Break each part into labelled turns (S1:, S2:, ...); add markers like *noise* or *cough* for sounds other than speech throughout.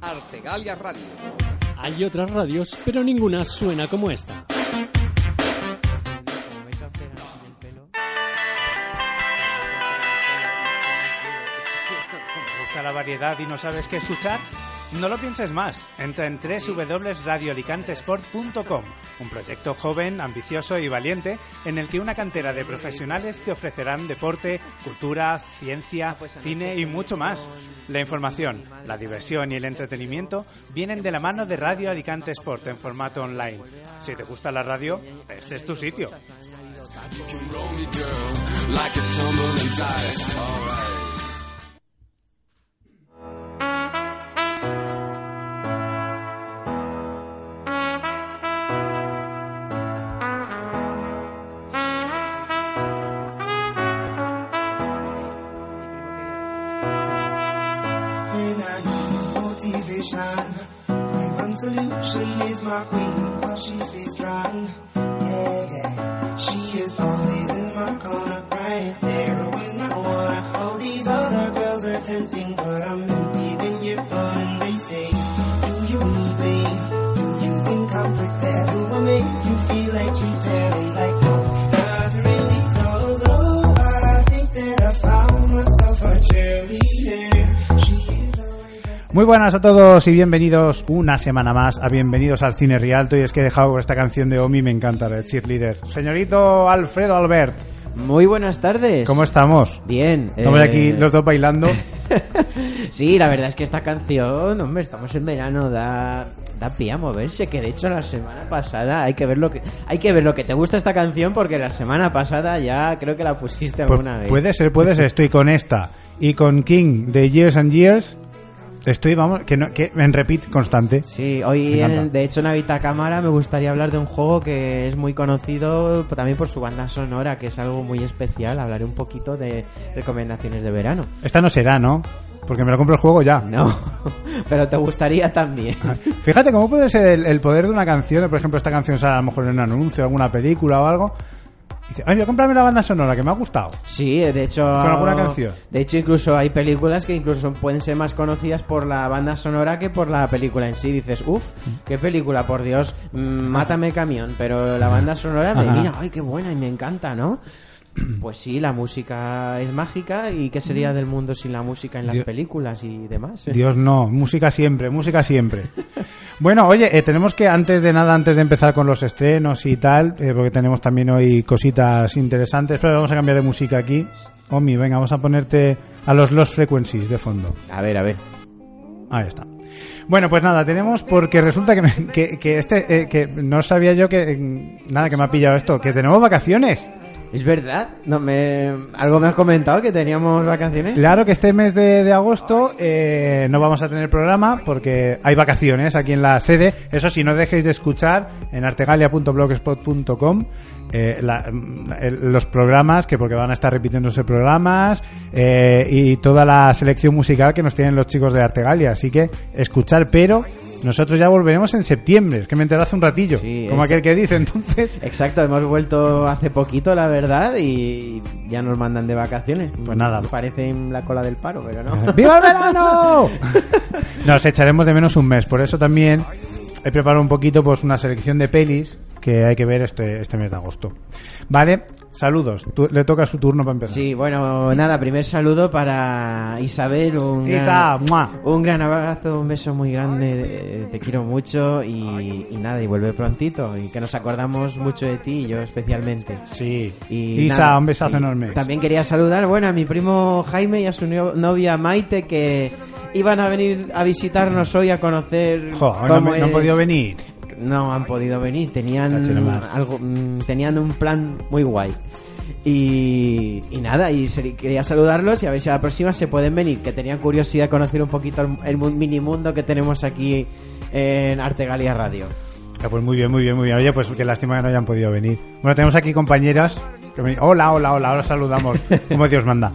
S1: Artegalia Radio.
S2: Hay otras radios, pero ninguna suena como esta.
S3: Como me echan cera en el pelo. como me
S4: ¿Te gusta la variedad y no sabes qué escuchar? No lo pienses más. Entra en www.radioalicantesport.com, un proyecto joven, ambicioso y valiente en el que una cantera de profesionales te ofrecerán deporte, cultura, ciencia, cine y mucho más. La información, la diversión y el entretenimiento vienen de la mano de Radio Alicante Sport en formato online. Si te gusta la radio, este es tu sitio.
S5: And I need motivation. Even solution is my queen, cause she stays strong. Yeah, yeah. She is always in my corner, right there when I wanna. All these other girls are tempting, but I'm empty when you're gone. And they say, Do you need me? Do you think I'm pretend? Do I make you feel like cheating? I'm like, no, not really, 'cause, oh, I think that I found myself a cheerleader. She is always a
S4: Muy buenas a todos y bienvenidos una semana más a Bienvenidos al Cine Rialto. Y es que he dejado esta canción de Omi, me encanta, de Cheerleader. Señorito Alfredo Albert,
S3: Muy buenas tardes.
S4: ¿cómo estamos?
S3: Bien.
S4: Estamos
S3: eh,
S4: aquí los dos
S3: *laughs*
S4: bailando.
S3: Sí, la verdad es que esta canción, hombre, estamos en verano, da, da pie a moverse, que de hecho la semana pasada hay que ver lo que hay que ver lo que te gusta esta canción porque la semana pasada ya creo que la pusiste
S4: Pues
S3: alguna vez.
S4: puede ser, puede ser. Estoy con esta y con King de Years and Years. Estoy, vamos, que, no, que en repeat constante.
S3: Sí,
S4: Me
S3: hoy
S4: encanta.
S3: en- de hecho en Habita Cámara me gustaría hablar de un juego que es muy conocido también por su banda sonora, que es algo muy especial. Hablaré un poquito de recomendaciones de verano.
S4: Esta no será, ¿no? Porque me lo compro el juego
S3: *laughs*
S4: ya.
S3: No, pero te gustaría también.
S4: Fíjate cómo puede ser el, el poder de una canción, por ejemplo, esta canción sale a lo mejor en un anuncio, alguna película o algo. Y Dice, ay, voy a comprarme la banda sonora que me ha gustado.
S3: Sí, de hecho.
S4: ¿Con alguna canción?
S3: De hecho, incluso hay películas que incluso pueden ser más conocidas por la banda sonora que por la película en sí. Dices, uff, qué película, por Dios, mm, mátame camión. Pero la banda sonora me
S4: Ajá.
S3: mira, ay, qué buena y me
S4: *clears throat*
S3: encanta, ¿no? Pues sí, la música es mágica y qué sería del mundo sin la música en las
S4: Mm. Dios-
S3: películas y demás.
S4: Dios no, música siempre, música siempre. Bueno, oye, eh, tenemos que antes de nada, antes de empezar con los estrenos y tal, eh, porque tenemos también hoy cositas interesantes, pero vamos a cambiar de música aquí. Omi, venga, vamos a ponerte a los Lost Frequencies de fondo.
S3: A ver, a ver.
S4: Ahí está. Bueno, pues nada, tenemos porque resulta que, me- que, que este, eh, que no sabía yo que, eh, nada, que me ha pillado esto, que tenemos vacaciones.
S3: ¿Es verdad? No, me... ¿Algo me has comentado que teníamos vacaciones?
S4: Claro que este mes de, de agosto eh, no vamos a tener programa porque hay vacaciones aquí en la sede. Eso sí, no dejéis de escuchar en artegalia.blogspot.com eh, la- mm, el- los programas, que porque van a estar repitiéndose programas eh, y toda la selección musical que nos tienen los chicos de Artegalia. Así que escuchar, pero nosotros ya volveremos en septiembre. Es que me enteré hace un ratillo,
S3: Sí,
S4: como
S3: es-
S4: aquel que dice. *laughs* Entonces,
S3: Exacto, hemos vuelto hace poquito, la verdad, y ya nos mandan de vacaciones.
S4: Pues nada.
S3: Parece en la cola del paro, pero no.
S4: *laughs* ¡Viva el verano! *laughs* Nos echaremos de menos un mes, por eso también he preparado un poquito pues una selección de pelis que hay que ver este, este mes de agosto. Vale, saludos. Tú- le toca su turno para empezar.
S3: Sí, bueno, nada, primer saludo para Isabel. Un gran-
S4: Isa, ¡mua!
S3: Un gran abrazo, un beso muy grande, eh, te quiero mucho y, y nada, y vuelve prontito, y que nos acordamos mucho de ti y yo especialmente.
S4: Sí.
S3: Y
S4: Isa,
S3: nada,
S4: un besazo
S3: sí.
S4: enorme.
S3: También quería saludar, bueno, a mi primo Jaime y a su no- novia Maite que iban a venir a visitarnos hoy a conocer
S4: Jo, hoy no,
S3: cómo
S4: me- no han
S3: es-
S4: podido venir.
S3: No han podido venir,
S4: Cacho de
S3: tenían
S4: mar.
S3: algo mm, tenían un plan muy guay. Y, y nada, y se- quería saludarlos y a ver si a la próxima se pueden venir, que tenían curiosidad de conocer un poquito el, el mu- minimundo que tenemos aquí en Artegalia Radio.
S4: Ah, pues muy bien, muy bien, muy bien. Oye, pues qué lástima que no hayan podido venir. Bueno, tenemos aquí compañeras. que me- Hola, hola, hola, ahora
S3: *laughs*
S4: saludamos. Como Dios manda.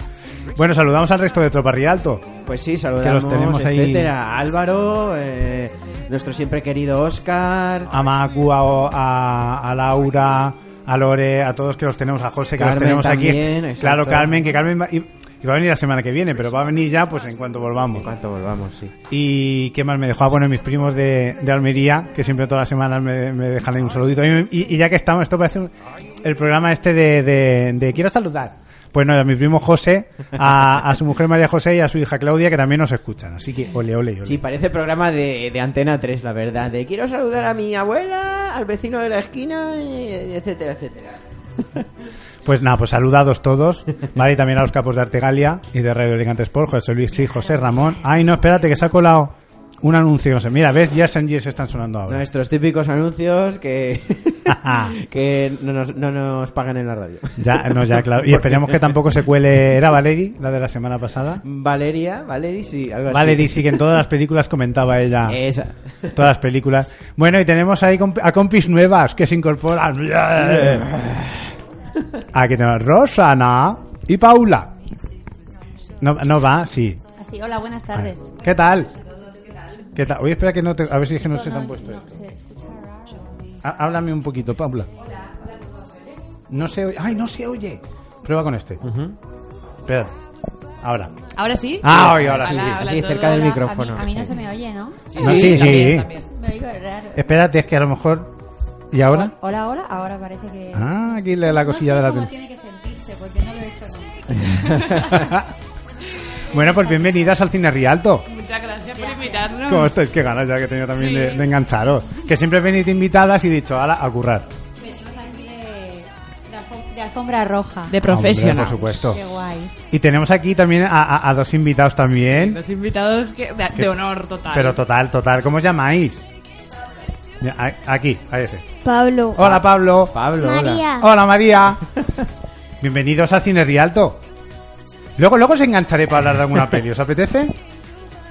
S4: Bueno, saludamos al resto de Tropa Rialto.
S3: Pues sí, saludamos,
S4: Que los tenemos ahí.
S3: etcétera. A Álvaro, eh, nuestro siempre querido Oscar,
S4: a Macu, a, a- a Laura, a Lore, a todos que los tenemos, a José que
S3: Carmen
S4: los tenemos
S3: también,
S4: aquí.
S3: exacto.
S4: Claro, Carmen, que Carmen va- y- que va a venir la semana que viene, pero va a venir ya pues en cuanto volvamos.
S3: En cuanto volvamos, sí.
S4: ¿Y qué más me dejó? Ah, bueno, mis primos de, de Almería, que siempre todas las semanas me, me dejan ahí un saludito. Y, y- y ya que estamos, esto parece un- el programa este de, de- de Quiero saludar. Pues no, a mi primo José, a, a su mujer María José y a su hija Claudia, que también nos escuchan. Así que ole, ole, ole.
S3: Sí, parece programa de, de Antena 3, la verdad. De quiero saludar a mi abuela, al vecino de la esquina, eh, etcétera, etcétera.
S4: Pues nada, pues saludados todos, ¿vale? Y también a los capos de Artegalia y de Radio Elegante Sport, José Luis y José Ramón. Ay, no, espérate, que se ha colado un anuncio. No sé, mira, ¿ves? Ya San se están sonando
S3: *laughs*
S4: ahora. Ah,
S3: Nuestros típicos anuncios que, *laughs* que no, nos, no nos pagan en la radio.
S4: Ya, no, ya, claro. Y esperemos que tampoco se cuele... ¿Era Valerie, la de la semana pasada?
S3: Valeria, Valeria, sí, algo así.
S4: Valerie sí que en todas las películas comentaba ella.
S3: Esa.
S4: Todas las películas. Bueno, y tenemos ahí comp- a compis nuevas que se incorporan. Aquí tenemos Rosana y Paula. No, no va, sí.
S1: Así, Ah, hola, buenas tardes.
S4: ¿Qué tal? ¿Qué tal? Oye, espera que no te... A ver si es que no se te han puesto
S1: no,
S4: esto.
S1: se escucha raro.
S4: Há- Háblame un poquito, Paula. No se oye. ¡Ay, no se oye! Prueba con este. Espera. Ahora.
S6: ¿Ahora sí?
S4: Ah, oye, ahora sí.
S6: Hola, hola
S3: así
S6: a todos.
S3: cerca del
S1: A mí,
S3: micrófono.
S1: a mí no se me oye, ¿no?
S6: Sí,
S4: No, sí, sí.
S6: también, también.
S1: Me oigo raro.
S4: Espérate, es que a lo mejor... ¿Y ¿Eh, ahora?
S1: Hola, hola, ahora parece que...
S4: Ah, aquí la, la cosilla
S1: no
S4: de
S1: sé
S4: la Eh.
S1: cómo
S4: atención.
S1: tiene que sentirse, porque no lo he hecho nunca.
S4: *laughs* Bueno, pues bienvenidas al Cine Rialto.
S6: Muchas gracias por invitarnos.
S4: ¿Cómo estáis? Qué ganas ya que he tenido también
S6: Sí.
S4: de, de engancharos. Que siempre venís invitadas y he dicho, ala, a currar.
S1: Venimos aquí de, de, alfom- de alfombra roja.
S6: De
S4: Hombre,
S6: profesional.
S4: por supuesto.
S1: Qué guays.
S4: Y tenemos aquí también a, a- a dos invitados también.
S6: Los invitados que- de, de honor total.
S4: Pero total, total. ¿Cómo os llamáis? Ya, a- Aquí, ahí ese.
S7: Pablo.
S4: Hola, Pablo.
S3: Pablo, hola.
S7: María.
S4: Hola,
S3: *laughs*
S4: María. Bienvenidos a Cine Rialto. Luego, luego os engancharé para hablar de alguna peli. ¿Os apetece?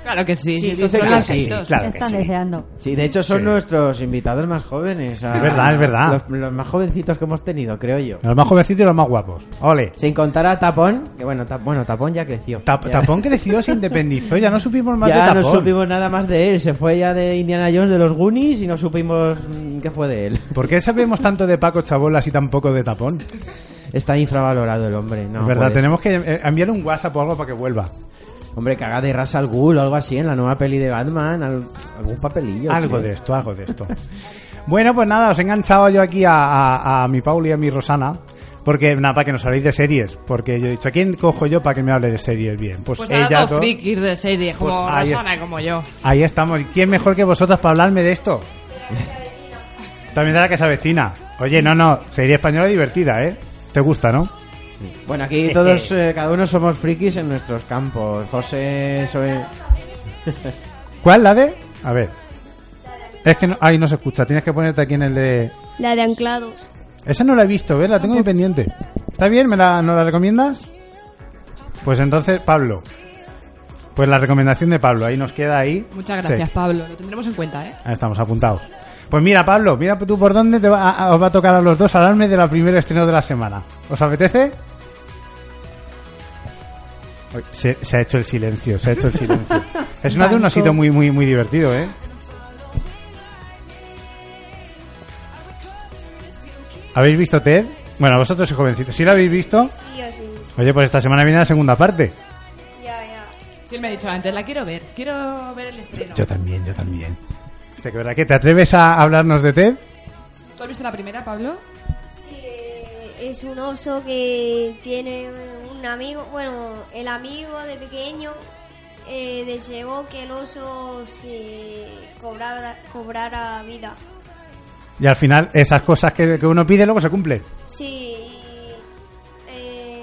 S6: claro que sí.
S3: Sí,
S6: esos
S3: dicen que
S6: son los
S3: Pues sí,
S6: gestos.
S4: claro.
S1: Ya
S4: que
S1: están
S4: sí.
S1: deseando.
S3: Sí, de hecho son
S4: Sí.
S3: nuestros invitados más jóvenes. a-
S4: Es verdad, es verdad.
S3: Los, los más jovencitos que hemos tenido, creo yo.
S4: Los más jovencitos y los más guapos. Ole.
S3: Sin contar a Tapón, que bueno, Tap- bueno Tapón ya creció.
S4: Tap-
S3: Ya-
S4: Tapón creció, se independizó. Ya no supimos más de
S3: *laughs* Ya
S4: Tapón.
S3: no supimos nada más de él. Se fue ya de Indiana Jones de los Goonies y no supimos mm, qué fue de él. *laughs*
S4: ¿Por qué sabemos tanto de Paco Chabolas y tan poco de Tapón?
S3: Está infravalorado el hombre, ¿no? pues.
S4: es verdad,
S3: puede ser.
S4: tenemos que eh, enviar un WhatsApp o algo para que vuelva.
S3: Hombre, que haga de Ras al Ghul o algo así en la nueva peli de Batman. al- Algún papelillo.
S4: Algo
S3: tío.
S4: de esto, algo de esto. *laughs* bueno, pues nada, os he enganchado yo aquí a, a- a mi Pauli y a mi Rosana. Porque, nada, para que nos habléis de series. Porque yo he dicho, ¿a quién cojo yo para que me hable de series bien? Pues,
S6: Pues
S4: ella.
S6: ahora dos
S4: dos.
S6: frikis de serie, como
S4: Pues ahí
S6: Rosana y como yo.
S4: Ahí estamos. ¿Y ¿Quién mejor que vosotras para hablarme de esto? También de la que se avecina. Oye, no, no, serie española divertida, ¿eh? ¿Te gusta, no?
S3: Bueno,
S4: *laughs*
S3: aquí todos, eh, cada uno somos frikis en nuestros campos. José, soy.
S4: ¿Cuál la de? A ver. Es que no, ahí no se escucha, tienes que ponerte aquí en el de...
S7: La de anclados.
S4: Esa no la he visto, ¿ves? La tengo ahí pendiente. ¿Está bien? ¿Me la, ¿No la recomiendas? Pues entonces, Pablo. Pues la recomendación de Pablo, ahí nos queda ahí.
S6: Muchas gracias,
S4: Sí,
S6: Pablo. Lo tendremos en cuenta, ¿eh?
S4: ahí estamos apuntados. Pues mira, Pablo, mira tú por dónde te va- a- os va a tocar a los dos hablarme de la primera estreno de la semana. ¿Os apetece? Ay, Se, se ha hecho el silencio, se ha hecho el silencio. es una de un osito muy, muy, muy divertido, ¿eh? ¿Habéis visto Ted? Bueno, vosotros sois jovencitos. ¿Sí la habéis visto?
S7: Sí, así.
S4: Oye, pues esta semana viene la segunda parte.
S7: Ya, ya.
S6: Sí, él me ha dicho antes, la quiero ver. Quiero ver el estreno.
S4: Yo también, yo también. Este, ¿verdad que te atreves a hablarnos de Ted?
S6: ¿Tú has visto la primera, Pablo?
S7: Sí, eh, es un oso que tiene un amigo. Bueno, el amigo de pequeño eh, deseó que el oso se cobrara, cobrara vida.
S4: Y al final, esas cosas que, que uno pide luego se cumplen.
S7: Sí, y, eh,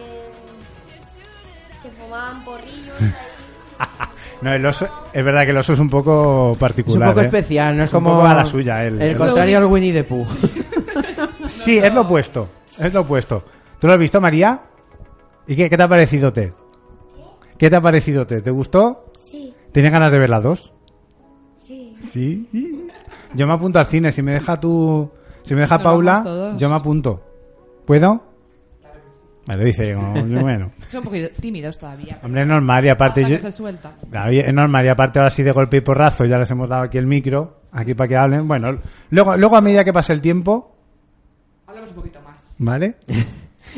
S7: se fumaban porrillos.
S4: No, el oso, es verdad que el oso es un poco
S3: Es un
S4: particular.
S3: poco
S4: ¿eh?
S3: especial, no es
S4: Es un
S3: como.
S4: poco a la suya, él.
S3: El
S4: Él-
S3: contrario al Winnie the Pooh.
S4: Sí, es lo opuesto. Es lo opuesto. ¿Tú lo has visto, María? ¿Y qué, qué te ha parecido Ted? ¿Qué te ha parecido Ted? ¿Te gustó?
S7: Sí,
S4: ¿Tienes ganas de ver las dos?
S7: sí.
S4: Sí. Yo me apunto al cine. Si me deja tú. Si me deja
S6: Nos vamos
S4: Paula,
S6: todos.
S4: yo me apunto. ¿Puedo? Vale, dice. como, Bueno.
S6: Son un poquito tímidos todavía.
S4: Hombre, es normal y aparte
S6: Hasta
S4: yo.
S6: que se suelta.
S4: Claro, y- Es normal, y aparte ahora sí de golpe y porrazo, ya les hemos dado aquí el micro, aquí para que hablen. Bueno, luego, luego a medida que pase el tiempo,
S6: Hablamos un poquito más.
S4: ¿vale?
S3: *laughs*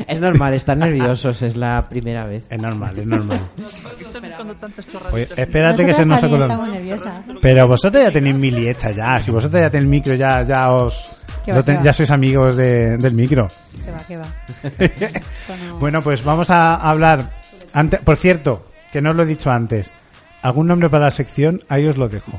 S3: Es normal, estar nerviosos, es la primera vez.
S4: Es normal, es
S6: *laughs*
S4: normal.
S8: ¿Por qué estás buscando tantas chorradas?
S4: Oye, espérate que se nos ha
S1: también
S4: colado.
S1: estamos nerviosas.
S4: Pero vosotros ya tenéis mil hechas ya. Si vosotros ya tenéis micro, ya, ya os.
S1: Qué va,
S4: lo ten-
S1: qué va.
S4: ya sois amigos de- del micro.
S1: Que va, que va. Esto no-
S4: *laughs* Bueno, pues vamos a hablar. Ante- por cierto, que no os lo he dicho antes. ¿Algún nombre para la sección? Ahí os lo dejo.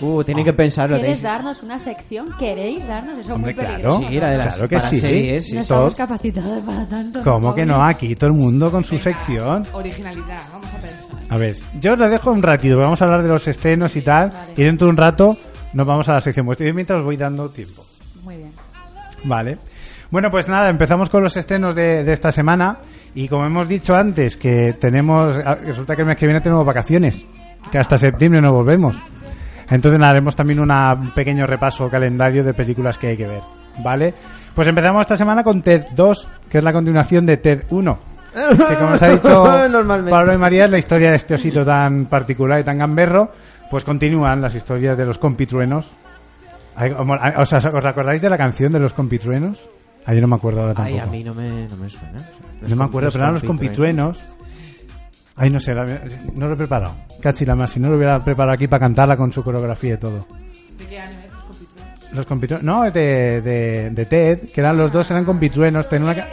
S3: Uh, tienen que pensarlo.
S1: ¿Quieres
S3: tenéis-
S1: darnos una sección? ¿¿Queréis darnos eso? es
S4: Hombre,
S1: muy
S4: claro.
S1: peligroso.
S3: Sí, la de las
S4: Claro que
S3: para
S4: sí.
S3: series, sí.
S1: No
S4: Todo-
S1: estamos capacitados para tanto.
S4: ¿Cómo que no? Aquí todo el mundo con su sección.
S6: Originalidad, vamos a pensar.
S4: A ver, yo os lo dejo un ratito. porque Vamos a hablar de los estrenos y tal. Y dentro de un rato nos vamos a la sección vuestra. Y mientras os voy dando tiempo.
S1: Muy bien.
S4: Vale. Bueno, pues nada, empezamos con los estrenos de, de esta semana. Y como hemos dicho antes, que tenemos. ah, Resulta que el mes que viene tenemos vacaciones. Que hasta septiembre no volvemos. Entonces nada, haremos también una- un pequeño repaso calendario de películas que hay que ver. ¿Vale? Pues empezamos esta semana con TED 2, que es la continuación de TED 1. Que como os ha dicho
S3: Normalmente.
S4: Pablo y María, es la historia de este osito tan particular y tan gamberro. Pues continúan las historias de los compitruenos. Ay, como- ay, ¿Os, os acordáis de la canción de los compitruenos? Ah, yo no me acuerdo ahora tampoco.
S3: Ay, a mí no me, no ¿eh? me suena.
S4: No me acuerdo, pero eran los compitruenos. Ay, no sé, la- no lo he preparado. Cachi la más, si no lo hubiera preparado aquí para cantarla con su coreografía y todo.
S6: ¿De qué año es? Compitruenos?
S4: Los compitruenos. No, es de, de, de Ted, que eran los dos, eran compitruenos. Tenían una ca-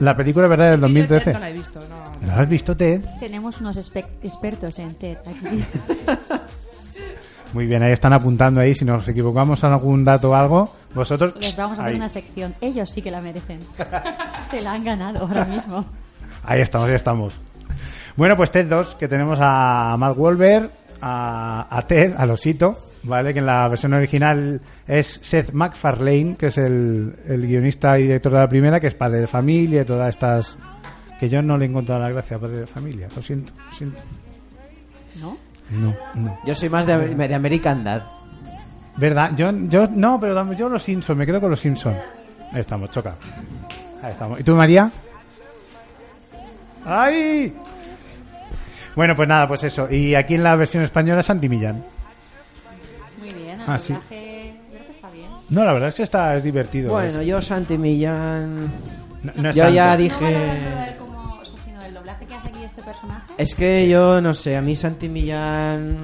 S4: la película, ¿verdad? Del
S6: Yo intento,
S4: 2013.
S6: No la he visto, no.
S4: ¿La has visto, Ted?
S1: Tenemos unos espe- expertos en TED aquí.
S4: *laughs* Muy bien, ahí están apuntando ahí. Si nos equivocamos en algún dato o algo, vosotros.
S1: Les vamos a hacer
S4: ahí.
S1: una sección. Ellos sí que la merecen. Se la han ganado ahora mismo.
S4: Ahí estamos, ahí estamos. Bueno, pues TED 2, que tenemos a Mark Wahlberg, a, a Ted, al osito, ¿vale? Que en la versión original es Seth MacFarlane, que es el, el guionista y director de la primera, que es padre de familia, y todas estas... Que yo no le he encontrado la gracia a padre de familia, lo siento, lo siento.
S1: ¿No?
S4: No, no.
S3: Yo soy más de, de American Dad.
S4: ¿Verdad? Yo, yo no, pero dame- yo los Simpson, me quedo con los Simpson. Ahí estamos, choca. Ahí estamos. ¿Y tú, María? ¡Ay! Bueno, pues nada, pues eso. Y aquí en la versión española, Santi Millán.
S1: Muy bien.
S4: Ah, sí.
S1: doblaje, Creo que está bien.
S4: No, la verdad es que está es divertido. ¿eh?
S3: Bueno, yo Santi Millán...
S4: No- no es
S3: yo ya
S4: Santi.
S1: No
S3: dije...
S1: valoras lo del como, o sea, sino el doblaje que hace aquí este personaje.
S3: Es que yo no sé, a mí Santi Millán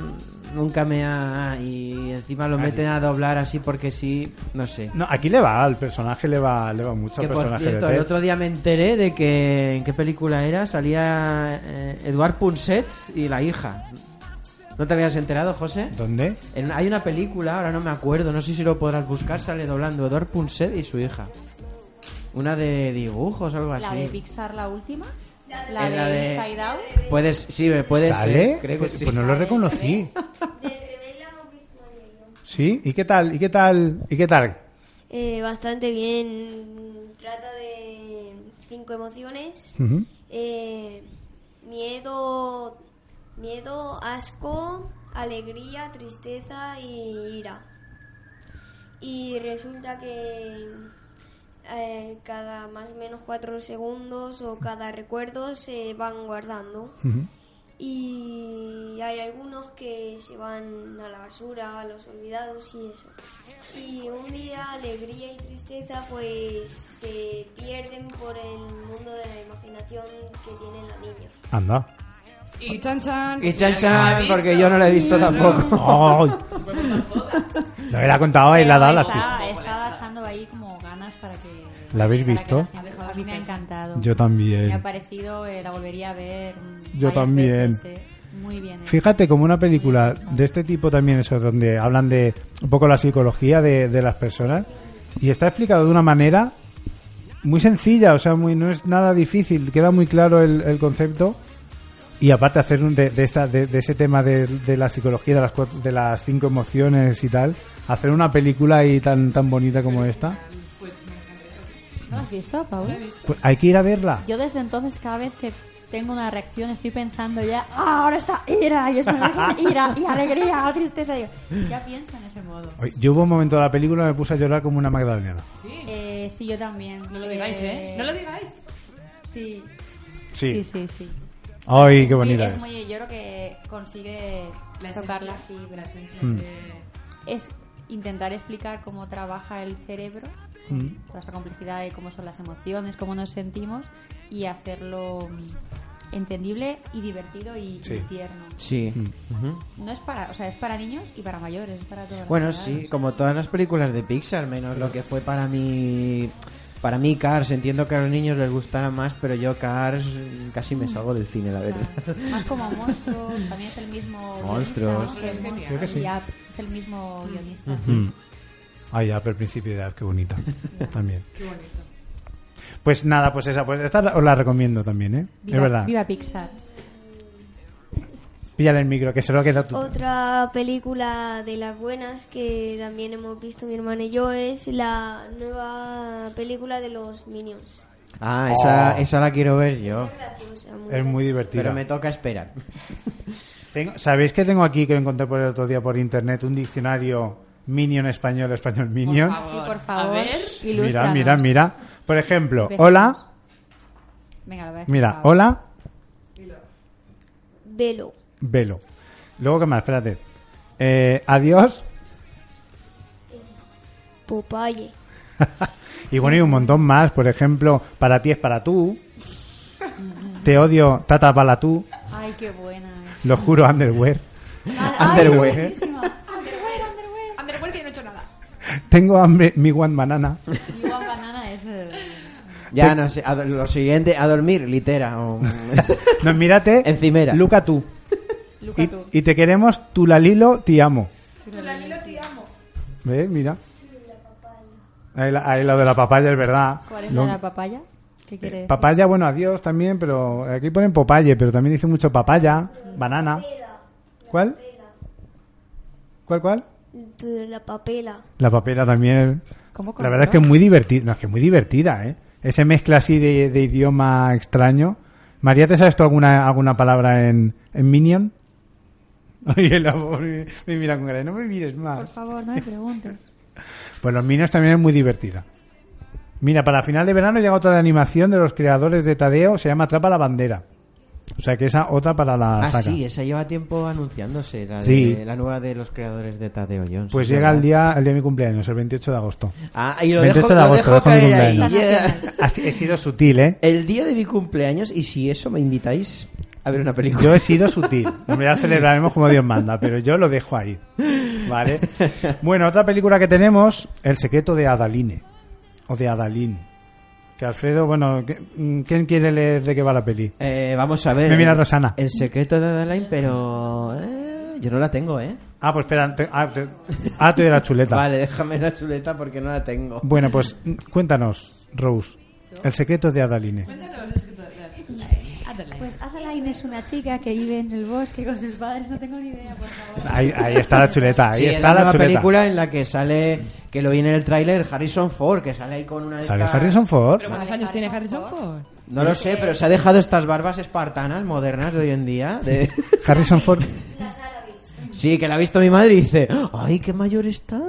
S3: nunca me ha... Y encima lo meten a doblar así porque sí, no sé.
S4: No, aquí le va, al personaje le va, le va mucho al
S3: Que por
S4: personaje
S3: cierto,
S4: de
S3: el
S4: Ted.
S3: otro día me enteré de que en qué película era, salía eh, Eduard Punset y la hija. ¿No te habías enterado, José?
S4: ¿Dónde?
S3: En- hay una película, ahora no me acuerdo, no sé si lo podrás buscar, sale doblando Eduard Punset y su hija. Una de dibujos, algo así.
S1: La de Pixar, la última. La
S3: En pues
S1: de,
S3: la de-
S1: Inside Out.
S3: Puedes, sí, puede
S4: ¿Sale?
S3: ser, creo que
S4: pues,
S3: sí.
S4: pues no lo
S3: *laughs*
S4: reconocí. ¿Sí? ¿Y qué tal? ¿Y qué tal? ¿Y qué tal?
S7: Eh, bastante bien. Trata de cinco emociones.
S4: Ujú.
S7: Eh, miedo, miedo, asco, alegría, tristeza y ira. Y resulta que eh, cada más o menos cuatro segundos o cada recuerdo se van guardando. Y hay algunos que se van a la basura, a los olvidados y eso. Y un día alegría y tristeza pues se pierden por el mundo de la imaginación que tiene la niña.
S4: Anda.
S6: Y Chan Chan.
S3: Y chan chan, porque yo Ah, no la he visto tampoco.
S4: ¡Ay! Lo hubiera contado y le ha dado las pistas.
S1: está, está dejando ahí como ganas para que.
S4: ¿La habéis
S1: para
S4: visto?
S1: que la gente- A mí me ha encantado.
S4: Yo
S1: Me ha
S4: también.
S1: parecido, eh, la volvería a ver. mm,
S4: Yo
S1: varias
S4: también.
S1: veces, eh. Muy bien. eh.
S4: Fíjate como una película de este tipo también, eso, donde hablan de un poco la psicología de, de las personas, y está explicado de una manera muy sencilla, o sea, muy, no es nada difícil, queda muy claro el, el concepto. Y aparte hacer un de, de esta, de, de ese tema de, de la psicología, de las, cuatro- de las cinco emociones y tal, hacer una película ahí tan, tan bonita como esta,
S1: ¿No has visto, Paul?
S4: pues hay que ir a verla.
S1: Yo desde entonces cada vez que tengo una reacción estoy pensando ya, "Ah, ahora está ira, y es una ira, y alegría, o tristeza. Yo, ya pienso en ese modo.
S4: Oye, Yo hubo un momento de la película me puse a llorar como una magdalena.
S6: Sí.
S1: Eh, sí, yo también.
S6: No lo digáis, ¿eh? No lo digáis.
S1: Sí,
S4: Sí.
S1: sí, sí, sí.
S4: Ay, qué
S1: Sí,
S4: bonita
S1: es
S4: es.
S1: muy, yo creo que consigue tocar la fibra.
S6: esencia
S4: Mm.
S6: de-
S1: Es intentar explicar cómo trabaja el cerebro
S4: Mm.
S1: toda esa complejidad de cómo son las emociones, cómo nos sentimos y hacerlo mm, entendible y divertido y,
S4: Sí.
S1: y tierno.
S3: Sí.
S1: No es para, o sea, es para niños y para mayores, es para todas las
S3: Bueno,
S1: edades.
S3: sí, como todas las películas de Pixar, menos lo que fue para mí. Para mí, Cars, entiendo que a los niños les gustara más, pero yo, Cars, casi me salgo del cine, la verdad.
S1: Claro. Más como monstruos, también es el
S4: *laughs*
S1: mismo
S3: Monstruos.
S1: guionista, ¿no? Que
S4: Creo que sí.
S1: y Up, es el mismo guionista.
S4: Mm. Ay, ya, pero principio de edad, qué
S1: *laughs*
S4: bonita. también. Pues nada, pues esa, pues esta os la recomiendo también, ¿eh?
S1: Viva-
S4: es verdad.
S1: Viva Pixar.
S4: Píllale el micro, que se lo queda tú.
S7: Otra película de las buenas que también hemos visto mi hermana y yo es la nueva película de los Minions.
S3: Ah, esa,
S4: Oh.
S3: esa la quiero ver yo,
S7: Graciosa, muy
S4: Es muy
S3: pero
S4: divertida.
S3: me toca esperar.
S4: Tengo- ¿Sabéis que tengo aquí, que lo encontré por el otro día por internet, un diccionario Minion español, español Minion?
S6: favor.
S1: Sí, por
S6: A
S1: favor.
S6: ver.
S4: Mira,
S1: ilústranos.
S4: mira, mira. Por ejemplo,
S1: Empecemos.
S4: hola,
S1: Venga, lo voy a decir
S4: mira,
S1: ahora.
S4: hola,
S7: Velo.
S4: velo. Luego, ¿qué más? Espérate. Eh, adiós.
S7: Popaye.
S4: Y bueno, y un montón más. Por ejemplo, para ti es para tú. Te odio, tata para tú.
S1: Ay, qué buena.
S4: *laughs*
S1: es.
S4: Lo juro, underwear.
S1: Ay,
S4: Underwear.
S1: buenísima. Underwear, underwear.
S6: Underwear que yo no he hecho nada.
S4: Tengo hambre, mi one banana.
S1: Y One Banana es... eh,
S3: Ya, no sé, a do- lo siguiente, a dormir,
S4: *laughs*
S3: litera. o-
S4: No, mírate.
S3: Encimera.
S4: Luca tú.
S1: Luca,
S4: Y,
S1: tú.
S4: y te queremos, Tulalilo, te amo.
S6: Tú, la Lilo, te amo.
S4: ¿Ves? Mira. Ahí, la- ahí lo de la papaya es verdad.
S1: ¿Cuál es
S4: Lo-
S1: la de la papaya? ¿Qué quiere decir?
S4: Eh, Papaya, bueno, adiós también, pero aquí ponen popaye, pero también dice mucho papaya, banana. ¿Cuál? ¿Cuál, cuál?
S7: De la papela.
S4: La papera también.
S1: ¿Cómo
S4: La verdad es que es muy divertida. No, es que es muy divertida, ¿eh? Ese mezcla así de, de idioma extraño. María, ¿te sabes tú alguna, alguna palabra en, en Minion? *laughs* Oye, la pobre me mira con cara de, no me mires
S1: Por
S4: más.
S1: favor, no me preguntes.
S4: Pues los Minions también es muy divertida. Mira, para final de verano llega otra de animación de los creadores de Tadeo, se llama Atrapa la bandera. O sea que esa otra para la
S3: Ah,
S4: saga.
S3: sí, esa lleva tiempo anunciándose, la, de-
S4: Sí.
S3: la nueva de los creadores de Tadeo Jones.
S4: Pues
S3: es
S4: llega el
S3: verdad.
S4: día, el día de mi cumpleaños, el 28 de agosto.
S3: Ah, y lo
S4: 28
S3: dejo,
S4: de
S3: lo
S4: agosto, dejo
S3: dejo
S4: mi
S3: caer ahí.
S1: cumpleaños.
S3: ya.
S4: Así- he sido sutil, ¿eh?
S3: *laughs* El día de mi cumpleaños, y si eso me invitáis a ver una película.
S4: Yo he sido sutil. En verdad celebraremos como Dios manda, pero yo lo dejo ahí.
S3: *laughs*
S4: ¿Vale? Bueno, otra película que tenemos, El secreto de Adaline. O de Adaline. Que Alfredo, bueno, que- mm, ¿quién quiere leer de qué va la peli?
S3: Eh, vamos a ver.
S4: Me mira
S3: el-
S4: Rosana.
S3: El secreto de Adeline, pero. eh, yo no la tengo, ¿eh?
S4: Ah, pues espera, te- ah, te, ah, te doy la chuleta.
S3: *laughs* Vale, déjame la chuleta porque no la tengo.
S4: Bueno, pues mm, cuéntanos, Rose, El secreto de Adaline.
S6: Cuéntanos el secreto *laughs* de Adelaide.
S1: Pues Adeline es una chica que vive en el bosque con sus padres, no tengo ni idea, por favor.
S4: Ahí, ahí está la chuleta, ahí
S3: Sí, es
S4: está
S3: la
S4: la,
S3: nueva
S4: chuleta.
S3: película en la que sale, que lo viene en el tráiler, Harrison Ford, que sale ahí con una de
S4: ¿Sale
S3: estas-
S4: Harrison Ford?
S6: ¿Pero cuántos años tiene Harrison Ford?
S3: No lo sé, pero se ha dejado estas barbas espartanas modernas de hoy en día. de- *laughs*
S4: Harrison Ford,
S3: Sí, que la ha visto mi madre y dice, ¡ay, qué mayor está!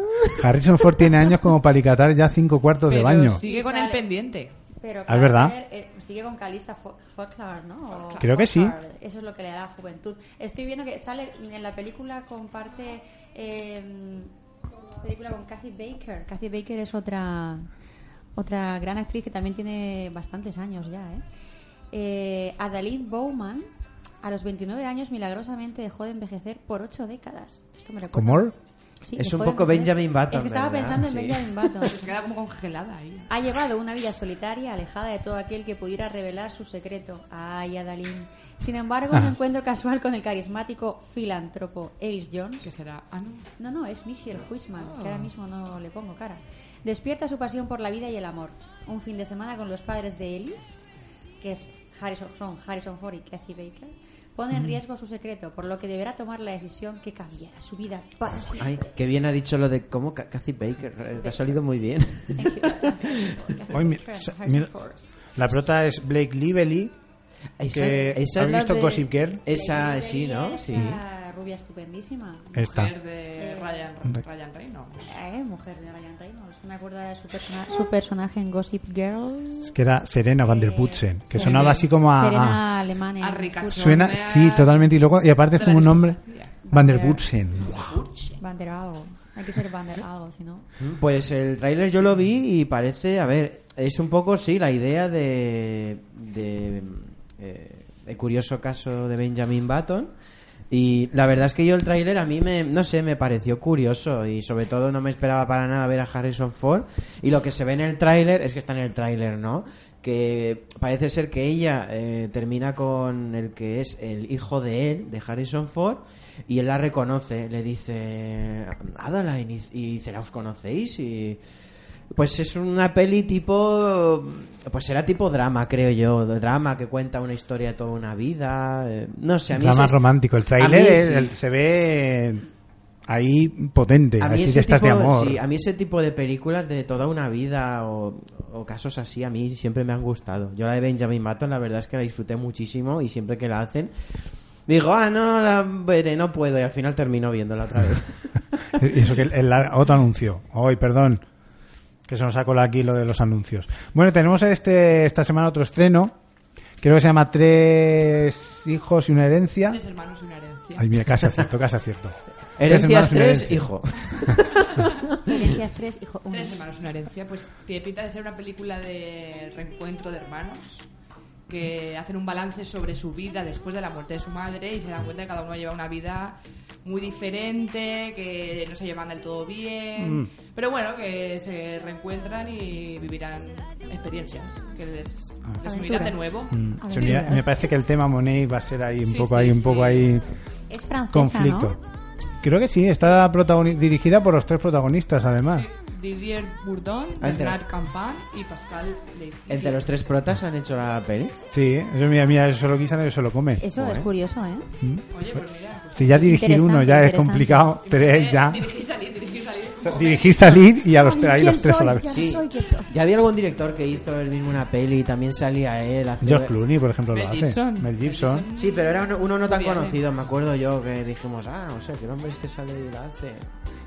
S4: Harrison Ford tiene años como para alicatar ya cinco cuartos de
S6: Pero
S4: baño.
S6: sigue con el
S1: Sale.
S6: pendiente.
S1: Pero
S4: Ah, es verdad.
S1: Carter, eh, sigue con Calista Fo- Folklore, ¿no? O-
S4: Creo que sí.
S1: Folklore. Eso es lo que le da la juventud. Estoy viendo que sale en la película comparte eh, película con Kathy Baker. Kathy Baker es otra otra gran actriz que también tiene bastantes años ya, ¿eh? Eh, Adalid Bowman a los 29 años milagrosamente dejó de envejecer por 8 décadas. Esto me recuerda.
S4: ¿Cómo?
S1: Sí,
S3: Es
S1: dejó
S3: un
S1: de
S3: poco
S1: envejecer.
S3: Benjamin Button,
S1: Es que estaba
S3: ¿verdad?
S1: pensando en
S3: Sí.
S1: Benjamin Button.
S6: Se queda como congelada ahí.
S1: *laughs* Ha llevado una vida solitaria, alejada de todo aquel que pudiera revelar su secreto. Ay, Adalín. Sin embargo,
S3: Ah.
S1: un encuentro casual con el carismático filántropo Ellis Jones.
S6: ¿Qué será? Ah, no. Oh.
S1: No, no, es Michelle Huisman, que ahora mismo no le pongo cara. Despierta su pasión por la vida y el amor. Un fin de semana con los padres de Ellis, que es Harrison, son Harrison Ford y Kathy Baker, pone
S3: Mm.
S1: en riesgo su secreto, por lo que deberá tomar la decisión que cambiará su vida para siempre.
S3: Ay, qué bien ha dicho lo de cómo Ca- Kathy Baker. eh, Te ha salido
S4: *laughs*
S3: muy bien.
S1: Thank you. Kathy
S4: Hoy mi-
S1: Baker and
S4: se-
S1: Harrison
S4: mira-
S1: Ford.
S4: la prota es Blake Lively. Que- ¿has
S3: la
S4: visto
S3: de-
S4: Gossip Girl?
S3: Esa,
S1: Lady
S3: sí, ¿no?
S1: Gaga,
S3: Sí.
S1: esa rubia estupendísima.
S4: Esta.
S6: Mujer de
S4: Eh,
S6: Ryan, Ryan Reynolds.
S1: Eh, mujer de Ryan Reynolds. Me acuerdo ahora de su, persona- su personaje en Gossip Girl.
S4: Es que era Serena Van der Putsen, que
S1: Serena-
S4: sonaba así como a... a-
S1: Serena Alemania.
S6: a Ah, rica.
S4: Ah, suena, sí, totalmente. Y luego, y aparte es como un nombre... Van der Putsen.
S1: Van der Waal. Hay que ser banda algo, si no.
S3: Pues el tráiler yo lo vi y parece, a ver, es un poco, sí, la idea de, de eh, el curioso caso de Benjamin Button. Y la verdad es que yo el tráiler a mí me, no sé, me pareció curioso y sobre todo no me esperaba para nada ver a Harrison Ford. Y lo que se ve en el tráiler es que está en el tráiler, ¿no? Que parece ser que ella eh, termina con el que es el hijo de él, de Harrison Ford, y él la reconoce, le dice, Adeline, y, y dice, ¿os conocéis? Y pues es una peli tipo. Pues será tipo drama, creo yo. de Drama que cuenta una historia de toda una vida. eh, No sé, a mí.
S4: Drama
S3: ese-
S4: romántico. El
S3: a
S4: tráiler
S3: mí
S4: es-
S3: sí.
S4: el- se ve ahí potente.
S3: A mí,
S4: así
S3: ese
S4: de estas de
S3: tipo,
S4: amor.
S3: sí, a mí ese tipo de películas de toda una vida o, o casos así, a mí siempre me han gustado. Yo la de Benjamin Button, la verdad es que la disfruté muchísimo y siempre que la hacen, digo, ah, no, la veré, no puedo. Y al final termino viéndola otra vez.
S4: *laughs* Y *laughs* Eso que el, el otro anuncio. Hoy, perdón. Que se nos ha colado aquí lo de los anuncios. Bueno, tenemos este esta semana otro estreno. Creo que se llama Tres hijos y una herencia.
S6: Tres hermanos y una herencia.
S4: Ay, mira, casi acierto, casi acierto. Tres hermanos
S3: Herencias
S4: y una
S3: 3,
S4: herencia.
S3: hijo.
S1: Herencias tres, hijo uno.
S6: Tres hermanos y una herencia. Pues tiene pinta de ser una película de reencuentro de hermanos que hacen un balance sobre su vida después de la muerte de su madre y se dan cuenta que cada uno lleva una vida muy diferente, que no se llevan del todo bien,
S4: Mm,
S6: pero bueno, que se reencuentran y vivirán experiencias que les, les unirán Pues de nuevo.
S4: Mm, se
S1: ver,
S4: mira,
S1: verás.
S4: me parece que el tema Monet va a ser ahí un
S6: Sí,
S4: poco
S6: sí,
S4: ahí, un
S6: sí.
S4: poco ahí
S1: Es francesa,
S4: conflicto.
S1: ¿no?
S4: Creo que sí, está protagoni- dirigida por los tres protagonistas además.
S6: Sí, Didier Bourdon,
S3: Ah, entre-
S6: Bernard Campan y Pascal Leitner.
S4: Eh.
S3: Entre los tres protas han hecho la peli.
S4: Sí, eso mira, mira, eso lo guisan, eso lo come.
S1: Eso es curioso, ¿eh?
S6: Oye, pues mira, pues
S4: Si ya dirigir
S1: Interesante,
S4: uno ya es
S1: interesante.
S4: complicado, tres ya.
S6: *laughs* dirigir y salir, dirigir y salir.
S4: O sea, Dirigir, salir y a los tres, ahí
S1: ¿Quién
S4: los tres a la
S1: soy?
S4: vez.
S1: Ya no soy quién soy.
S3: Ya había algún director que hizo el mismo una peli y también salía él. hace-
S4: George Clooney, por ejemplo, lo
S6: Mel
S4: hace.
S6: Gibson.
S4: Mel Gibson.
S3: Sí, pero era uno, uno no tan
S6: Obviamente.
S3: conocido, me acuerdo yo que dijimos, ah, o sea, que el hombre este sale y la hace.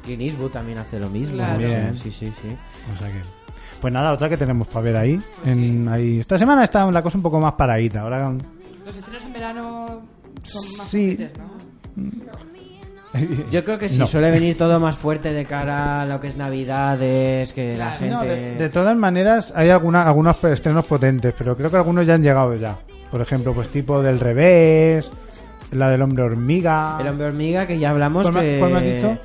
S3: Clint Eastwood también hace lo mismo.
S6: Claro.
S3: o sea,
S4: Bien.
S3: Sí, sí, sí.
S4: O sea que- Pues nada, otra que tenemos para ver ahí.
S6: Pues
S4: En, ahí. Esta semana está la cosa un poco más paradita. Ahora
S6: Los estrenos en verano son más
S4: Sí.
S6: fuertes, ¿no?
S3: Yo creo que sí,
S4: No.
S3: suele venir todo más fuerte de cara a lo que es Navidades, que la gente...
S4: No, de, de todas maneras, hay alguna, algunos estrenos potentes, pero creo que algunos ya han llegado ya. Por ejemplo, pues tipo del revés, la del hombre hormiga,
S3: El hombre hormiga, que ya hablamos
S4: ¿Cuál me-
S3: que...
S4: cuál me has dicho?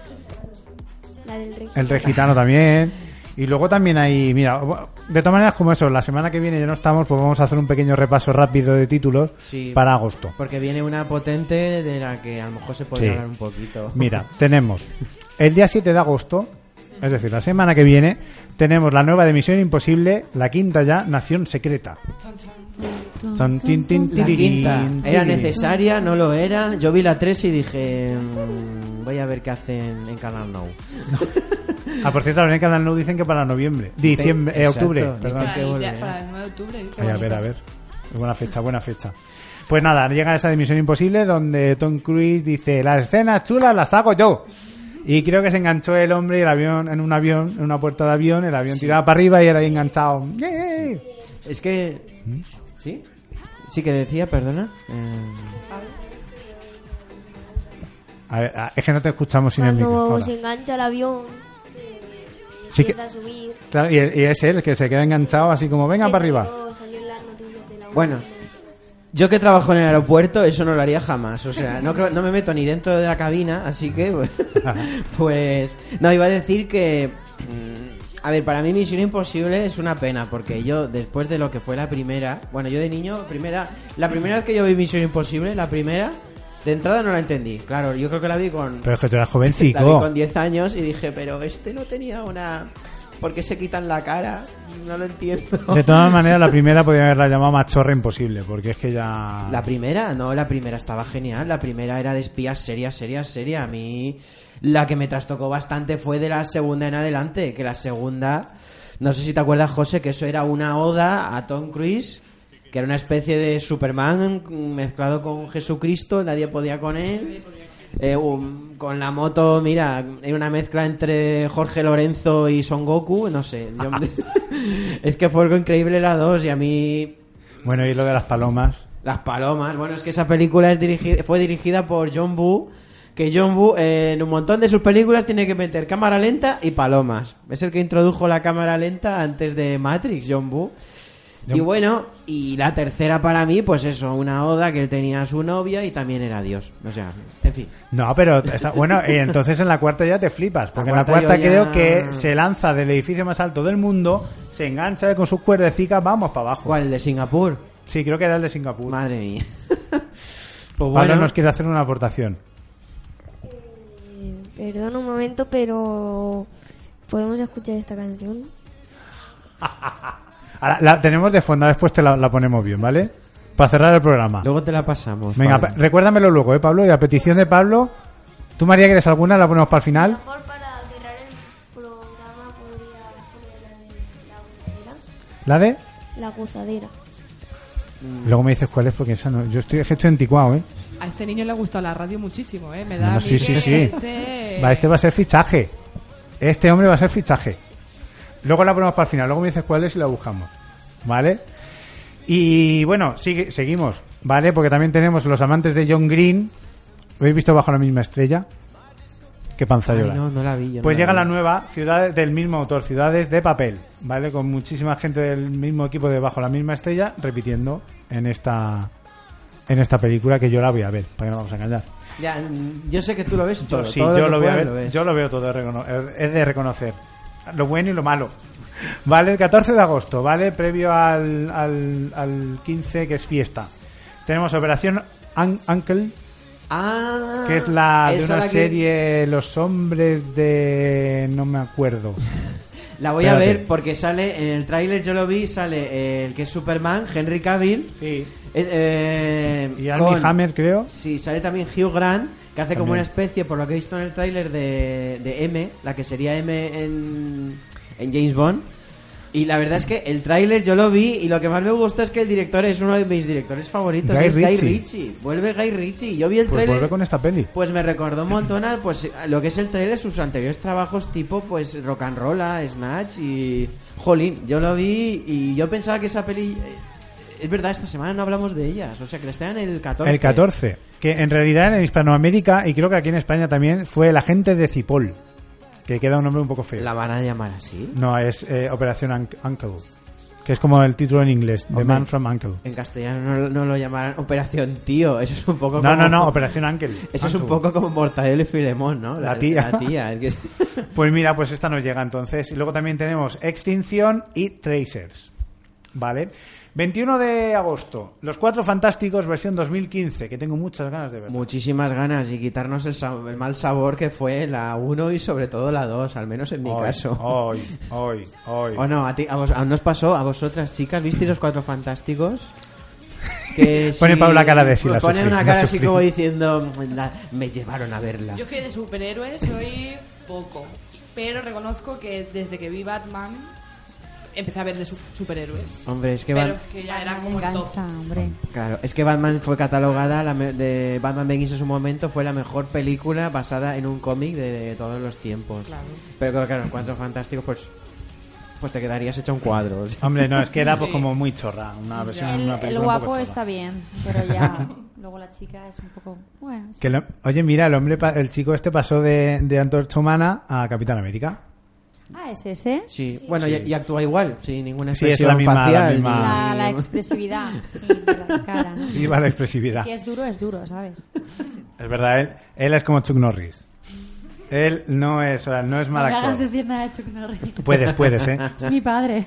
S7: La del rey.
S4: el rey gitano también. Y luego también hay, mira, de todas maneras como eso, la semana que viene ya no estamos, pues vamos a hacer un pequeño repaso rápido de títulos
S3: Sí.
S4: para agosto.
S3: Porque viene una potente de la que a lo mejor se podría
S4: Sí.
S3: hablar un poquito.
S4: Mira, tenemos el día 7 de agosto, es decir, la semana que viene, tenemos la nueva de Misión Imposible, la quinta ya, Nación Secreta. Son tin, tin,
S3: La
S4: tirirín,
S3: quinta era
S4: tirirín.
S3: necesaria, no lo era. Yo vi la 3 y dije, "Mm, voy a ver qué hacen en Canal Now.
S4: Ah, por cierto, en Canal Now dicen que para noviembre, diciembre, eh,
S3: Exacto,
S4: octubre,
S3: dicen
S4: perdón.
S3: Ah,
S6: Para
S3: qué
S6: el,
S3: volver.
S6: día- para el 9 de octubre. dice,
S4: Ay, a
S6: bonito.
S4: ver, a ver. Buena fecha, buena fecha. Pues nada, llega esa de Misión Imposible donde Tom Cruise dice, las escenas chulas las hago yo. Y creo que se enganchó el hombre y el avión en un avión, en una puerta de avión, el avión tiraba para arriba y él ahí enganchado. ¡Yay!
S3: Es que...
S4: ¿Mm?
S3: ¿Sí? Sí, que decía, perdona. Eh,
S4: A ver, a- es que no te escuchamos sin el micro.
S7: Cuando
S4: ahora.
S7: se engancha el avión,
S4: Sí que-
S7: empieza a subir.
S4: Claro, y, y es él el que se queda enganchado así como, venga para arriba.
S7: Salió en las noticias de la
S3: Bueno. Yo que trabajo en el aeropuerto, eso no lo haría jamás. O sea, no, creo- no me meto ni dentro de la cabina, así que...
S4: *laughs*
S3: Pues... No, iba a decir que... mm, A ver, para mí Misión Imposible es una pena, porque yo, después de lo que fue la primera... Bueno, yo de niño, primera... La primera vez que yo vi Misión Imposible, la primera... De entrada no la entendí. Claro, yo creo que la vi con...
S4: Pero es que tú eras
S3: La vi
S4: jovencico.
S3: con 10 años y dije, pero este no tenía una... ¿Por qué se quitan la cara? No lo entiendo.
S4: De todas maneras, la primera podía haberla llamado Machorra Imposible, porque es que ya...
S3: La primera, no, la primera estaba genial. La primera era de espías seria, seria, seria. A mí la que me trastocó bastante fue de la segunda en adelante, que la segunda, no sé si te acuerdas, José, que eso era una oda a Tom Cruise, que era una especie de Superman mezclado con Jesucristo, nadie podía con él. Eh, um, con la moto, mira, era una mezcla entre Jorge Lorenzo y Son Goku, no sé. yo- *laughs* es que fue algo increíble la dos y a mí
S4: Bueno, y lo de las palomas.
S3: las palomas. Bueno, es que esa película es dirigi- fue dirigida por John Boo, que John Woo eh, en un montón de sus películas tiene que meter cámara lenta y palomas. Es el que introdujo la cámara lenta antes de Matrix, John Woo. Y bueno, y la tercera para mí, pues eso, una oda que él tenía a su novia y también era Dios. O sea, en fin.
S4: No, pero está- bueno, y entonces en la cuarta ya te flipas, porque en la
S3: cuarta
S4: cuarta
S3: yo
S4: creo
S3: ya-
S4: que se lanza del edificio más alto del mundo, se engancha con sus cuerdecicas, vamos para abajo.
S3: ¿Cuál? ¿El de Singapur?
S4: Sí, creo que era el de Singapur.
S3: Madre mía. *laughs* pues
S4: Pablo
S3: bueno,
S4: nos quiere hacer una aportación.
S7: Eh, perdón un momento, pero podemos escuchar esta canción.
S4: Ahora, Ah, la tenemos de fondo, después te la, la ponemos bien, ¿vale? Para cerrar el programa.
S3: luego te la pasamos.
S4: Venga,
S3: Pablo.
S4: pa- recuérdamelo luego, ¿eh, Pablo? Y a petición de Pablo, ¿tú, María, quieres alguna? La ponemos para el
S7: A
S4: final.
S7: lo mejor para cerrar el programa podría poner la de la gozadera.
S4: ¿La de?
S7: La gozadera.
S3: Mm.
S4: Luego me dices cuál es, porque esa no. Yo estoy, es que estoy anticuado, ¿eh?
S6: A este niño le ha gustado la radio muchísimo, ¿eh? Me da
S4: No,
S6: a
S4: no,
S6: mí
S4: sí, sí,
S6: que
S4: sí.
S6: Este...
S4: Va, este va a ser fichaje. Este hombre va a ser fichaje. Luego la ponemos para el final. Luego me dices cuál es y la buscamos. ¿Vale? Y bueno, sigue, seguimos. ¿Vale? Porque también tenemos los amantes de John Green. ¿Lo habéis visto bajo la misma estrella? Qué panza
S3: Ay,
S4: llora.
S3: no, no la vi. yo no
S4: Pues llega
S3: vi.
S4: la nueva ciudad del mismo autor, Ciudades de Papel, ¿vale? Con muchísima gente del mismo equipo de Bajo la misma estrella repitiendo en esta en esta película que yo la voy a ver, para que no vamos a engañar.
S3: Ya, mm, yo sé que tú lo ves todo.
S4: sí,
S3: todo
S4: yo lo voy a
S3: puedes
S4: ver,
S3: ves.
S4: yo lo veo todo, recono- es de reconocer lo bueno y lo malo. *laughs* Vale, el 14 de agosto, ¿vale? Previo al, al, al 15 que es fiesta. Tenemos Operación An- Uncle,
S3: Ah,
S4: que es la de
S3: esa
S4: una
S3: la que-
S4: serie Los hombres de... no me acuerdo.
S3: La voy a
S4: Espérate.
S3: ver porque sale en el tráiler, yo lo vi, sale eh, el que es Superman, Henry Cavill.
S4: Sí.
S3: Es, eh,
S4: Y Armie
S3: con-
S4: Hammer, creo. Pues
S3: Sí, sale también Hugh Grant, que hace como
S4: También.
S3: una especie, por lo que he visto en el tráiler, de, de M, la que sería M en, en James Bond. Y la verdad es que el tráiler yo lo vi y lo que más me gustó es que el director es uno de mis directores favoritos,
S4: Guy
S3: es
S4: Ritchie.
S3: Guy Ritchie. Vuelve Guy Ritchie. Yo vi el
S4: Pues
S3: tráiler
S4: vuelve con esta peli.
S3: pues me recordó un montón a pues, a lo que es el trailer, sus anteriores trabajos tipo pues Rock and Roll, Snatch y... Jolín, yo lo vi y yo pensaba que esa peli... eh, Es verdad, esta semana no hablamos de ellas, o sea que la estrenan el 14.
S4: El 14. Que en realidad en Hispanoamérica, y creo que aquí en España también, fue el agente de Cipol. Que queda un nombre un poco feo.
S3: ¿La van a llamar así?
S4: No, es eh, Operación Unc- Uncle. Que es como el título en inglés, The
S3: Hombre.
S4: Man from Uncle.
S3: En castellano no, no lo llamarán Operación Tío, eso es un poco
S4: No,
S3: como-
S4: no,
S3: *laughs*
S4: no, Operación Uncle.
S3: Eso es un
S4: Uncle.
S3: poco como Mortadelo y Filemón, ¿no?
S4: La tía.
S3: La tía, el que-
S4: Pues mira, pues esta nos llega entonces. Y luego también tenemos Extinción y Tracers. Vale. 21 de agosto, Los Cuatro Fantásticos versión 2015, que tengo muchas ganas de ver.
S3: *laughs* Muchísimas ganas y quitarnos el, sa- el mal sabor que fue la 1 y sobre todo la 2, al menos en mi
S4: Hoy,
S3: caso.
S4: Hoy, hoy, hoy.
S3: O Oh, no, a ti, a vos, a- ¿no os pasó? ¿A vosotras, chicas, visteis los cuatro fantásticos? Que
S4: *laughs* Pone
S3: sí,
S4: Paula cara de sí, la
S3: Pone
S4: sufrí,
S3: una
S4: la
S3: cara así
S4: sufrí.
S3: como diciendo, "La- me llevaron a verla.
S6: Yo es que de superhéroes soy poco, pero reconozco que desde que vi Batman empecé a ver de su- superhéroes.
S3: Hombre, es que
S6: pero
S3: Bat-
S6: es que ya era
S1: Me
S6: como el top.
S1: engancha, hombre.
S3: Claro, es que Batman fue catalogada, la me- de Batman Begins en su momento fue la mejor película basada en un cómic de, de todos los tiempos.
S6: Claro.
S3: Pero claro, los cuatro fantásticos, pues, pues te quedarías hecho un cuadro. o sea.
S4: Hombre, no, es que era pues, como muy chorra. Una versión,
S1: El,
S4: una
S1: el
S4: película un poco
S1: guapo
S4: chorra.
S1: está bien, pero ya *laughs* luego la chica es un poco... Bueno, sí.
S4: Que lo- oye, mira, el hombre, pa- el chico este pasó de, de Antorcha Humana a Capitán América.
S1: Ah, ¿es ese?
S3: Sí, bueno, Y, y actúa igual, sin ninguna
S4: Sí, es
S3: expresión
S4: la misma- la
S3: facial. ni-
S4: misma-
S1: La,
S6: Ah,
S3: ni-
S1: la expresividad, sí, de la cara. ¿no?
S4: Viva la expresividad.
S1: Que es duro, es duro, ¿sabes?
S4: Es verdad, él, él es como Chuck Norris. Él no es, o sea, no es
S1: No
S4: mal
S1: me hagas
S4: actor.
S1: decir nada de Chuck Norris.
S4: Tú puedes, puedes,
S1: *laughs*
S4: ¿eh?
S1: Es mi padre.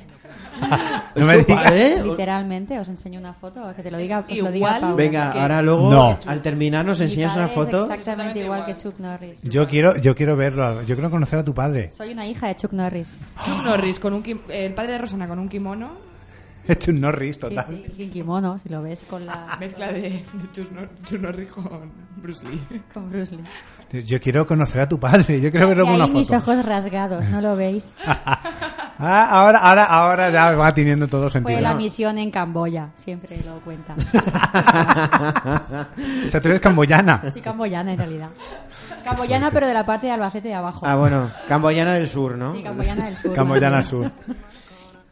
S4: No me
S3: ¿Es tu
S4: digas. *laughs*
S3: padre?
S1: Literalmente, os enseño una foto, que te lo diga, os lo
S6: Igual.
S1: diga Paula.
S3: Venga,
S6: Porque-
S3: ahora luego,
S4: No.
S3: al terminar, nos
S1: Mi
S3: enseñas
S1: padre
S3: una foto.
S1: Es exactamente
S6: Exactamente
S1: igual
S6: igual.
S1: que Chuck Norris.
S4: Yo quiero, yo quiero verlo, yo quiero conocer a tu padre. *laughs*
S1: Soy una hija de Chuck Norris.
S6: Chuck Norris con un kim- el padre de Rosana con un kimono,
S4: Chuck Norris,
S1: Sí,
S4: total.
S1: sí, sin kimono, si lo ves con
S6: *laughs*
S1: la
S6: mezcla de, de Chuck Nor- Chuck Norris con Bruce Lee.
S1: con Bruce Lee.
S4: Yo quiero conocer a tu padre, yo quiero verlo
S1: y
S4: con
S1: ahí
S4: una
S1: mis
S4: foto.
S1: ojos rasgados, ¿no lo veis?
S4: *laughs* Ah, ahora, ahora, ahora ya va teniendo todo sentido.
S1: Fue la misión en Camboya, siempre lo cuenta.
S3: *laughs*
S4: O sea, tú eres camboyana.
S1: Sí, camboyana en realidad. Camboyana, pero de la parte de Albacete de abajo.
S3: Ah, bueno, Camboyana Ah, del Sur, ¿no?
S1: Sí, camboyana del sur.
S4: Camboyana Sur.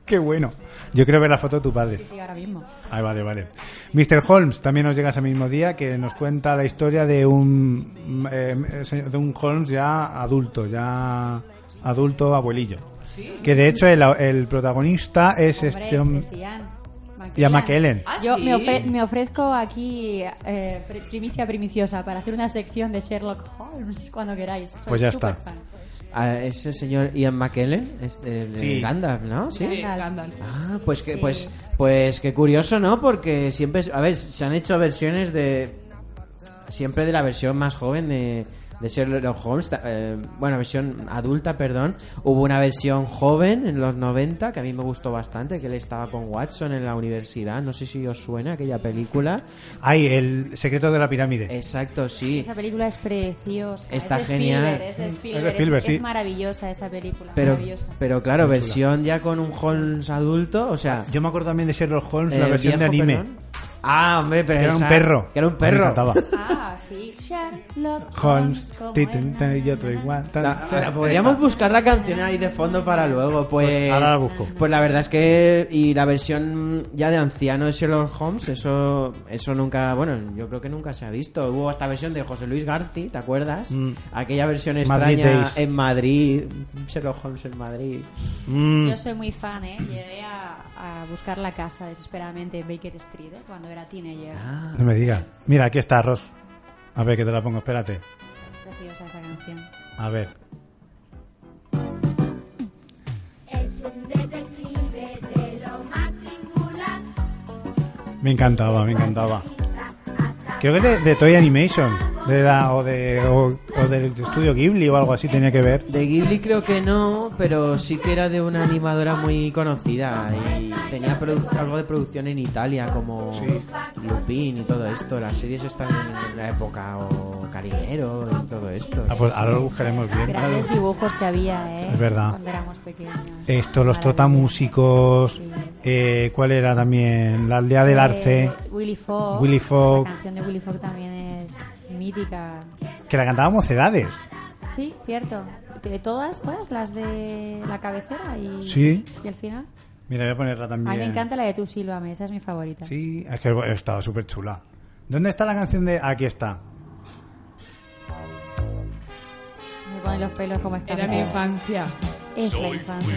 S4: Qué bueno. Yo quiero ver la foto de tu padre.
S1: Sí, ahora mismo.
S4: Ahí vale, vale. Mr. Holmes también nos llega ese mismo día que nos cuenta la historia de un eh, de un Holmes ya adulto, ya adulto abuelillo.
S6: Sí.
S4: Que de hecho el, el protagonista es
S1: Hombre,
S4: este hombre
S1: que sí, Ian.
S4: ya
S1: McKellen.
S4: McKellen.
S6: Ah,
S1: Yo
S6: sí.
S1: me, ofre- me ofrezco aquí eh, pre- primicia primiciosa para hacer una sección de Sherlock Holmes cuando queráis. Soy
S4: Pues ya está.
S1: superfan.
S3: A ese Ah, señor Ian McKellen, es de, de
S4: Sí.
S3: Gandalf, ¿no? Sí.
S6: Sí,
S1: Gandalf.
S6: Gandalf.
S3: Ah, pues que, pues, pues qué curioso, ¿no? Porque siempre, a ver, se han hecho versiones de, siempre de la versión más joven de, de Sherlock Holmes, ta- eh, bueno, versión adulta, perdón. Hubo una versión joven en los 90 que a mí me gustó bastante, que él estaba con Watson en la universidad, no sé si os suena aquella película.
S4: Ay, el secreto de la
S3: Eh,
S4: pirámide.
S3: Exacto, sí.
S1: Esa película es preciosa.
S3: Está
S1: es de
S3: genial.
S1: Spielberg, es de Spielberg, es-
S4: Spielberg,
S1: es
S4: sí.
S1: maravillosa esa película.
S3: Pero,
S1: maravillosa.
S3: pero claro, versión ya con un Holmes adulto, o sea...
S4: Yo me acuerdo también de Sherlock Holmes, la
S3: el
S4: versión de
S3: viejo,
S4: anime.
S3: perdón. Ah, hombre, pero
S4: Que era un
S3: esa-
S4: perro.
S3: Que era un
S4: Me
S3: perro.
S1: *laughs*
S4: encantaba.
S1: Ah, sí. Sherlock Holmes.
S4: Holmes,
S1: como
S4: Titan,
S1: es,
S4: Titan, y
S1: na,
S4: otro
S1: na, na,
S4: igual. tan-
S3: La-
S4: tan-
S3: podríamos buscar la canción ahí de fondo para luego, pues.
S4: eh, Pues ahora la busco.
S3: Pues la verdad es que. Y la versión ya de anciano de Sherlock Holmes, eso. Eso nunca. Bueno, yo creo que nunca se ha visto. Hubo esta versión de José Luis Garci, ¿te acuerdas?
S4: Mm.
S3: Aquella versión
S4: Madrid
S3: extraña
S4: Days.
S3: en Madrid. Sherlock Holmes en Madrid.
S4: Mm,
S1: Yo soy muy fan, ¿eh? Llegué a, a buscar la casa desesperadamente en Baker Street ¿eh? cuando era teenager.
S3: Ah.
S4: no me digas. Mira, aquí está Ross. A ver que te la pongo, espérate.
S1: Preciosa esa canción.
S4: A ver.
S9: Es un detective de lo más singular.
S4: Me encantaba, me encantaba. Creo que de, de Toy Animation. De la, o, de, o, o del estudio Ghibli o algo así tenía que ver.
S3: De Ghibli creo que no, pero sí que era de una animadora muy conocida y tenía produ- algo de producción en Italia como Lupin y todo esto. Las series están en la época o Carinero y todo esto.
S4: Ah, pues ahora lo buscaremos bien.
S1: Grandes dibujos que había, ¿eh?
S4: Es verdad.
S1: Cuando éramos pequeños.
S4: Esto, los
S1: Maravilloso.
S4: totamúsicos. Eh, ¿Cuál era también? La aldea del arce.
S1: Eh, Willy Fox.
S4: Willy Fox.
S1: La canción de Willy Fox también es mítica.
S4: Que la cantábamos edades.
S1: Sí, cierto. De todas, todas las de la cabecera y,
S4: Sí.
S1: y el final.
S4: Mira, voy a ponerla también.
S1: A mí me encanta la de Tu Sílvame, esa es mi favorita.
S4: Sí, es que estaba súper chula. ¿Dónde está la canción de.? Aquí está.
S1: Me ponen los pelos como escamas.
S6: Era mi infancia.
S1: Es la infancia.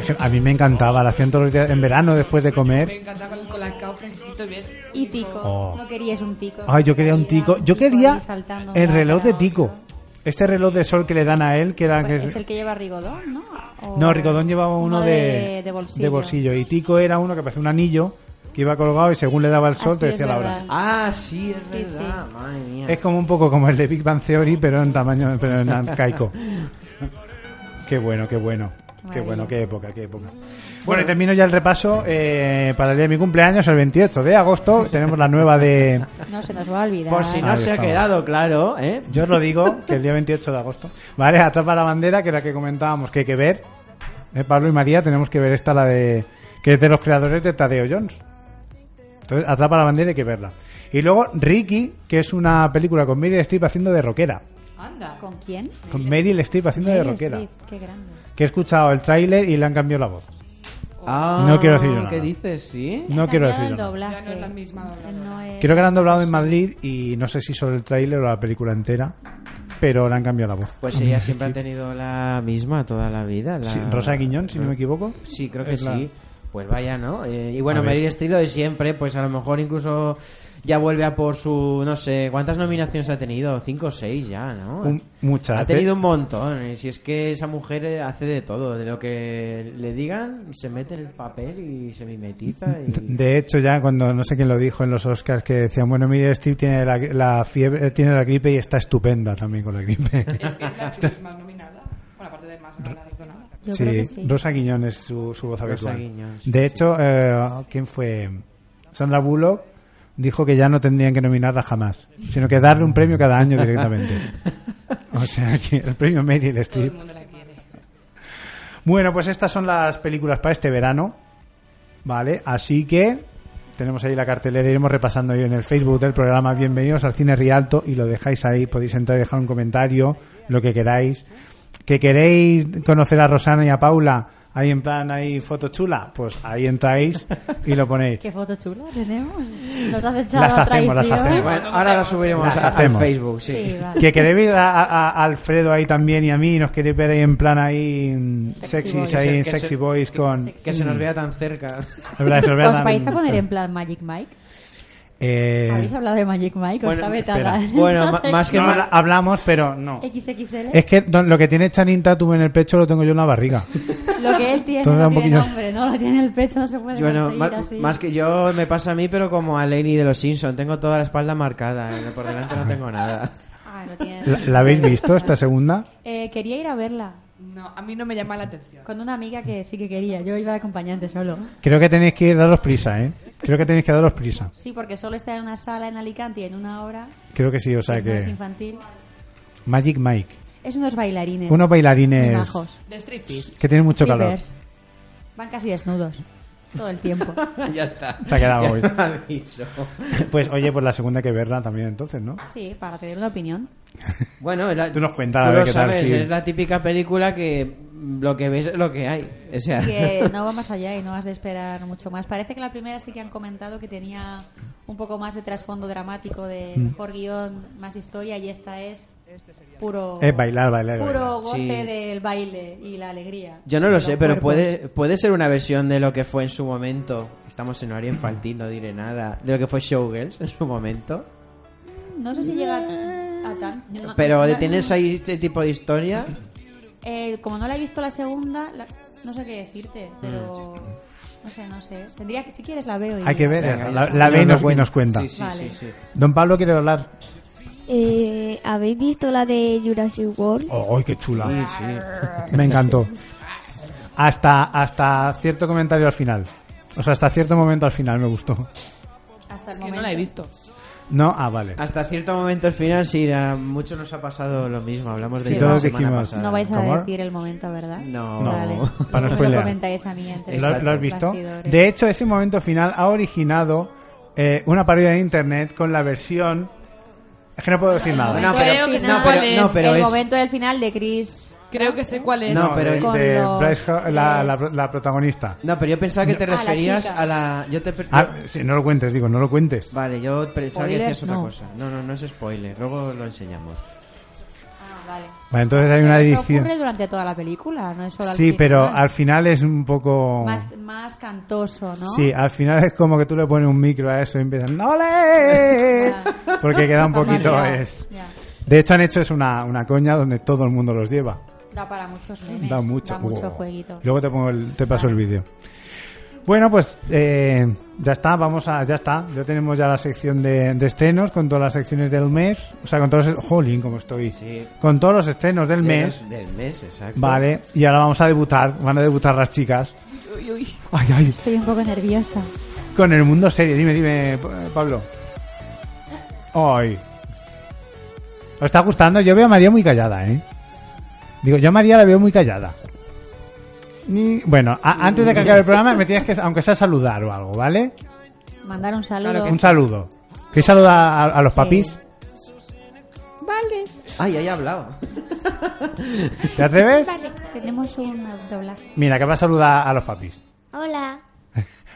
S4: Es que A mí me encantaba, la hacían todos los días en verano después de
S6: Me
S4: comer.
S6: encantaba el colacao fresquito bien.
S1: Y Tico.
S4: Oh.
S1: No querías un Tico.
S4: Ay, yo quería un tico. Yo
S1: Tico ahí
S4: quería
S1: saltando de
S4: el
S1: un
S4: reloj
S1: lado
S4: de
S1: a
S4: tico.
S1: otro.
S4: Este reloj de sol que le dan a él, que era. Ah, que
S1: Pues es
S4: es-
S1: el que lleva Rigodón, ¿no? O-
S4: No, Ricodón llevaba uno,
S1: de, de bolsillo.
S4: Y Tico era uno que parecía un anillo que iba colgado y según le daba el sol
S1: Así
S4: te
S1: es
S4: decía la hora.
S1: verdad.
S3: Ah, sí, es
S1: Sí,
S3: verdad. Madre mía.
S4: Es como un poco como el de Big Bang Theory, pero en tamaño, pero en arcaico. qué bueno, qué bueno. Qué
S1: maravilla.
S4: bueno, qué época, qué época. Bueno, y termino ya el repaso. eh, para el día de mi cumpleaños, el 28 de agosto, tenemos la nueva de...
S1: No se nos va a olvidar.
S3: Por si no
S4: Ahí
S3: se ha
S4: estamos.
S3: quedado claro, ¿eh?
S4: Yo os lo digo, que el día 28 de agosto. Vale, atrapa la bandera, que es la que comentábamos que hay que ver. Eh, Pablo y María tenemos que ver esta, la de. que es de los creadores de Tadeo Jones. Entonces, atrapa la bandera hay que verla. Y luego Ricky, que es una película con Meryl Streep haciendo de rockera.
S6: Anda.
S1: ¿Con quién?
S4: Con Meryl Streep haciendo de
S1: Meryl
S4: rockera.
S1: Streep, Qué grande.
S4: Que he escuchado el tráiler y le han cambiado la voz.
S3: Ah,
S4: No quiero decir yo
S3: ¿Qué
S4: nada.
S3: dices? Sí.
S4: No quiero
S1: Cambiado
S4: decir
S1: el
S4: yo nada.
S1: doblaje.
S6: Ya no es la misma dobladora.
S1: No es-
S4: Creo que la han doblado en Madrid y no sé si solo el tráiler o la película entera, pero le han cambiado la voz.
S3: Pues
S4: *laughs*
S3: ella siempre ha tenido la misma toda la vida. la-
S4: Sí, Rosa Guiñón, si no me equivoco.
S3: Sí, creo que
S4: Es la-
S3: sí. Pues vaya, ¿no? Eh, y bueno,
S4: A ver.
S3: Meryl Streep lo de siempre, pues a lo mejor incluso ya vuelve a por su, no sé, ¿cuántas nominaciones ha tenido? Cinco o seis ya, ¿no?
S4: Un- muchas.
S3: Ha tenido un montón. eh, Si es que esa mujer eh, hace de todo, de lo que le digan, se mete en el papel y se mimetiza. Y...
S4: De hecho, ya cuando no sé quién lo dijo en los Oscars, que decían, bueno, Meryl Streep tiene la, la fiebre, tiene la gripe y está estupenda también con la
S1: *laughs*
S4: gripe.
S6: Es que es la actriz más nominada. Bueno, aparte de más, no la perdonada.
S1: Yo creo que sí.
S4: Rosa Guiñón es su, su voz
S3: Rosa
S4: habitual.
S3: Guiñón, sí,
S4: de
S3: sí.
S4: hecho, eh, ¿quién fue? Sandra Bullock dijo que ya no tendrían que nominarla jamás, sino que darle un premio cada año
S3: *laughs*
S4: directamente. O sea, que el premio Meryl
S6: Todo el
S4: Streep.
S6: mundo la quiere.
S4: Bueno, pues estas son las películas para este verano. Vale, así que Tenemos ahí la cartelera, iremos repasando ahí en el Facebook del programa. Bienvenidos al Cine Rialto y lo dejáis ahí, podéis entrar y dejar un comentario, lo que queráis. ¿Que queréis conocer a Rosana y a Paula? Ahí en plan, ahí foto chula, pues ahí entráis y lo ponéis.
S1: *laughs* Qué fotos chulas tenemos. Nos has echado
S4: Las
S1: a
S4: hacemos, las
S1: traición.
S4: hacemos.
S3: Bueno, ahora la subiremos
S4: Las
S3: a- al
S4: hacemos.
S3: Facebook, sí.
S1: Sí, vale.
S4: Que queréis ver a, a- a Alfredo ahí también y a mí, y nos queréis ver ahí en plan ahí mm,
S1: Sexy
S4: sexys,
S1: boys.
S4: ahí en
S3: Que se-
S4: sexy boys con... Mm.
S3: Que se nos vea tan cerca.
S4: La verdad, eso es verdad.
S1: ¿Os vais a poner en plan Magic Mike?
S4: Eh,
S1: ¿Habéis hablado de Magic Mike? ¿O
S3: bueno,
S1: está vetada? *laughs*
S4: espera.
S3: Bueno,
S1: No
S3: ma-
S1: sé.
S3: más que
S4: no,
S3: mal-
S4: la- hablamos, pero no.
S1: XXL,
S4: Es que don- lo que tiene Chanin Tatum en el pecho lo tengo yo en la barriga.
S1: lo que él tiene
S4: Todo da
S1: no
S4: un
S1: tiene
S4: poquillo-
S1: nombre, no lo tiene en el pecho, no se puede
S3: Bueno,
S1: conseguir
S3: ma-
S1: así.
S3: más que yo me pasa a mí, pero como a Lenny de los Simpson, tengo toda la espalda marcada, eh, por delante no tengo nada.
S1: Ah, no tiene-
S4: ¿La, la habéis visto esta segunda?
S1: *laughs* Eh, quería ir a verla
S6: No, a mí no me llama la atención.
S1: con una amiga que sí que quería. Yo iba de acompañante solo.
S4: Creo que tenéis que daros prisa, ¿eh? Creo que tenéis que daros prisa.
S1: Sí, porque solo está en una sala en Alicante y en una hora.
S4: Creo que sí, o sea
S1: que Pues no es
S4: que...
S1: infantil.
S4: Magic Mike.
S1: Es unos bailarines.
S4: Unos
S1: muy
S4: bailarines
S1: majos.
S6: De striptease.
S4: que tienen mucho calor.
S1: Strippers. Van casi desnudos. Todo el
S4: *laughs*
S1: tiempo.
S3: *laughs* ya está.
S4: Se ha quedado
S3: Ya
S4: hoy.
S3: me ha dicho.
S4: *laughs* Pues oye, pues la segunda hay que verla también entonces, ¿no?
S1: Sí, para tener una opinión.
S3: Bueno, es la-
S4: Tú nos cuentas, a
S3: tú
S4: ver
S3: lo
S4: qué tal,
S3: sabes,
S4: sí.
S3: es la típica película que mm, lo que ves es lo que hay. O sea,
S1: que no va más allá y no has de esperar mucho más. Parece que la primera sí que han comentado que tenía un poco más de trasfondo dramático,
S4: Mm.
S1: de mejor guión, más historia, y esta es puro,
S4: Es bailar, bailar, bailar.
S1: puro goce
S3: Sí.
S1: del baile y la alegría.
S3: *laughs* yo no
S1: De
S3: lo
S1: los
S3: sé, pero
S1: cuerpos.
S3: puede, puede ser una versión de lo que fue en su momento. Estamos en horario infantil, no diré nada. De lo que fue Showgirls en su momento.
S1: No sé si llega a, a tan. no-
S3: Mm. Pero
S1: no-
S3: tienes ahí este tipo de historia.
S1: Eh, como no la he visto la segunda, la- no sé qué decirte,
S3: Mm.
S1: pero. No sé, no sé. Tendría que, si quieres, la veo. y-
S4: Hay que ver,
S3: Venga,
S4: la,
S3: ya
S4: la
S3: está.
S4: ve y
S3: No,
S4: nos,
S3: no
S4: y nos cuenta.
S3: Sí, sí,
S1: Vale.
S3: sí, sí.
S4: Don Pablo quiere hablar.
S7: Eh, ¿Habéis visto la de Jurassic World?
S4: ¡Oh, qué chula!
S3: Sí, sí.
S4: Me encantó. Hasta, hasta cierto comentario al final. O sea, hasta cierto momento al final me gustó.
S1: Hasta el
S6: Que
S1: momento.
S6: no la he visto.
S4: No, ah, vale.
S3: Hasta cierto momento el final, sí, a muchos nos ha pasado lo mismo. Hablamos de
S1: Sí,
S3: ello
S1: todo
S3: la
S1: lo que
S3: semana
S4: dijimos.
S3: pasada.
S1: No vais a
S4: ¿Cómo?
S1: decir el momento, ¿verdad?
S3: No.
S4: No,
S1: Vale.
S4: para no
S1: Me lo
S4: spoilear.
S1: comentáis a mí entre
S4: ¿Lo, lo has
S3: Exacto.
S4: visto?
S1: bastidores.
S4: De hecho, ese momento final ha originado eh, una parodia de internet con la versión. Es que no puedo decir nada.
S3: No,
S6: Creo
S3: pero,
S6: que
S3: no,
S6: nada
S3: pero,
S6: es
S3: no, pero
S1: el
S3: es.
S1: momento del final de Chris.
S6: Creo que sé cuál es.
S3: No, pero-
S4: de-
S1: Con
S4: de
S1: los-
S4: Bryce Ho- la, la- la protagonista.
S3: No, pero yo pensaba que te
S1: la
S3: referías
S1: chica.
S3: a la. Yo te per-
S4: Ah, sí, no lo cuentes, digo, no lo cuentes.
S3: Vale, yo pensaba que
S1: Spoiler,
S3: decías otra
S1: no.
S3: cosa. No, no, no es spoiler. Luego lo enseñamos.
S1: Ah, vale.
S4: Vale, entonces hay una
S1: Eso
S4: edición.
S1: ocurre durante toda la película, no es solo al
S4: Sí,
S1: final.
S4: pero al final es un poco.
S1: Más, más cantoso, ¿no?
S4: Sí, al final es como que tú le pones un micro a eso y empiezan
S1: *laughs*
S4: ¡Ole! Porque queda un poquito
S1: Ya,
S4: es.
S1: ya.
S4: De hecho han hecho es una, una coña donde todo el mundo los lleva.
S1: Da para muchos memes.
S4: Da mucho, wow.
S1: jueguito.
S4: Luego te pongo el- te paso el vídeo. Bueno, pues eh, ya está, vamos a ya está. Ya tenemos ya la sección de, de estrenos con todas las secciones del mes, o sea, con todos los jolín como estoy.
S3: Sí.
S4: Con todos los estrenos del mes.
S3: Del mes, exacto.
S4: Vale, y ahora vamos a debutar, van a debutar las chicas.
S6: Uy, uy.
S4: Ay, ay,
S1: Estoy un poco nerviosa.
S4: con el mundo serio. Dime, dime, Pa- Pablo. Ay. ¿Os está gustando? Yo veo a María muy callada, ¿eh? Digo, yo a María la veo muy callada. Ni- Bueno, a- antes de que acabe el programa me tienes que, aunque sea saludar o algo, ¿vale?
S1: Mandar un saludo.
S6: Claro que
S4: Un saludo. ¿Queréis saludar a, a los
S1: Sí.
S4: papis?
S3: Ay, ahí he hablado.
S4: ¿Te atreves?
S1: Tenemos un doblaje.
S4: Mira, que va a saludar a los papis.
S7: Hola.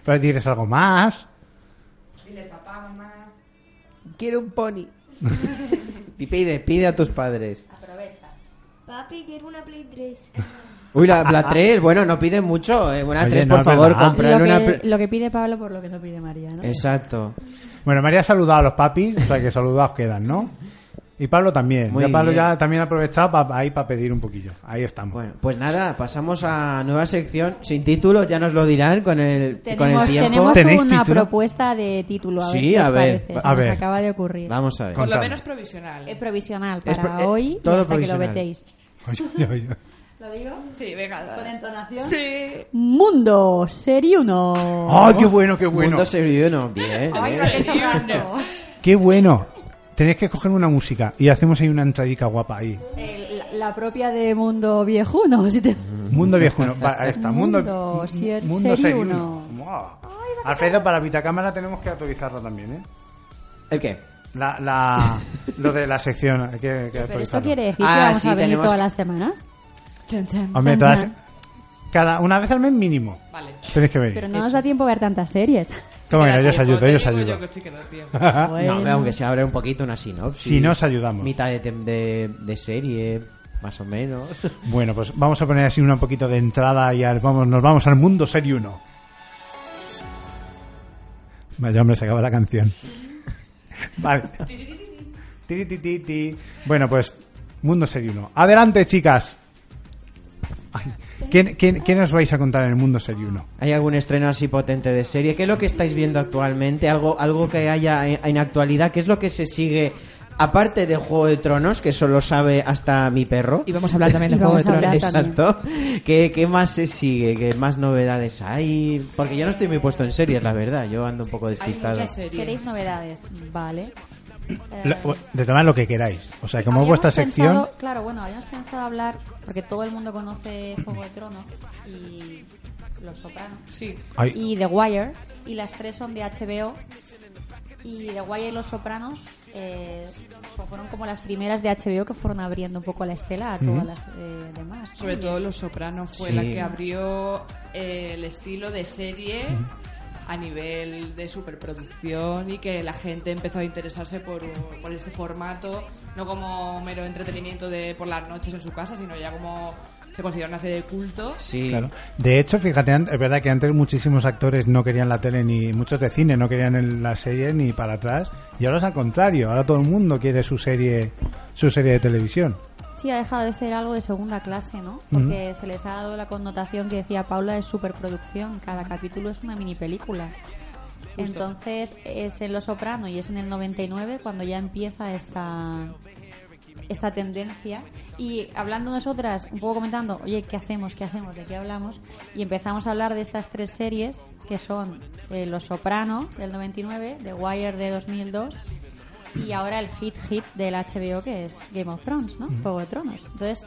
S4: Pero dices algo más.
S3: Quiero un pony. *laughs* y pide, pide a tus padres.
S7: Papi, quiero una Play 3.
S3: Uy, la, la 3, bueno, no piden mucho. eh, Una
S4: Oye,
S3: 3,
S4: no,
S3: por
S4: es
S3: favor,
S4: verdad.
S1: Lo
S3: comprar
S1: que,
S3: una. pl-
S1: lo que pide Pablo por lo que no pide María, ¿no?
S3: Exacto.
S4: Bueno, María ha saludado a los papis, o sea que saludados quedan, ¿no? Y Pablo también.
S3: Muy
S4: ya Pablo
S3: bien.
S4: ya también ha aprovechado pa- ahí para pedir un poquillo. Ahí estamos.
S3: Bueno, pues nada, pasamos a nueva sección sin título, ya nos lo dirán con el, con el
S1: Tenemos,
S3: tiempo.
S1: tenemos
S4: ¿Tenéis
S1: una
S4: título?
S1: propuesta de título. A ver
S3: Sí,
S1: qué os
S3: a ver,
S1: parece.
S4: a
S1: Se
S4: ver.
S1: Nos acaba de ocurrir.
S3: Vamos a ver.
S6: Por lo
S4: Contame. *laughs*
S6: menos provisional.
S1: Es provisional
S3: Es
S1: para
S3: pro- eh,
S1: hoy y
S3: todo
S1: hasta que
S3: provisional.
S1: lo vetéis.
S4: Oye, oye, oye.
S1: ¿Lo digo?
S6: Sí, venga.
S1: ¿Con entonación?
S6: Sí.
S1: Mundo Serie 1.
S4: *laughs* ¡Ay, qué bueno, qué bueno!
S3: Mundo servidor, bien.
S1: Ay,
S3: bien.
S1: no, qué sobrazo.
S4: ¡Qué bueno! Tenéis que coger una música y hacemos ahí una entradica guapa ahí.
S1: El- Eh, la- la propia de Mundo Viejuno. Si te...
S4: Mundo viejuno. Va, ahí está. Mundo,
S1: Mundo Sier-
S4: mundo
S1: Serie
S4: Serie
S1: Uno.
S4: Uno. Guau. Alfredo, para Vitacámara tenemos que autorizarlo también, ¿eh?
S3: ¿El qué?
S4: La,
S1: *laughs*
S4: la, lo de la sección, hay que, hay que
S1: Pero esto
S4: autorizarlo.
S1: quiere decir que
S3: Ah,
S1: vamos
S3: sí,
S1: a venir
S3: tenemos
S1: todas
S3: que-
S1: las semanas.
S6: Chan, chan,
S4: Hombre,
S6: chan,
S4: todas-
S6: chan.
S4: cada una vez al mes mínimo
S6: Vale.
S4: tenéis que venir.
S1: Pero no nos da tiempo a ver tantas series.
S4: Toma, mira, yo os
S6: Te
S4: ayudo,
S6: digo
S4: yo os ayudo.
S6: Yo que sí que no tiene.
S4: Ah,
S1: Bueno.
S3: No, hombre, aunque se abre un poquito una sinopsis.
S4: Si no, os ayudamos.
S3: Mitad de, tem- de, de serie, más o menos.
S4: Bueno, pues vamos a poner así una poquito de entrada y al- vamos, nos vamos al mundo serie 1. Vaya hombre, se acaba la canción. *laughs* Vale. Tiri, ti, ti, ti. Bueno, pues mundo serie 1. Adelante, chicas. Ay, ¿Quién, quién, quién os vais a contar en el mundo serie 1?
S3: ¿Hay algún estreno así potente de serie? ¿Qué es lo que estáis viendo actualmente? ¿Algo, algo que haya en, en actualidad? ¿Qué es lo que se sigue? Aparte de Juego de Tronos, que solo sabe hasta mi perro.
S6: Y vamos a
S3: *laughs*
S6: hablar también de
S1: Y
S6: Juego de
S1: vamos a hablar
S6: Tronos.
S1: también.
S3: Exacto. ¿Qué, ¿Qué más se sigue? ¿Qué más novedades hay? Porque yo no estoy muy puesto en series, la verdad. Yo ando un poco
S6: Hay
S3: despistado.
S6: muchas series.
S1: ¿Queréis novedades? Vale.
S4: Lo-
S1: Eh,
S4: De tomar lo que queráis. O sea, como es
S1: Habíamos
S4: vuestra sección.
S1: pensado- claro, bueno, habíamos pensado hablar, porque todo el mundo conoce Juego de Tronos y Los Sopranos
S6: Sí.
S4: Ay,
S1: y The Wire, y las tres son de HBO. Y The Wire y Los Sopranos eh, so- fueron como las primeras de HBO que fueron abriendo un poco la estela a todas las eh, demás.
S6: Sobre todo Los Sopranos fue
S3: Sí.
S6: la que abrió eh, el estilo de serie a nivel de superproducción y que la gente empezó a interesarse por, por este formato, no como mero entretenimiento de por las noches en su casa, sino ya como se considera una serie de culto.
S3: Sí.
S4: Claro. De hecho, fíjate, an- es verdad que antes muchísimos actores no querían la tele, ni muchos de cine no querían el- la serie ni para atrás. Y ahora es al contrario, ahora todo el mundo quiere su serie, su serie de televisión.
S1: Sí, ha dejado de ser algo de segunda clase, ¿no? Porque se les ha dado la connotación que decía Paula de superproducción. Cada capítulo es una mini película. Entonces es en Los Soprano y es en el 99 cuando ya empieza esta esta tendencia y hablando nosotras un poco comentando oye qué hacemos qué hacemos de qué hablamos y empezamos a hablar de estas tres series que son eh, Los Soprano del 99 The Wire de 2002 y ahora el hit hit del HBO que es Game of Thrones, ¿no? Juego de Tronos. Entonces,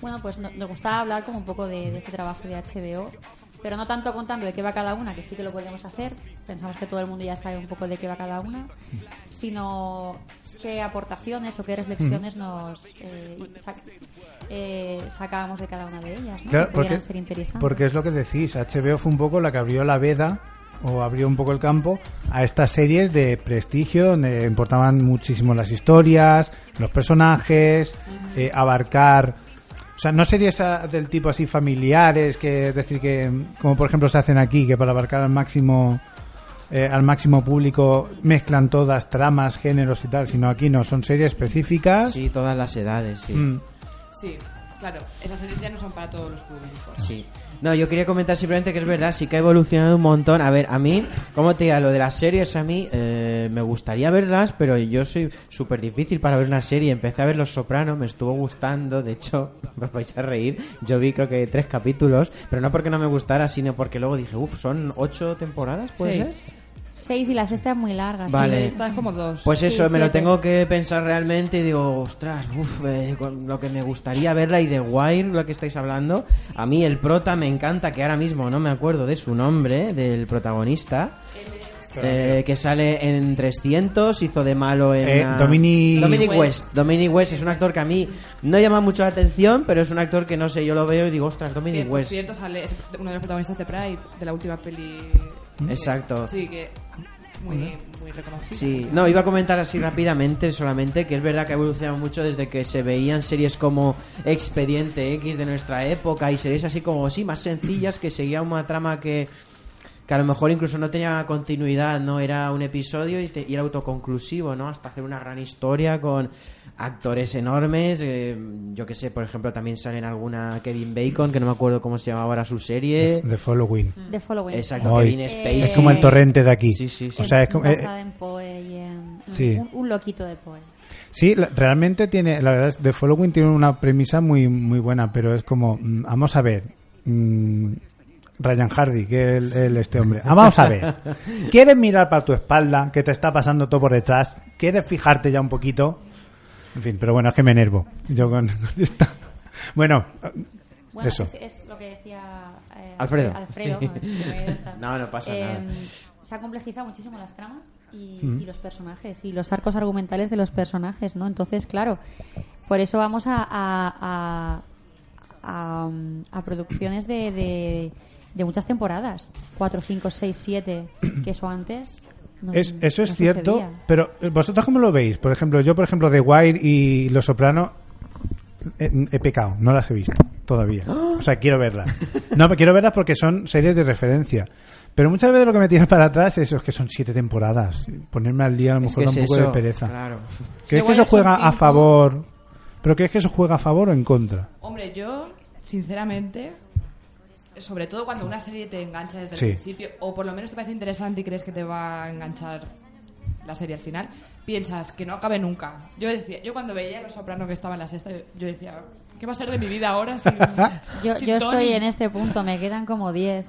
S1: bueno, pues no- nos gustaba hablar como un poco de, de este trabajo de HBO, pero no tanto contando de qué va cada una, que sí que lo podemos hacer. Pensamos que todo el mundo ya sabe un poco de qué va cada una, sino qué aportaciones o qué reflexiones nos eh, sac- eh, sacábamos de cada una de ellas, ¿no?
S4: Claro,
S1: Que
S4: porque,
S1: pudieran ser interesantes.
S4: porque es lo que decís, HBO fue un poco la que abrió la veda o abrió un poco el campo a estas series de prestigio donde importaban muchísimo las historias, los personajes, eh, abarcar... O sea, no series ah, del tipo así familiares, que es decir que, como por ejemplo se hacen aquí, que para abarcar al máximo eh, al máximo público mezclan todas tramas, géneros y tal, sino aquí no, son series específicas.
S3: Sí, todas las edades, sí.
S4: Mm.
S6: Sí, claro, esas series ya no son para todos los públicos.
S3: Sí. No, yo quería comentar simplemente que es verdad, sí que ha evolucionado un montón. A ver, a mí, como te diga, lo de las series, a mí eh, me gustaría verlas, pero yo soy súper difícil para ver una serie. Empecé a ver Los Sopranos, me estuvo gustando, de hecho, *laughs* me vais a reír. Yo vi creo que tres capítulos, pero no porque no me gustara, sino porque luego dije, uff, son ocho temporadas, ¿puede
S6: Seis.
S3: ser?
S1: Seis y la sexta es muy larga. sí.
S3: Vale.
S6: Esta es como dos.
S3: Pues eso,
S1: Sí,
S3: me lo
S1: siete.
S3: tengo que pensar realmente y digo, ostras, uf, eh, con lo que me gustaría verla y de Wire, lo que estáis hablando. A mí el prota me encanta, que ahora mismo no me acuerdo de su nombre, del protagonista, eh, que sale en 300, hizo de malo en...
S4: Eh,
S3: ah,
S4: Dominic-
S3: Dominic West.
S6: West.
S3: Dominic West es un actor que a mí no llama mucho la atención, pero es un actor que no sé, yo lo veo y digo, ostras,
S6: Que,
S3: Dominic
S6: por
S3: West.
S6: cierto, sale es uno de los protagonistas de Pride, de la última peli.
S3: Exacto.
S6: Sí, que muy, muy reconocido.
S3: Sí, no, iba a comentar así rápidamente solamente que es verdad que ha evolucionado mucho desde que se veían series como Expediente X de nuestra época y series así como, sí, más sencillas que seguía una trama que, que a lo mejor incluso no tenía continuidad, no era un episodio y, te- y era autoconclusivo, ¿no? Hasta hacer una gran historia con actores enormes, eh, yo que sé, por ejemplo, también salen alguna Kevin Bacon, que no me acuerdo cómo se llamaba ahora su serie.
S4: The Following.
S1: The Following.
S3: Exacto,
S4: Ay,
S3: Kevin Spacey.
S4: Es como el torrente de aquí.
S3: Sí, sí, sí.
S4: O sea, es como, eh,
S1: Basada en Poe y en-
S4: Sí.
S1: un, un loquito de Poe.
S4: Sí, la- realmente tiene, la verdad es The Following tiene una premisa muy muy buena, pero es como, mm, vamos a ver, mm, Ryan Hardy, que es el, el este hombre, Ah, vamos a
S3: *laughs*
S4: ver, ¿quieres mirar para tu espalda, que te está pasando todo por detrás? ¿Quieres fijarte ya un poquito? En fin, pero bueno, es que me enervo, *laughs* yo con, con esta. Bueno,
S1: Bueno,
S4: eso.
S1: Es, es lo que decía eh,
S3: Alfredo.
S1: Alfredo.
S3: Sí.
S1: joder, se me ha ido
S3: *laughs*
S1: esta. Em,
S3: No, no pasa nada.
S1: Se ha complejizado muchísimo las tramas y,
S4: Mm.
S1: y los personajes y los arcos argumentales de los personajes, ¿no? Entonces, claro, por eso vamos a, a, a, a, um, a producciones de, de, de muchas temporadas. 4, 5, 6, 7, que eso antes... no-
S4: Es- eso es
S1: no
S4: cierto,
S1: sucedía.
S4: pero eh, ¿vosotros cómo lo veis? Por ejemplo, yo, por ejemplo, The Wire y Los Soprano eh, he, pecado, no las he visto todavía. O sea, quiero
S1: *laughs*
S4: verlas. No, pero quiero verlas porque son series de referencia. Pero muchas veces lo que me tiran para atrás es, es que son siete temporadas. Ponerme al día a lo mejor da un poco de pereza.
S3: Claro.
S4: ¿Crees
S6: The
S4: que eso
S6: Wire son
S4: juega a
S6: cinco.
S4: favor? ¿Pero crees que eso juega a favor o en contra?
S6: Hombre, yo, sinceramente, sobre todo cuando una serie te engancha desde
S4: Sí.
S6: el principio, o por lo menos te parece interesante y crees que te va a enganchar la serie al final, piensas que no acabe nunca. Yo decía, yo cuando veía Los Soprano que estaba en la sexta, yo- yo decía, ¿qué va a ser de mi vida ahora sin,
S1: *laughs* Yo,
S6: sin
S1: yo
S6: Tony?
S1: estoy en este punto, me quedan como 10.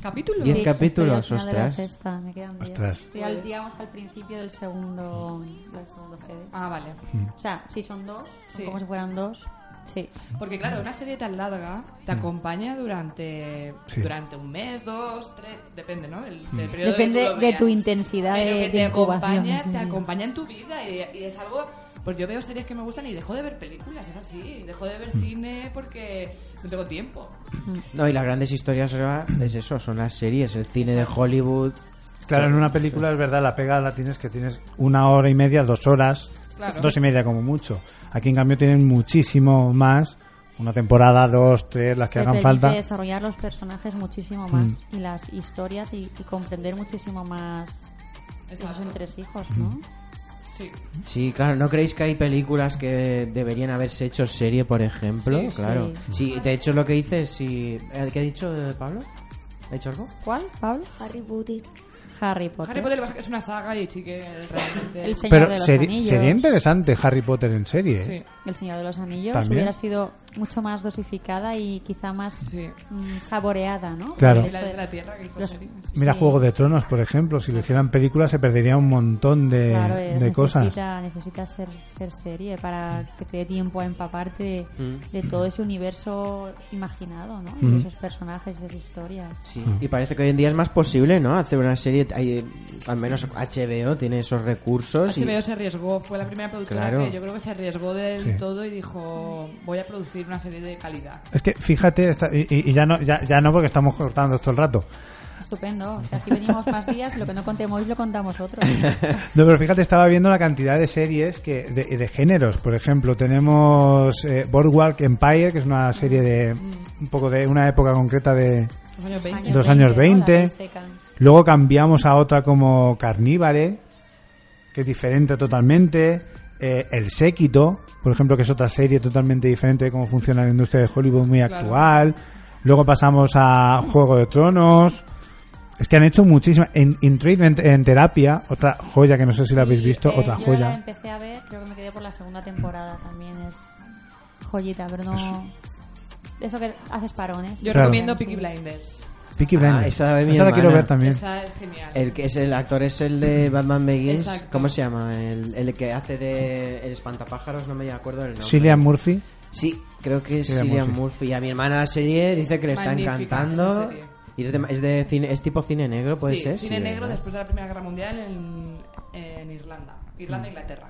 S6: capítulo?
S3: Diez
S1: Sí,
S3: capítulos,
S1: estoy al final de la
S3: ostras.
S1: sexta, me quedan diez.
S4: Ostras.
S1: Estoy al, digamos, al principio del segundo, del segundo CD.
S6: Ah, vale.
S1: O sea, si son dos, son
S6: Sí.
S1: como si fueran dos. Sí.
S6: Porque claro, una serie tan larga te acompaña durante,
S4: Mm. Sí. Mm.
S6: durante un mes, dos, tres, depende, ¿no? Del, del periodo
S1: Depende
S6: que tú lo
S1: de
S6: veas.
S1: tu intensidad
S6: Pero
S1: de-
S6: que te
S1: de incubación,
S6: acompaña,
S1: sí.
S6: te acompaña en tu vida y, y es algo... Pues yo veo series que me gustan y dejo de ver películas, es así. Dejo de
S4: Mm.
S6: ver cine porque no tengo tiempo.
S3: No, y las grandes historias ahora es eso, son las series, el cine de Hollywood.
S4: Claro, en una película es verdad, la pega la tienes que tienes una hora y media, dos horas,
S6: Claro.
S4: dos y media como mucho. Aquí en cambio tienen muchísimo más, una temporada, dos, tres, las que
S1: Te
S4: hagan
S1: permite
S4: falta. Mm.
S1: desarrollar los personajes muchísimo más y las historias y, y comprender muchísimo más esos
S6: Exacto.
S1: entresijos,
S4: Mm.
S1: ¿no?
S6: Sí.
S3: Sí, claro, ¿no creéis que hay películas que deberían haberse hecho serie, por ejemplo? claro. Sí. de hecho lo que dice es si... eh, ¿Qué ha dicho eh, Pablo? ¿Ha dicho algo?
S1: ¿Cuál, Pablo?
S7: Harry Potter.
S1: Harry Potter.
S6: Harry Potter lo que pasa es que es una saga y sí que realmente...
S1: El Señor
S4: Pero
S1: de los
S4: seri-
S1: Anillos.
S4: sería interesante Harry Potter en serie.
S6: Sí.
S4: ¿eh?
S1: El Señor de los Anillos
S4: También.
S1: hubiera sido mucho más dosificada y quizá más
S6: Sí.
S1: mm, saboreada, ¿no?
S4: Claro.
S1: Por el
S6: La
S1: hecho
S6: de
S1: de-
S6: la Tierra que hizo
S1: Los-
S6: series.
S4: Mira
S1: Sí.
S4: Juego de Tronos, por ejemplo, si lo hicieran película se perdería un montón de,
S1: Claro,
S4: de
S1: eh,
S4: cosas.
S1: necesita, necesita ser, ser serie para que te dé tiempo a empaparte de, de todo ese universo imaginado, ¿no?
S4: Mm.
S1: Y de esos personajes, esas historias.
S3: Sí, y parece que hoy en día es más posible, ¿no? Hacer una serie, hay, eh, al menos HBO tiene esos recursos. y-
S6: HBO se arriesgó, fue la primera productora
S3: Claro.
S6: que yo creo que se arriesgó del
S4: Sí.
S6: todo y dijo, voy a producir una serie de calidad.
S4: Es que fíjate, esta- y, y- y ya, no, ya, ya no porque estamos cortando todo el rato.
S1: Estupendo. O sea, si venimos más días, lo que no contemos lo contamos otros.
S4: No, pero fíjate, estaba viendo la cantidad de series que de, de géneros. Por ejemplo, tenemos eh, Boardwalk Empire, que es una serie de un poco de una época concreta de.
S6: Los años 20.
S4: Dos años
S1: ¿no?
S4: 20. Luego cambiamos a otra como Carnívale, que es diferente totalmente. Eh, El Séquito, por ejemplo, que es otra serie totalmente diferente de cómo funciona la industria de Hollywood muy
S6: Claro.
S4: actual. Luego pasamos a Juego de Tronos. Es que han hecho muchísimas. En, in Treatment, en Terapia, otra joya que no sé si la habéis
S1: Y,
S4: visto,
S1: eh,
S4: otra
S1: yo
S4: joya.
S1: la empecé a ver, creo que me quedé por la segunda temporada también. Es joyita, pero no... Eso que haces parones.
S6: Yo
S4: Claro.
S6: recomiendo Peaky Blinders.
S4: Peaky
S3: Ah,
S4: Blinders.
S3: esa de mi
S4: la quiero
S3: hermana.
S4: ver también.
S6: Esa es genial.
S3: El que es el actor es el de Batman Begins.
S6: Exacto.
S3: ¿Cómo se llama? El, el que hace de el espantapájaros, no me acuerdo del nombre.
S4: Cillian Murphy.
S3: Sí, creo que es
S4: Cillian
S3: Cillian,
S4: Murphy.
S3: Murphy. Y a mi hermana la serie dice que le está
S6: Magnífica esa
S3: encantando.
S6: serie.
S3: Y es de, es de cine, es tipo cine negro, puede
S6: sí,
S3: ser.
S6: Cine
S3: Sí,
S6: negro
S3: ¿verdad?
S6: después de la Primera Guerra Mundial en, en Irlanda. Irlanda e Inglaterra.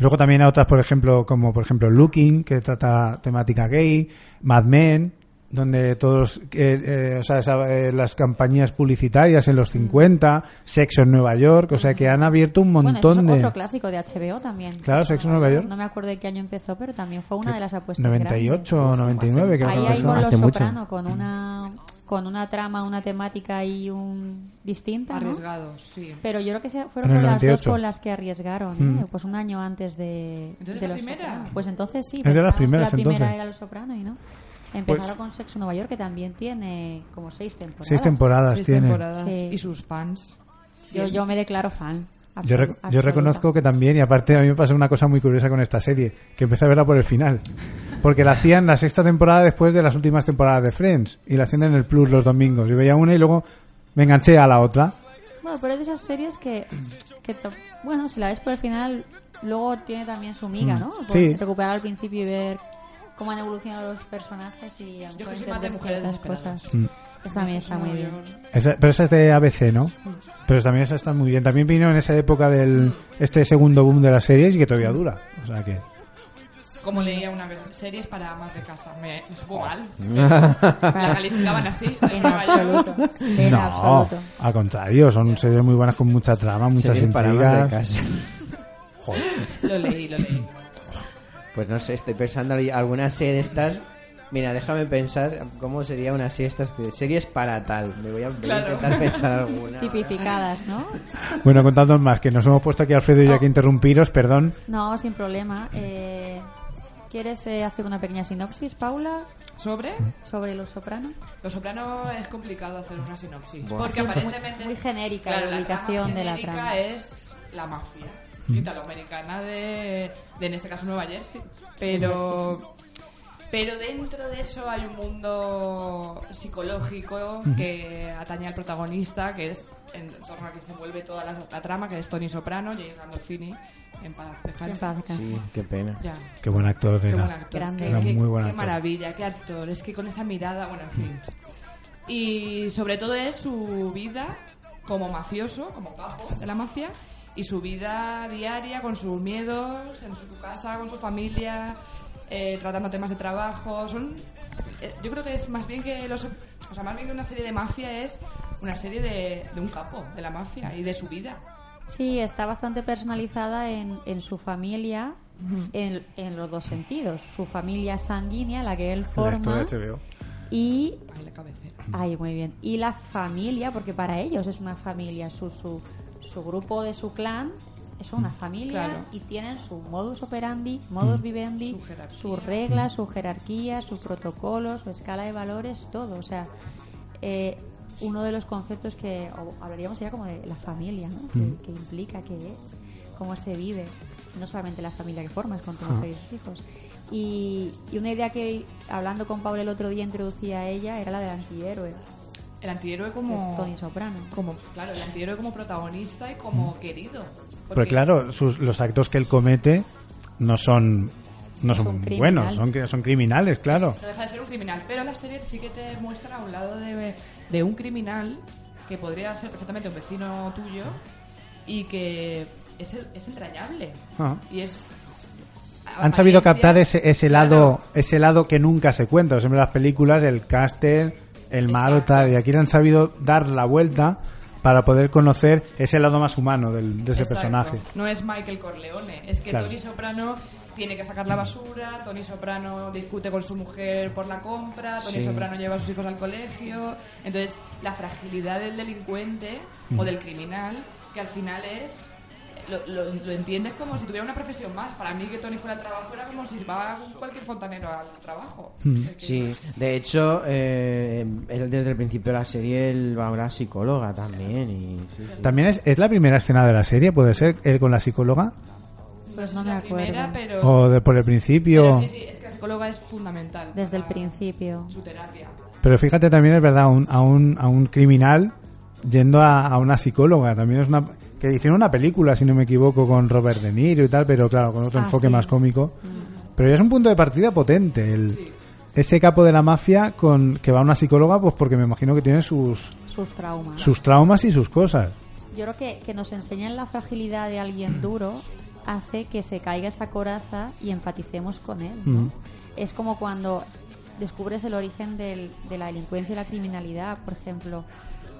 S4: Luego también a otras, por ejemplo, como por ejemplo Looking, que trata temática gay, Mad Men, donde todos, eh, eh, o sea, esa- eh, las campañas publicitarias en
S3: Mm.
S4: los 50, Sexo en Nueva York, o sea, que han abierto un
S1: Bueno, eso es
S4: montón
S1: otro
S4: de...
S1: clásico de HBO también.
S4: Claro, Sexo en Nueva York.
S1: No me acuerdo de qué año empezó, pero también fue una de las apuestas
S4: 98
S1: grandes.
S4: o 99, creo
S1: Ahí
S4: que
S1: hay
S4: empezó.
S1: con los
S3: Hace mucho.
S1: soprano, con una con una trama, una temática y un distinta, ¿no?
S6: Arriesgados, sí.
S1: Pero yo creo que se- fueron
S4: En el
S1: con las dos
S4: 98.
S1: con las que arriesgaron, ¿eh?
S4: Mm.
S1: pues un año antes de,
S6: ¿Entonces
S1: de
S6: la
S1: Los
S6: primera?
S1: Soprano. Pues entonces sí.
S4: Es de las
S1: pensábamos que
S4: primeras,
S1: La primera
S4: entonces.
S1: era Los Soprano y no. Empezaron con Sexo Nueva York, que también tiene como seis temporadas.
S4: Seis temporadas
S6: Seis
S4: tiene.
S6: temporadas
S1: Sí.
S6: y sus fans.
S1: Yo, yo me declaro fan.
S4: Yo,
S1: absolu-
S4: rec- yo
S1: absoluta.
S4: reconozco que también, y aparte a mí me pasó una cosa muy curiosa con esta serie, que empecé a verla por el final. Porque la hacían la sexta temporada después de las últimas temporadas de Friends, y la hacían en el Plus los domingos. Yo veía una y luego me enganché a la otra.
S1: Bueno, pero es de esas series que, que to- bueno, si la ves por el final, luego tiene también su miga, ¿no?
S4: Mm. sí.
S1: Por Recuperar al principio y ver cómo han evolucionado los personajes y a lo
S6: Yo
S1: mejor
S6: que soy más de
S1: entender
S6: mujeres
S1: ciertas
S6: desesperadas.
S4: Mm.
S1: cosas. Eso también está muy bien.
S4: Esa- pero esa es de ABC, ¿no? Pero también esa está muy bien. También vino en esa época del este segundo boom de las series y que todavía dura. O sea que
S6: Como leía una vez series para amas de casa. Me, me
S3: Oh. *laughs*
S6: supo mal. La calificaban así. en
S1: En
S6: Nueva York.
S1: absoluto. En
S4: no,
S1: absoluto.
S4: al contrario, son series muy buenas con mucha trama, muchas
S3: Series para amas de
S4: intrigas.
S3: casa.
S4: Joder.
S6: Lo leí, lo leí.
S3: Mm. Pues no sé, estoy pensando en alguna serie de estas. Mira, déjame pensar cómo sería una serie de estas de series para tal. Me voy a, voy a
S6: Claro.
S3: intentar
S6: *laughs*
S3: pensar alguna.
S1: Tipificadas, ¿no?
S4: Bueno, contadnos más, que nos hemos puesto aquí Alfredo y yo que interrumpiros, perdón.
S1: No, sin problema. Eh, ¿Quieres eh, hacer una pequeña sinopsis, Paula,
S6: Sobre.
S1: sobre Los Sopranos?
S6: Los Soprano es complicado hacer una sinopsis.
S3: Bueno.
S6: Porque aparentemente.
S1: pues, Muy genérica la ubicación
S6: ubicación
S1: de la trama.
S6: es la mafia italoamericana de, de, en este caso, Nueva Jersey. Pero. Pero dentro de eso hay un mundo psicológico que atañe al protagonista, que es en torno a que se envuelve toda la, la trama, que es Tony Soprano, James Gandolfini, en paz
S1: Que
S6: descanse.
S1: en paz descanse.
S3: Sí, qué pena.
S6: Ya.
S4: Qué buen actor
S6: Qué
S4: era.
S6: buen actor.
S1: Grande.
S6: Qué,
S1: Era
S4: muy
S6: qué-
S4: buen
S6: qué
S4: actor.
S6: maravilla, qué actor. Es que con esa mirada, bueno, en fin. Y sobre todo es su vida como mafioso, como capo de la mafia, y su vida diaria con sus miedos, en su casa, con su familia, eh, tratando temas de trabajo. Son, eh, yo creo que es más bien que los, o sea, más bien que una serie de mafia es una serie de, de un capo de la mafia y de su vida.
S1: Sí, está bastante personalizada en, en su familia, en, en los dos sentidos. Su familia sanguínea, la que él
S4: La historia
S1: forma,
S4: de HBO.
S1: y
S6: Ay, la cabecera.
S1: Ay, muy bien. Y la familia, porque para ellos es una familia, su, su, su grupo de su clan es una familia
S6: Claro.
S1: y tienen su modus operandi, modus vivendi,
S6: Su jerarquía.
S1: sus reglas, su jerarquía, su protocolo, su escala de valores, todo. O sea, eh, uno de los conceptos que o hablaríamos sería como de la familia, ¿no? Que- Que, implica, qué es, cómo se vive, no solamente la familia que formas con tu mujer y tus hijos. Y, y una idea que hablando con Paula el otro día introducía a ella era la del antihéroe,
S6: El antihéroe
S1: que
S6: como...
S1: es Tony Soprano.
S6: como claro el antihéroe como protagonista y como querido
S4: Pero
S6: porque
S4: Pues claro, sus- los actos que él comete no son no son,
S1: Son criminal.
S4: buenos, son que- son criminales, claro.
S6: no deja de ser un criminal pero la serie sí que te muestra un lado de, de un criminal que podría ser perfectamente un vecino tuyo y que es, es entrañable
S4: Ajá.
S6: y es
S4: Ah. Han sabido
S6: apariencias,
S4: captar ese, ese
S6: claro,
S4: lado ese lado que nunca se cuenta. Siempre en las películas, el caster, el malo,
S6: Exacto.
S4: tal. Y aquí le han sabido dar la vuelta para poder conocer ese lado más humano del- de ese
S6: Exacto.
S4: personaje.
S6: No es Michael Corleone, es que
S4: Claro.
S6: Tony Soprano tiene que sacar la basura, Tony Soprano discute con su mujer por la compra, Tony
S3: Sí.
S6: Soprano lleva a sus hijos al colegio. Entonces, la fragilidad del delincuente
S4: Mm.
S6: o del criminal, que al final es. Lo, lo- lo entiendes como si tuviera una profesión más. Para mí, que Tony fuera al trabajo era como si va cualquier fontanero al trabajo.
S4: Mm.
S6: Es que-
S3: Sí, de hecho, eh, él desde el principio de la serie él va a una psicóloga también. Y, sí, sí.
S4: También es, es la primera escena de la serie, puede ser, él con la psicóloga.
S1: Pues
S6: es
S1: no me
S6: la
S1: acuerdo.
S6: primera, pero.
S4: O de- por el
S6: pero
S4: principio.
S6: sí, sí, es que la psicóloga es fundamental.
S1: Desde el
S6: para
S1: principio.
S6: Su terapia.
S4: Pero fíjate también, es verdad, un- a, un, a un criminal yendo a, a una psicóloga. También es una. Que hicieron una película, si no me equivoco, con Robert De Niro y tal, pero claro, con otro
S1: Ah,
S4: enfoque
S1: sí.
S4: más cómico. Pero ya es un punto de partida potente. El,
S6: Sí.
S4: Ese capo de la mafia con que va a una psicóloga, pues porque me imagino que tiene sus,
S1: Sus traumas.
S4: sus traumas y sus cosas.
S1: Yo creo que, que nos enseñan la fragilidad de alguien duro hace que se caiga esa coraza y empaticemos con él. ¿no?
S4: Ujú.
S1: Es como cuando descubres el origen del- de la delincuencia y la criminalidad, por ejemplo.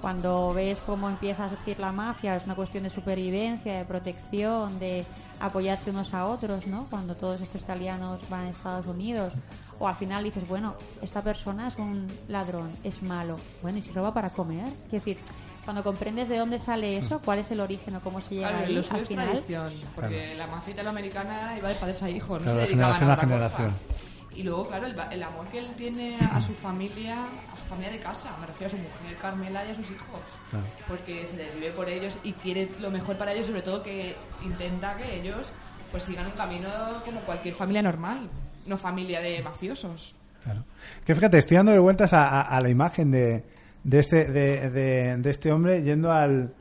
S1: Cuando ves cómo empieza a surgir la mafia, es una cuestión de supervivencia, de protección, de apoyarse unos a otros, ¿no? Cuando todos estos italianos van a Estados Unidos. O al final dices, bueno, esta persona es un ladrón, es malo. Bueno, ¿y si roba para comer? Es decir, cuando comprendes de dónde sale eso, cuál es el origen o cómo se llega
S6: Claro,
S1: ahí,
S6: lo suyo
S1: al
S6: es
S1: final...
S6: tradición, porque la mafia italoamericana iba de padres a hijos, no
S4: Claro,
S6: se dedicaban
S4: generación a
S6: a otra
S4: generación.
S6: cosa. Y luego, claro, el, va- el amor que él tiene a su familia, a su familia de casa, me refiero a su mujer Carmela y a sus hijos,
S4: Claro.
S6: porque se desvive por ellos y quiere lo mejor para ellos, sobre todo que intenta que ellos pues sigan un camino como cualquier familia normal, no familia de mafiosos.
S4: Claro. Que fíjate, estoy dándole vueltas a, a- a la imagen de, de, este, de, de- de este hombre yendo al,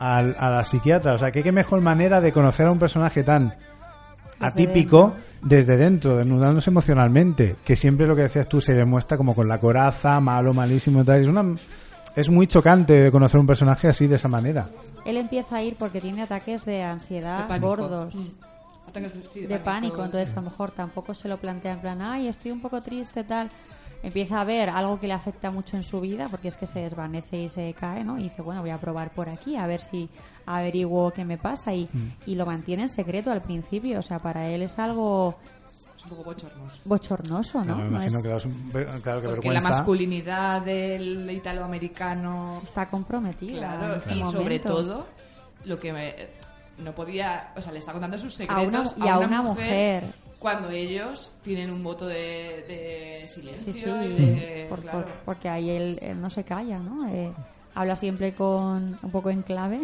S4: al- a la psiquiatra. O sea, que qué mejor manera de conocer a un personaje tan atípico desde dentro, desnudándose emocionalmente, que siempre lo que decías tú se demuestra como con la coraza, malo, malísimo, tal. Es, una, es muy chocante conocer un personaje así de esa manera.
S1: Él empieza a ir porque tiene ataques de ansiedad
S6: De pánico. Mm.
S1: gordos.
S6: Ataques de, sí,
S1: de pánico, entonces a lo mejor tampoco se lo plantea en plan, ay, estoy un poco triste, tal. Empieza a ver algo que le afecta mucho en su vida, porque es que se desvanece y se cae, ¿no? Y dice, bueno, voy a probar por aquí, a ver si averiguo qué me pasa. Y,
S4: Mm.
S1: y lo mantiene en secreto al principio, o sea, para él es algo
S6: Es un poco bochornoso.
S1: bochornoso, ¿no?
S4: me
S1: No
S4: imagino
S1: es-
S4: que da un- claro que
S6: Porque la
S4: vergüenza.
S6: masculinidad del italoamericano
S1: Está comprometido.
S6: Claro, y sobre todo, lo que me- no podía. O sea, le está contando sus
S1: A una-
S6: secretos
S1: y a una mujer.
S6: Cuando ellos tienen un voto de, de silencio.
S1: Sí, sí,
S6: y de-
S1: por-
S6: claro.
S1: por- porque ahí él, él no se calla, ¿no? Eh, habla siempre con un poco en clave,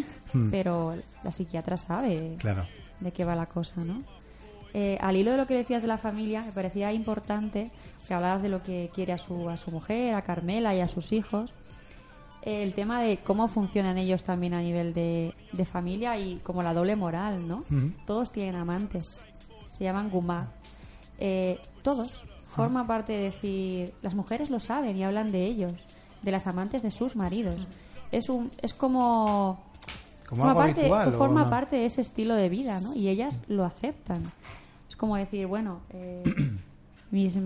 S1: pero la psiquiatra sabe
S4: Claro.
S1: de qué va la cosa, ¿no? Eh, al hilo de lo que decías de la familia, me parecía importante que hablabas de lo que quiere a su, a su mujer, a Carmela y a sus hijos. Eh, el tema de cómo funcionan ellos también a nivel de, de familia y como la doble moral, ¿no? Todos tienen amantes. Se llaman Gumá. Eh, todos. Forman parte de decir. Las mujeres lo saben y hablan de ellos, de las amantes de sus maridos. Es, un, es como
S4: Como
S1: forma
S4: algo
S1: parte, pues
S4: habitual, ¿o
S1: forma
S4: no?
S1: parte de ese estilo de vida, ¿no? Y ellas lo aceptan. Es como decir, bueno,
S4: *clears throat*
S1: eh, mis-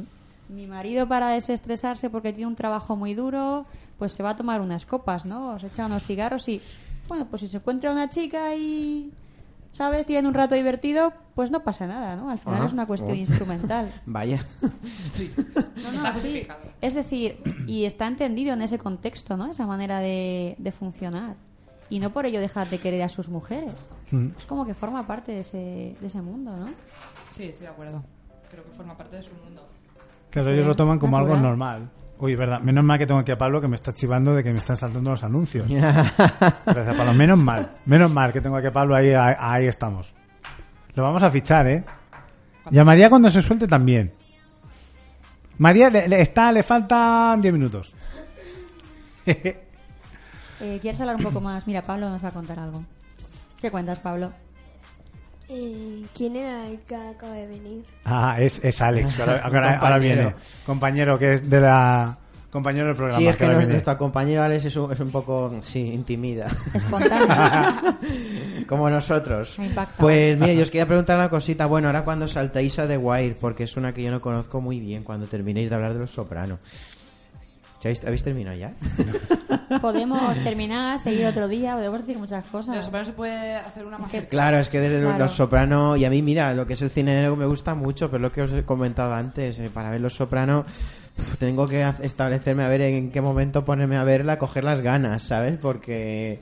S1: mi marido para desestresarse porque tiene un trabajo muy duro, pues se va a tomar unas copas, ¿no? Se echa unos cigarros y, bueno, pues si se encuentra una chica y, ¿sabes? Tiene un rato divertido, pues no pasa nada, ¿no? Al final
S3: Ah,
S1: es una cuestión
S3: oh.
S1: instrumental.
S3: Vaya.
S6: Sí.
S1: No, no,
S6: Está
S1: sí.
S6: justificado.
S1: Es decir, y está entendido en ese contexto, ¿no? Esa manera de, de funcionar. Y no por ello dejar de querer a sus mujeres.
S3: Mm.
S1: Es como que forma parte de ese, de ese mundo, ¿no?
S6: Sí, estoy de acuerdo. Creo que forma parte de su mundo.
S4: Claro, ellos lo toman como
S1: Natural.
S4: algo normal. Uy, verdad. Menos mal que tengo aquí a Pablo que me está chivando de que me están saltando los anuncios. Gracias, Pablo. Menos mal. Menos mal que tengo aquí a Pablo ahí. ahí- Ahí estamos. Lo vamos a fichar, ¿eh? Y a María cuando se suelte también. María le, le- está, le faltan 10 minutos. *laughs*
S1: Eh, ¿Quieres hablar un poco más? Mira, Pablo nos va a contar algo. ¿Qué cuentas, Pablo?
S7: Eh, ¿Quién era el que acaba de venir?
S4: Ah, es, es Alex. que Ahora, ahora- ahora
S3: Compañero.
S4: viene. Compañero que es de la... Compañero del programa.
S3: Sí, es
S4: que
S3: que
S4: ahora
S3: nos-
S4: viene.
S3: nuestro compañero Alex es un, es un poco, sí, intimida. *laughs*
S1: Espontáneo.
S3: Como nosotros.
S1: Me impacta.
S3: Pues mira, yo os quería preguntar una cosita. Bueno, ahora cuando saltéis a The Wire, porque es una que yo no conozco muy bien, cuando terminéis de hablar de Los Sopranos. ¿Habéis, ¿Habéis terminado ya?
S1: podemos terminar, seguir otro día, podemos decir muchas
S6: De los
S1: cosas.
S6: Sopranos se puede hacer una más
S1: Qué-
S6: cercana.
S3: Claro, es que desde
S1: Claro.
S3: Los Soprano y a mí, mira, lo que es el cine negro me gusta mucho, pero lo que os he comentado antes, eh, para ver Los Soprano uf, tengo que ha- establecerme a ver en qué momento ponerme a verla, coger las ganas, ¿sabes? Porque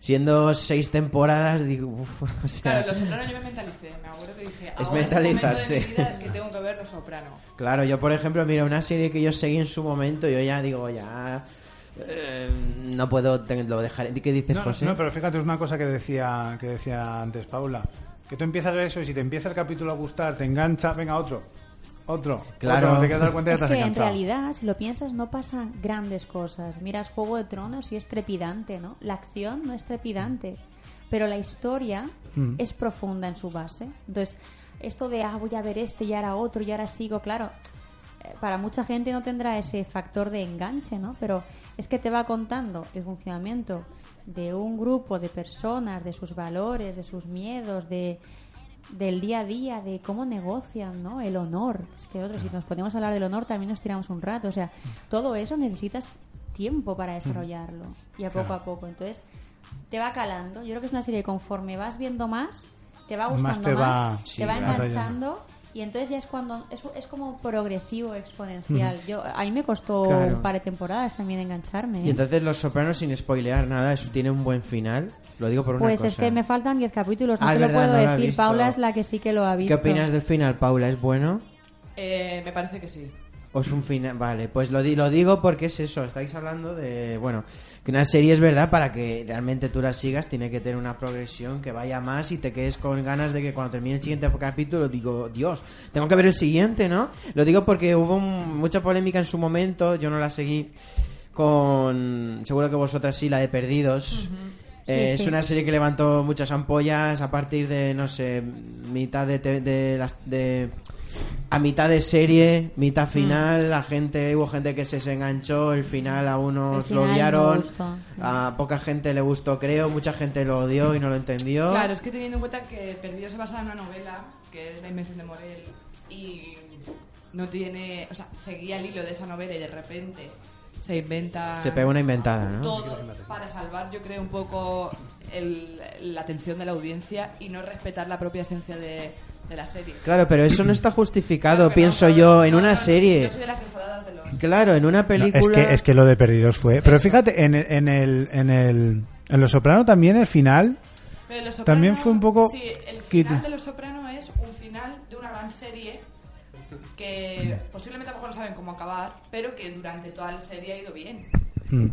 S3: siendo seis temporadas, digo, uf, *laughs* o sea,
S6: Claro, Los Sopranos yo me mentalicé. Me acuerdo que dije, ahora
S3: mentalizarse.
S6: es el momento de mi vida en que tengo que ver Los Sopranos.
S3: Claro, yo por ejemplo, mira, una serie que yo seguí en su momento, yo ya digo, ya eh, no puedo te- lo dejar. ¿Qué dices,
S4: No,
S3: José?
S4: no, pero fíjate, es una cosa que decía, que decía antes Paula. Que tú empiezas a ver eso y si te empieza el capítulo a gustar, te engancha, venga, otro. Otro.
S3: Claro.
S4: Otro, te quieres dar cuenta y ya
S1: Es
S4: estás
S1: que en
S4: enganchado.
S1: realidad, si lo piensas, no pasan grandes cosas. Miras Juego de Tronos y es trepidante, ¿no? La acción no es trepidante, pero la historia
S4: Mm.
S1: es profunda en su base. Entonces, esto de, ah, voy a ver este y ahora otro y ahora sigo, claro, eh, para mucha gente no tendrá ese factor de enganche, ¿no? Pero es que te va contando el funcionamiento de un grupo de personas, de sus valores, de sus miedos, de del día a día, de cómo negocian, ¿no? El honor. Es que otros, si nos ponemos a hablar del honor, también nos tiramos un rato. O sea, todo eso necesitas tiempo para desarrollarlo y a poco a poco. Entonces, te va calando. Yo creo que es una serie que conforme vas viendo más, te va
S4: Más
S1: gustando
S4: te
S1: más,
S4: va- sí,
S1: te va
S4: atrayendo.
S1: enganchando y entonces ya es cuando es, es como progresivo, exponencial. Yo a mí me costó
S3: Claro.
S1: un par de temporadas también engancharme. ¿eh?
S3: Y entonces Los Sopranos, sin spoilear nada, eso tiene un buen final. Lo digo por una
S1: pues
S3: cosa.
S1: es que me faltan 10 capítulos, no
S3: Ah,
S1: te
S3: es
S1: lo
S3: verdad,
S1: puedo
S3: no lo he
S1: decir.
S3: visto.
S1: Paula es la que sí que lo ha
S3: ¿Qué
S1: visto.
S3: opinas del final, Paula? ¿Es bueno?
S6: Eh, me parece que sí.
S3: O es un final. Vale, pues lo, di- lo digo porque es eso. Estáis hablando de. Bueno, que una serie es verdad, para que realmente tú la sigas, tiene que tener una progresión que vaya más y te quedes con ganas de que cuando termine el siguiente capítulo, digo, Dios, tengo que ver el siguiente, ¿no? Lo digo porque hubo un- mucha polémica en su momento, yo no la seguí con. Seguro que vosotras sí, la de Perdidos. Eh,
S1: Sí,
S3: Es
S1: sí.
S3: una serie que levantó muchas ampollas a partir de, no sé, mitad de... te- de las, de a mitad de serie, mitad
S6: Mm.
S3: final, la gente, hubo gente que se enganchó, el final a
S1: El
S3: unos
S1: final
S3: lo
S1: no
S3: odiaron,
S1: gustó.
S3: a poca gente le gustó, creo, mucha gente lo odió y no lo entendió.
S6: Claro, es que teniendo en cuenta que Perdido se basa en una novela, que es La Invención de Morel, y no tiene. O sea, seguía el hilo de esa novela y de repente se inventa.
S3: Se pegó una inventada, ¿no?
S6: Todo para salvar, yo creo, un poco el- la atención de la audiencia y no respetar la propia esencia de, de la serie.
S3: Claro, pero eso no está justificado,
S6: Claro que
S3: pienso
S6: no,
S3: yo,
S6: no,
S3: en
S6: no,
S3: una
S6: no,
S3: serie.
S6: Yo soy de las enfadadas de los.
S3: Claro, en una
S4: No,
S3: película.
S4: es, que, es que lo de Perdidos fue. Pero fíjate, en el, en el, en el, en Los Soprano también el final.
S6: Pero Los Soprano-
S4: También fue un poco
S6: Sí, el
S4: quita.
S6: final de Los Soprano es un final de una gran serie que posiblemente tampoco no saben cómo acabar, pero que durante toda la serie ha ido bien.
S4: mm,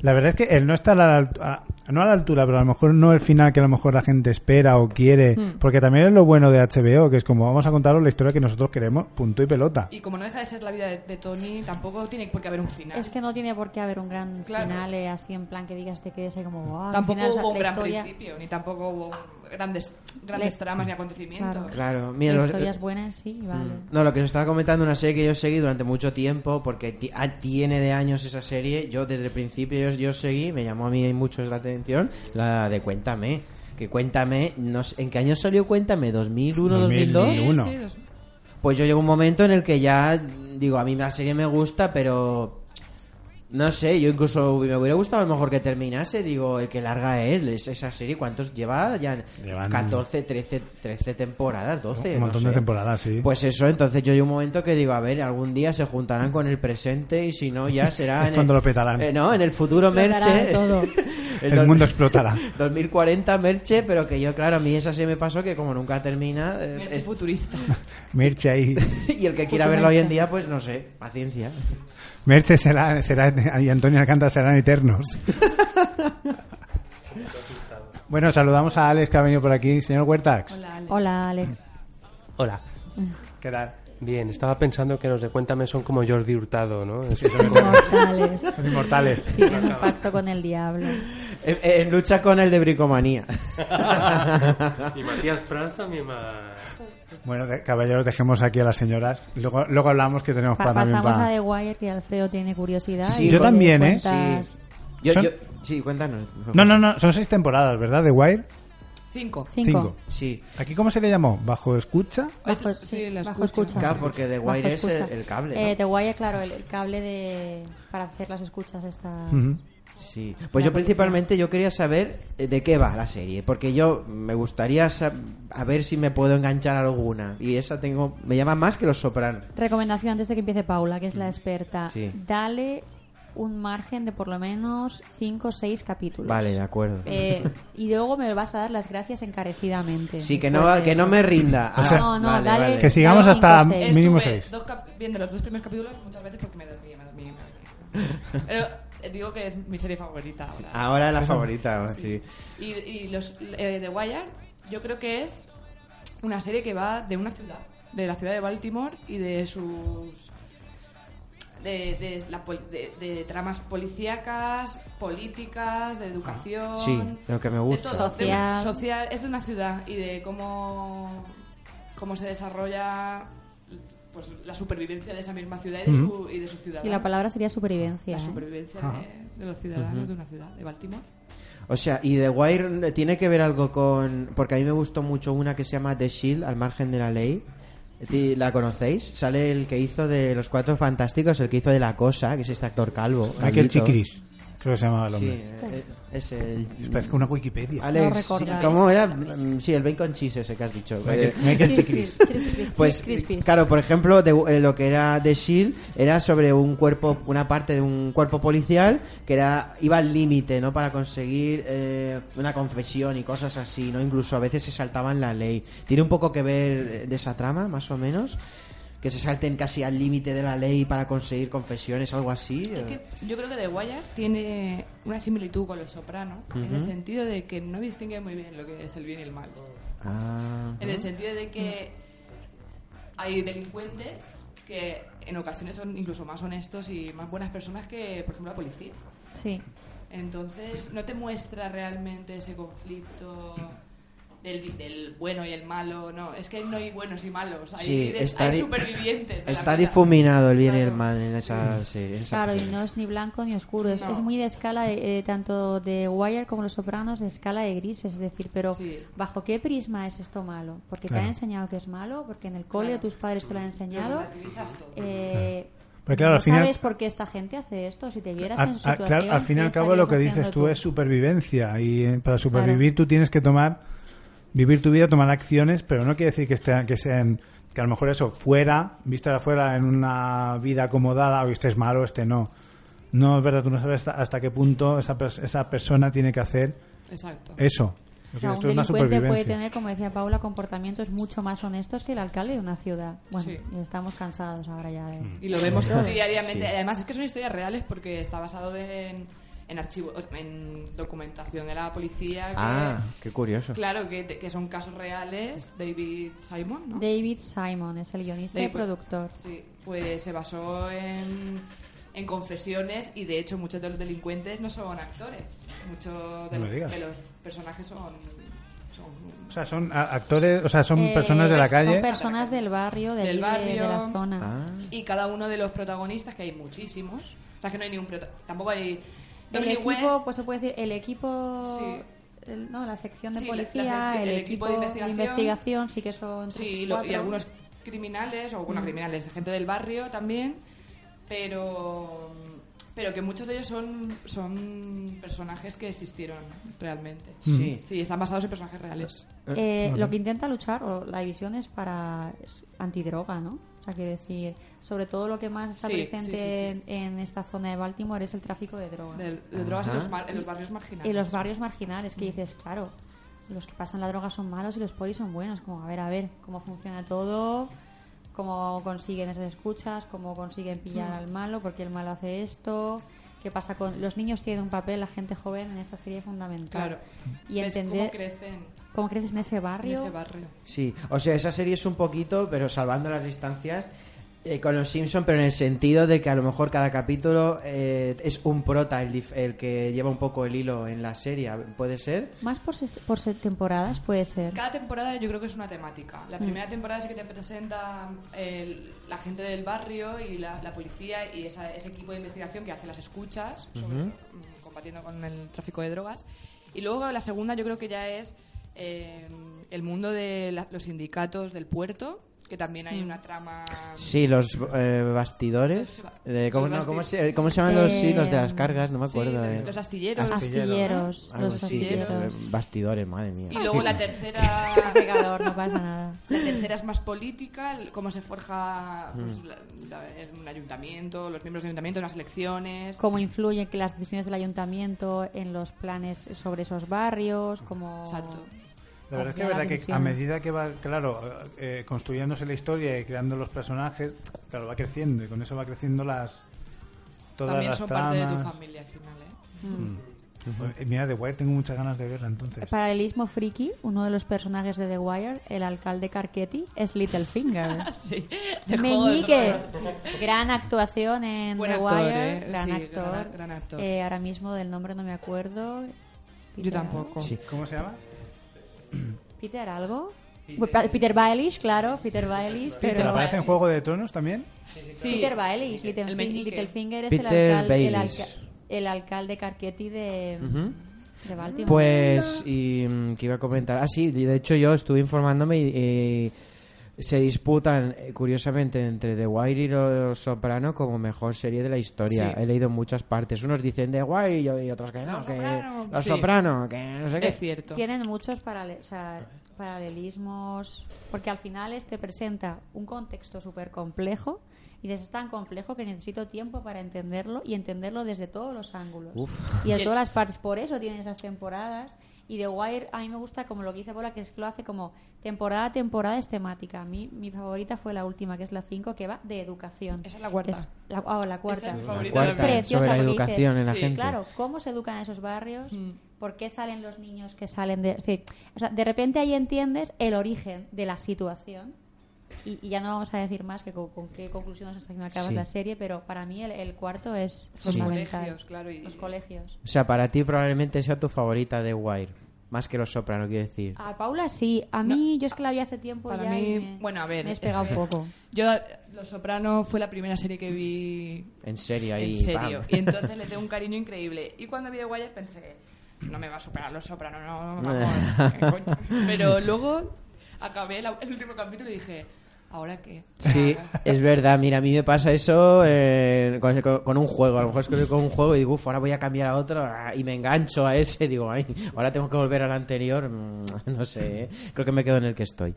S4: La verdad es que él no está a la alt- a- no a la altura, pero a lo mejor no el final que a lo mejor la gente espera o quiere.
S1: Mm.
S4: Porque también es lo bueno de HBO, que es como vamos a contaros la historia que nosotros queremos, punto y pelota.
S6: Y como no deja de ser la vida de, de Tony, tampoco tiene por qué haber un final.
S1: Es que no tiene por qué haber un gran
S6: Claro.
S1: final eh, así en plan que digas te quedes ahí como wow.
S6: tampoco
S1: final, o sea,
S6: hubo un
S1: la
S6: gran
S1: historia-
S6: principio, ni tampoco hubo grandes, grandes
S1: La-
S6: tramas ni acontecimientos.
S1: Claro.
S3: Claro, mira,
S1: la
S3: los-
S1: historia es buena, sí, vale.
S3: Mm. No, lo que os estaba comentando, una serie que yo seguí durante mucho tiempo, porque ti- ah, tiene de años esa serie. Yo desde el principio yo, yo seguí, me llamó a mí mucho la atención, la de Cuéntame. Que Cuéntame, no sé, ¿en qué año salió Cuéntame? ¿2001, 2002?
S6: Sí,
S4: 2001.
S6: sí, dos-
S3: Pues yo llego a un momento en el que ya digo, a mí la serie me gusta, pero no sé, yo incluso me hubiera gustado a lo mejor que terminase, digo, el que larga es es esa serie, ¿cuántos lleva? Ya
S4: Llevan-
S3: 14, 13, 13 temporadas, 12,
S4: Un
S3: no
S4: montón
S3: sé.
S4: de temporadas, sí.
S3: Pues eso, entonces yo hay un momento que digo, a ver, algún día se juntarán con el presente y si
S4: *laughs*
S3: no ya será
S4: Es
S3: en
S4: cuando
S3: el,
S4: lo petarán.
S3: eh, no, en el futuro
S1: Explotarán
S3: Merche.
S6: *laughs*
S1: todo.
S3: *laughs* En
S4: el
S3: dos-
S4: mundo
S3: *laughs*
S4: explotará.
S3: 2040 Merche, pero que yo claro, a mí esa se me pasó que como nunca termina eh,
S6: Merche
S3: es-
S6: este futurista.
S4: Merche ahí.
S3: *laughs* y el que quiera verlo hoy en día, pues no sé, paciencia. *laughs*
S4: Merche será, será y Antonio Alcántara serán eternos. bueno, saludamos a Alex que ha venido por aquí. Señor Huertax.
S6: Hola, Ale.
S1: Hola, Alex.
S10: Hola.
S4: ¿Qué tal?
S10: Bien, estaba pensando que los de Cuéntame son como Jordi Hurtado, ¿no? Es-
S1: Mortales.
S4: Son inmortales.
S1: Tienen un pacto con el diablo.
S3: En, Eh, en lucha con el de bricomanía. *laughs*
S10: y Matías Prats también va...
S4: Bueno, de- caballeros, dejemos aquí a las señoras. Luego, luego hablamos que tenemos
S1: Pa-
S4: para también
S1: pasamos a
S4: para...
S1: The Wire, que Alfredo tiene curiosidad.
S3: Sí,
S1: y
S3: yo
S1: le
S4: también, ¿eh?
S1: cuentas-
S3: Sí. Yo,
S4: Son-
S3: yo- sí, cuéntanos.
S4: No, no, no. Son seis temporadas, ¿verdad? De Wire.
S6: Cinco.
S1: Cinco.
S3: Sí,
S4: ¿Aquí cómo se le llamó? ¿Bajo escucha?
S1: Bajo,
S6: Es-
S1: sí,
S6: la
S1: bajo
S6: escucho.
S1: escucha.
S3: Claro, porque The
S1: Bajo
S3: Wire es
S1: escucha.
S3: el- el cable, ¿no?
S1: Eh, The Wire, claro, el, el cable de para hacer las escuchas estas.
S4: Ujú.
S3: sí. Pues yo principalmente yo quería saber eh, de qué va la serie, porque yo me gustaría sa- a ver si me puedo enganchar a alguna y esa tengo me llama más que los sopranos.
S1: Recomendación antes de que empiece Paula, que es la experta.
S3: Sí.
S1: Dale un margen de por lo menos 5 o 6 capítulos.
S3: Vale, de acuerdo.
S1: Eh, y luego me vas a dar las gracias encarecidamente.
S3: sí, que
S1: después
S3: no
S1: de
S3: que no
S1: eso.
S3: me rinda.
S4: *laughs* O sea,
S1: No, no,
S3: vale,
S1: dale-
S3: vale.
S4: Que sigamos
S1: Cinco,
S4: hasta
S1: seis.
S4: mínimo
S6: Estuve
S4: seis.
S6: Dos cap- viendo los dos primeros capítulos muchas veces porque me dormía, me dormía. me dormía. Pero eh, digo que es mi serie favorita ahora.
S3: Ahora la favorita, sí.
S6: Y, y los eh, The Wire, yo creo que es una serie que va de una ciudad, de la ciudad de Baltimore y de sus. De, de la pol- de- de tramas policíacas, políticas, de educación.
S3: Sí, lo que me gusta.
S6: De todo, de una-
S1: Social.
S6: social. Es de una ciudad y de cómo, cómo se desarrolla pues, la supervivencia de esa misma ciudad y de su, y de sus ciudadanos.
S1: Sí, la palabra sería supervivencia.
S6: La
S1: ¿eh?
S6: supervivencia
S3: Ah.
S6: de, de los ciudadanos de una ciudad, de Baltimore.
S3: O sea, y The Wire tiene que ver algo con. Porque a mí me gustó mucho una que se llama The Shield, al margen de la ley. Ti- ¿La conocéis? Sale el que hizo de Los Cuatro Fantásticos, el que hizo de La Cosa, que es este actor calvo.
S4: Michael
S3: calvito.
S4: Chikris. Creo que se llamaba el
S3: Sí,
S4: hombre.
S3: eh, es el.
S4: Parece que una Wikipedia.
S1: No
S3: Alex,
S1: recordáis.
S3: sí, ¿cómo era? Mm, Sí, el bacon cheese ese que has dicho. Eh,
S4: Michael
S1: Sí,
S4: Chikris.
S1: sí, sí, sí, sí,
S3: Pues,
S1: crispy.
S3: claro, por ejemplo, de- eh, lo que era The Shield era sobre un cuerpo, una parte de un cuerpo policial que era iba al límite, ¿no? Para conseguir eh, una confesión y cosas así, ¿no? Incluso a veces se saltaban la ley. Tiene un poco que ver eh, de esa trama, más o menos, que se salten casi al límite de la ley para conseguir confesiones, algo así.
S6: Es
S3: eh.
S6: que yo creo que The Wire tiene una similitud con Los Soprano en el sentido de que no distingue muy bien lo que es el bien y el mal.
S3: Ah,
S6: En el sentido de que hay delincuentes que en ocasiones son incluso más honestos y más buenas personas que, por ejemplo, la policía.
S1: Sí.
S6: Entonces, no te muestra realmente ese conflicto del, del bueno y el malo. No, es que no hay buenos y malos. Hay,
S3: Sí,
S6: vive-
S3: está
S6: hay
S3: di-
S6: supervivientes. de la
S3: Está
S6: guerra.
S3: difuminado el bien y el
S6: Claro.
S3: mal en esa serie. en esa
S1: Claro, y
S3: película.
S1: no es ni blanco ni oscuro. Es,
S6: No.
S1: es muy de escala, eh, tanto de Wire como Los Sopranos, de escala de grises. Es decir, pero
S6: Sí.
S1: ¿bajo qué prisma es esto malo? ¿Porque te
S4: Claro.
S1: han enseñado que es malo? ¿Porque en el cole
S6: Claro.
S1: tus padres te lo han enseñado?
S6: relativizas todo.
S1: Eh,
S4: Pero claro, al
S1: ¿no
S4: final-
S1: ¿Sabes por qué esta gente hace esto? Si te vieras
S4: Al-
S1: en
S4: al-
S1: su situación...
S4: claro, al fin y
S1: ¿qué
S4: al cabo lo que
S1: estarías
S4: dices
S1: haciendo
S4: tú es supervivencia y eh, para supervivir
S1: Claro.
S4: tú tienes que tomar, vivir tu vida, tomar acciones, pero no quiere decir que, esté- que sean, que a lo mejor eso, fuera, vista de afuera en una vida acomodada, o este es malo, este no. No, es verdad, tú no sabes hasta, hasta qué punto esa, pers- esa persona tiene que hacer
S6: Exacto.
S4: eso. Lo que
S1: O
S4: dices tú es
S1: sea, un
S4: una
S1: delincuente puede
S4: supervivencia.
S1: tener, como decía Paula, comportamientos mucho más honestos que el alcalde de una ciudad. Bueno,
S6: Sí.
S1: y estamos cansados ahora ya
S4: Mm.
S1: de...
S6: Y lo vemos
S1: Claro.
S6: diariamente.
S3: Sí.
S6: Además, es que son historias reales porque está basado de- en, en archivos, en documentación de la policía. Que,
S3: Ah, qué curioso.
S6: Claro, que, que son casos reales. David Simon, ¿no?
S1: David Simon es el guionista y
S6: David-
S1: productor.
S6: Sí, pues se basó en, en confesiones y de hecho muchos de los delincuentes no son actores. Muchos de,
S4: No me
S6: los-
S4: digas.
S6: de los personajes son... son-
S4: O sea, son a- actores, o sea, son
S1: Eh,
S4: personas de la calle.
S1: Son personas del barrio, de,
S6: Del
S1: allí, de- de
S6: barrio.
S1: la zona.
S3: Ah,
S6: Y cada uno de los protagonistas, que hay muchísimos, o sea que no hay ningún prota- tampoco hay...
S1: El
S6: Dominic
S1: equipo,
S6: West-
S1: pues se puede decir, el equipo...
S6: Sí.
S1: el- no, la sección de
S6: Sí, la- la
S1: policía,
S6: sección-
S1: el,
S6: el equipo de investigación.
S1: investigación, sí que son... tres,
S6: Sí, lo- y
S1: cuatro. Mm.
S6: algunos criminales, o bueno, criminales, gente del barrio también, pero pero que muchos de ellos son, son personajes que existieron realmente.
S3: Sí.
S1: Mm.
S6: Sí, están basados en personajes reales.
S1: Eh, Lo que intenta luchar, o la división es para es antidroga, ¿no? O sea, quiero decir, sobre todo lo que más está
S6: Sí,
S1: presente
S6: sí, sí, sí.
S1: En, en esta zona de Baltimore es el tráfico de droga.
S6: De, de drogas en
S3: Ajá.
S6: los, mar- en los barrios marginales. Mm.
S1: Y los barrios marginales, que dices, claro, los que pasan la droga son malos y los polis son buenos. Como, a ver, a ver, cómo funciona todo, cómo consiguen esas escuchas, cómo consiguen
S6: Mm.
S1: pillar al malo, porque el malo hace esto. ¿Qué pasa con los niños tienen un papel, la gente joven en esta serie fundamental?
S6: Claro.
S1: Y
S6: ¿Ves
S1: entender
S6: cómo crecen
S1: cómo creces en ese
S6: en
S1: barrio.
S6: ese barrio.
S3: sí. O sea, esa serie es un poquito, pero salvando las distancias, eh, con los Simpson, pero en el sentido de que a lo mejor cada capítulo eh, es un prota el, dif- el que lleva un poco el hilo en la serie. ¿Puede ser?
S1: Más por, ses- por ser temporadas puede ser.
S6: Cada temporada yo creo que es una temática.
S3: Mm.
S6: La primera temporada sí que te presenta el- la gente del barrio y la, la policía y esa- ese equipo de investigación que hace las escuchas, sobre todo, mm, combatiendo con el tráfico de drogas. Y luego la segunda yo creo que ya es eh, el mundo de la- los sindicatos del puerto, que también hay una trama...
S3: Mm. Sí, los eh, bastidores. de- ¿cómo, no, ¿cómo, se, ¿Cómo se llaman los
S1: Eh,
S3: hilos de las cargas? No me
S6: Sí,
S3: acuerdo. eh.
S6: los, los astilleros.
S1: Astilleros,
S3: Algo
S1: los
S3: así,
S1: astilleros.
S3: eh, bastidores, madre mía.
S6: Y luego la
S3: *laughs*
S6: tercera...
S1: Pegador, no pasa nada.
S6: La tercera es más política, el- cómo se forja
S4: Mm.
S6: pues, la- la- el- un ayuntamiento, los miembros del ayuntamiento, las elecciones.
S1: cómo influyen que las decisiones del ayuntamiento en los planes sobre esos barrios, como...
S6: Exacto.
S4: La verdad es que, es
S1: Ampliar
S4: verdad
S1: las
S4: que a
S1: misiones.
S4: medida que va, claro, eh, construyéndose la historia y creando los personajes, claro, va creciendo y con eso va creciendo las todas
S6: También
S4: las
S6: son
S4: tramas.
S6: parte de tu familia al final, ¿eh?
S4: Eh, Mira, The Wire tengo muchas ganas de verla entonces.
S1: Paralelismo friki, uno de los personajes de The Wire, el alcalde Carchetti, es Littlefinger.
S6: *laughs* Sí.
S1: Meñique, gran actuación en
S6: Buen
S1: The
S6: actor,
S1: Wire,
S6: ¿eh?
S1: gran
S6: Sí,
S1: actor.
S6: gran- gran actor.
S1: Eh, ahora mismo del nombre no me acuerdo.
S6: Yo
S1: Peter
S6: tampoco.
S3: Sí.
S4: ¿Cómo se llama?
S1: algo. Peter algo. Pues, Peter, Baelish, claro, Peter Baelish,
S4: ¿Pero
S1: pero
S4: aparece en Juego de Tronos también?
S6: Sí.
S1: Peter Baelish, Little-
S6: El
S1: Littlefinger,
S6: meñique.
S1: es
S3: Peter
S1: el, alcalde, el,
S3: Baelish.
S1: alca- el alcalde Carchetti de,
S3: Ujú.
S1: de Baltimore.
S3: Pues, y mm, que iba a comentar. Ah, sí, de hecho yo estuve informándome y, eh, se disputan, eh, curiosamente, entre The Wire y Los Soprano como mejor serie de la historia.
S6: Sí.
S3: He leído en muchas partes. Unos dicen The Wire y, yo- y otros que no,
S6: Los
S3: que
S6: Soprano.
S3: Los
S6: Sí. Eh.
S3: Soprano, que no sé qué.
S6: Es cierto.
S1: Tienen muchos parale- o sea, paralelismos, porque al final este presenta un contexto súper complejo y es tan complejo que necesito tiempo para entenderlo y entenderlo desde todos los ángulos
S3: Uf.
S1: y de todas las partes. Por eso tienen esas temporadas. Y The Wire a mí me gusta como lo que dice Paula, que es que lo hace como temporada a temporada es temática. A mí mi favorita fue la última, que es la 5, que va de educación.
S6: Esa es la cuarta.
S1: Que la, ah, la cuarta.
S6: Esa es mi
S3: La
S6: favorita
S3: cuarta,
S6: también.
S1: Preciosa,
S3: sobre la
S1: porque dices,
S3: educación en la
S6: sí,
S3: gente.
S1: Claro, cómo se educan esos barrios,
S6: Mm.
S1: por qué salen los niños que salen de... sí, o sea, de repente ahí entiendes el origen de la situación Y, y ya no vamos a decir más que con, con qué conclusión nos acabas
S3: Sí.
S1: la serie, pero para mí el, el cuarto es
S3: Sí.
S1: fundamental.
S6: Colegios, claro, y-
S1: Los colegios.
S3: O sea, para ti probablemente sea tu favorita de Wire. Más que los soprano, quiero decir.
S6: Ah.
S1: A Paula sí, a mí yo es que la vi hace tiempo
S6: Para
S1: ya
S6: mí,
S1: y me,
S6: bueno, a ver,
S1: me he despegado
S6: es
S1: un
S6: que-
S1: poco.
S6: Yo, Los Soprano fue la primera serie que vi
S3: En serio, ahí.
S6: en serio.
S3: bam. *laughs*
S6: Y entonces le tengo un cariño increíble. Y cuando vi The Wire pensé, no me va a superar Los Soprano, no, vamos, ¿qué coño?
S3: *laughs*
S6: Pero luego acabé la- el último capítulo y dije, ¿ahora qué?
S3: Sí, es verdad. Mira, a mí me pasa eso eh, con, con- con un juego. A lo mejor es que voy con un juego y digo, uff, ahora voy a cambiar a otro ah, y me engancho a ese. Digo, ay, ahora tengo que volver al anterior. Mm, No sé, eh. creo que me quedo en el que estoy.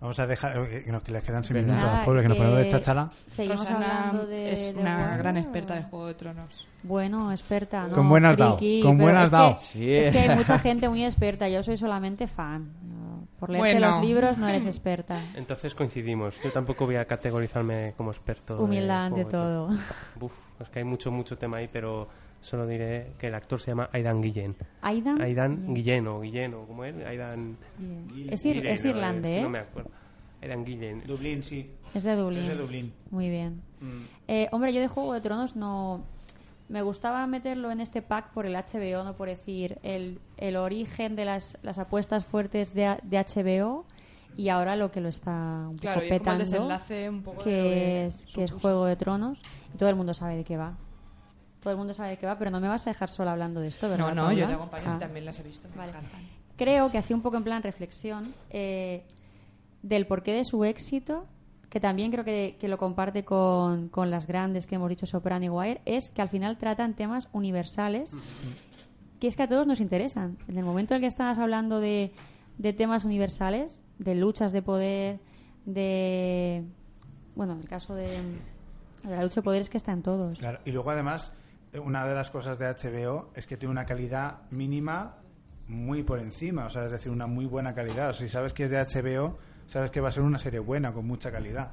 S4: Vamos a dejar. eh, Que nos que les quedan 6
S3: Verdad.
S4: minutos
S1: Nada,
S4: pobre, que nos
S1: que-
S4: ponemos de chachala.
S1: Seguimos
S6: Rosana
S1: hablando de.
S6: es
S1: de
S6: una
S1: Wanda.
S6: gran experta de Juego de Tronos.
S1: Bueno, experta, ¿no?
S4: Con buenas dao,
S1: friki,
S4: con
S1: pero
S4: buenas
S1: es que-
S4: dao.
S3: Sí.
S1: Es que
S10: *laughs*
S1: hay mucha gente muy experta, yo soy solamente fan. No, Por leerte
S6: Bueno.
S1: los libros no eres experta.
S10: Entonces coincidimos. Yo tampoco voy a categorizarme como experto. de
S1: Humildad ante
S10: Juego de
S1: todo.
S10: Tronos. *laughs* Buf, es que hay mucho, mucho tema ahí, pero solo diré que el actor se llama Aidan Guillén.
S1: Aidan.
S10: Aidan Guillén o Guillén o ¿cómo es? Aidan...
S1: Bien.
S10: Guil-
S1: Es, ir-
S10: Guillén,
S1: es
S10: no,
S1: irlandés,
S10: No me acuerdo. Aidan Guillén.
S8: Dublín, sí.
S1: es de Dublín.
S8: Es de Dublín.
S1: Muy bien.
S8: Mm.
S1: Eh, hombre, yo de Juego de Tronos no... Me gustaba meterlo en este pack por el HBO, no por decir el, el origen de las, las apuestas fuertes de, de HBO y ahora lo que lo está un poco
S6: Claro, y es como el
S1: petando,
S6: desenlace un poco de lo
S1: que,
S6: que
S1: es, que es
S6: supuso.
S1: Juego de Tronos y todo el mundo sabe de qué va. Todo el mundo sabe de qué va, pero no me vas a dejar sola hablando de esto, ¿verdad?
S6: No, no, yo
S1: Paula?
S6: te acompaño
S1: Ah.
S6: si también las he visto. me
S1: Vale.
S6: encantan.
S1: Creo que así un poco en plan reflexión eh, del porqué de su éxito, que también creo que, que lo comparte con, con las grandes que hemos dicho, Soprano y Wire, es que al final tratan temas universales que es que a todos nos interesan. En el momento en el que estabas hablando de, de temas universales, de luchas de poder, de... Bueno, el caso de, de la lucha de poder es que está en todos.
S4: Claro, y luego además, eh, una de las cosas de HBO es que tiene una calidad mínima muy por encima, o sea, es decir, una muy buena calidad. O sea, si sabes que es de HBO, sabes que va a ser una serie buena, con mucha calidad.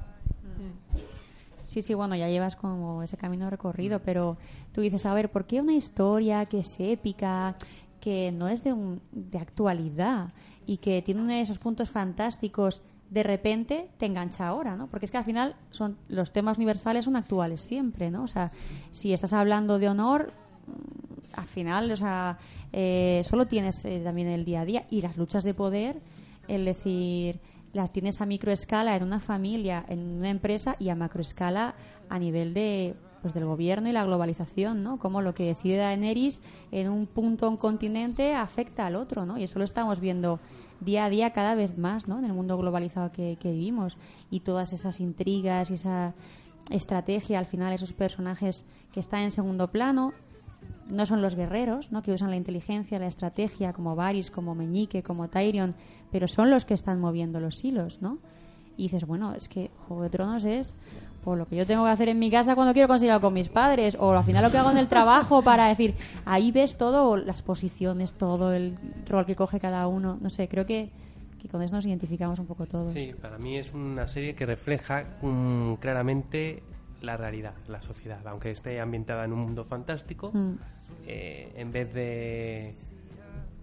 S1: Sí, sí, bueno, ya llevas como ese camino recorrido, pero tú dices, a ver, ¿por qué una historia que es épica, que no es de, un- de actualidad y que tiene uno de esos puntos fantásticos, de repente te engancha ahora, ¿no? Porque es que al final son los temas universales son actuales siempre, ¿no? O sea, si estás hablando de honor, mm, al final, o sea, eh, solo tienes eh, también el día a día y las luchas de poder, es decir, las tienes a microescala en una familia, en una empresa y a macroescala a nivel de pues del gobierno y la globalización, ¿no? Como lo que decide Daenerys en un punto, un continente, afecta al otro, ¿no? Y eso lo estamos viendo día a día cada vez más, ¿no? En el mundo globalizado que, que vivimos y todas esas intrigas y esa estrategia, al final esos personajes que están en segundo plano, no son los guerreros, ¿no? que usan la inteligencia, la estrategia, como Varys, como Meñique, como Tyrion, pero son los que están moviendo los hilos, ¿no? Y dices, bueno, es que Juego de Tronos es por lo que yo tengo que hacer en mi casa cuando quiero conciliar con mis padres, o al final lo que hago en el trabajo para decir, ahí ves todo, las posiciones, todo el rol que coge cada uno, no sé, creo que, que con eso nos identificamos un poco todos.
S10: Sí, para mí es una serie que refleja mm, claramente la realidad, la sociedad, aunque esté ambientada en un mundo fantástico,
S1: Mm.
S10: eh, en vez de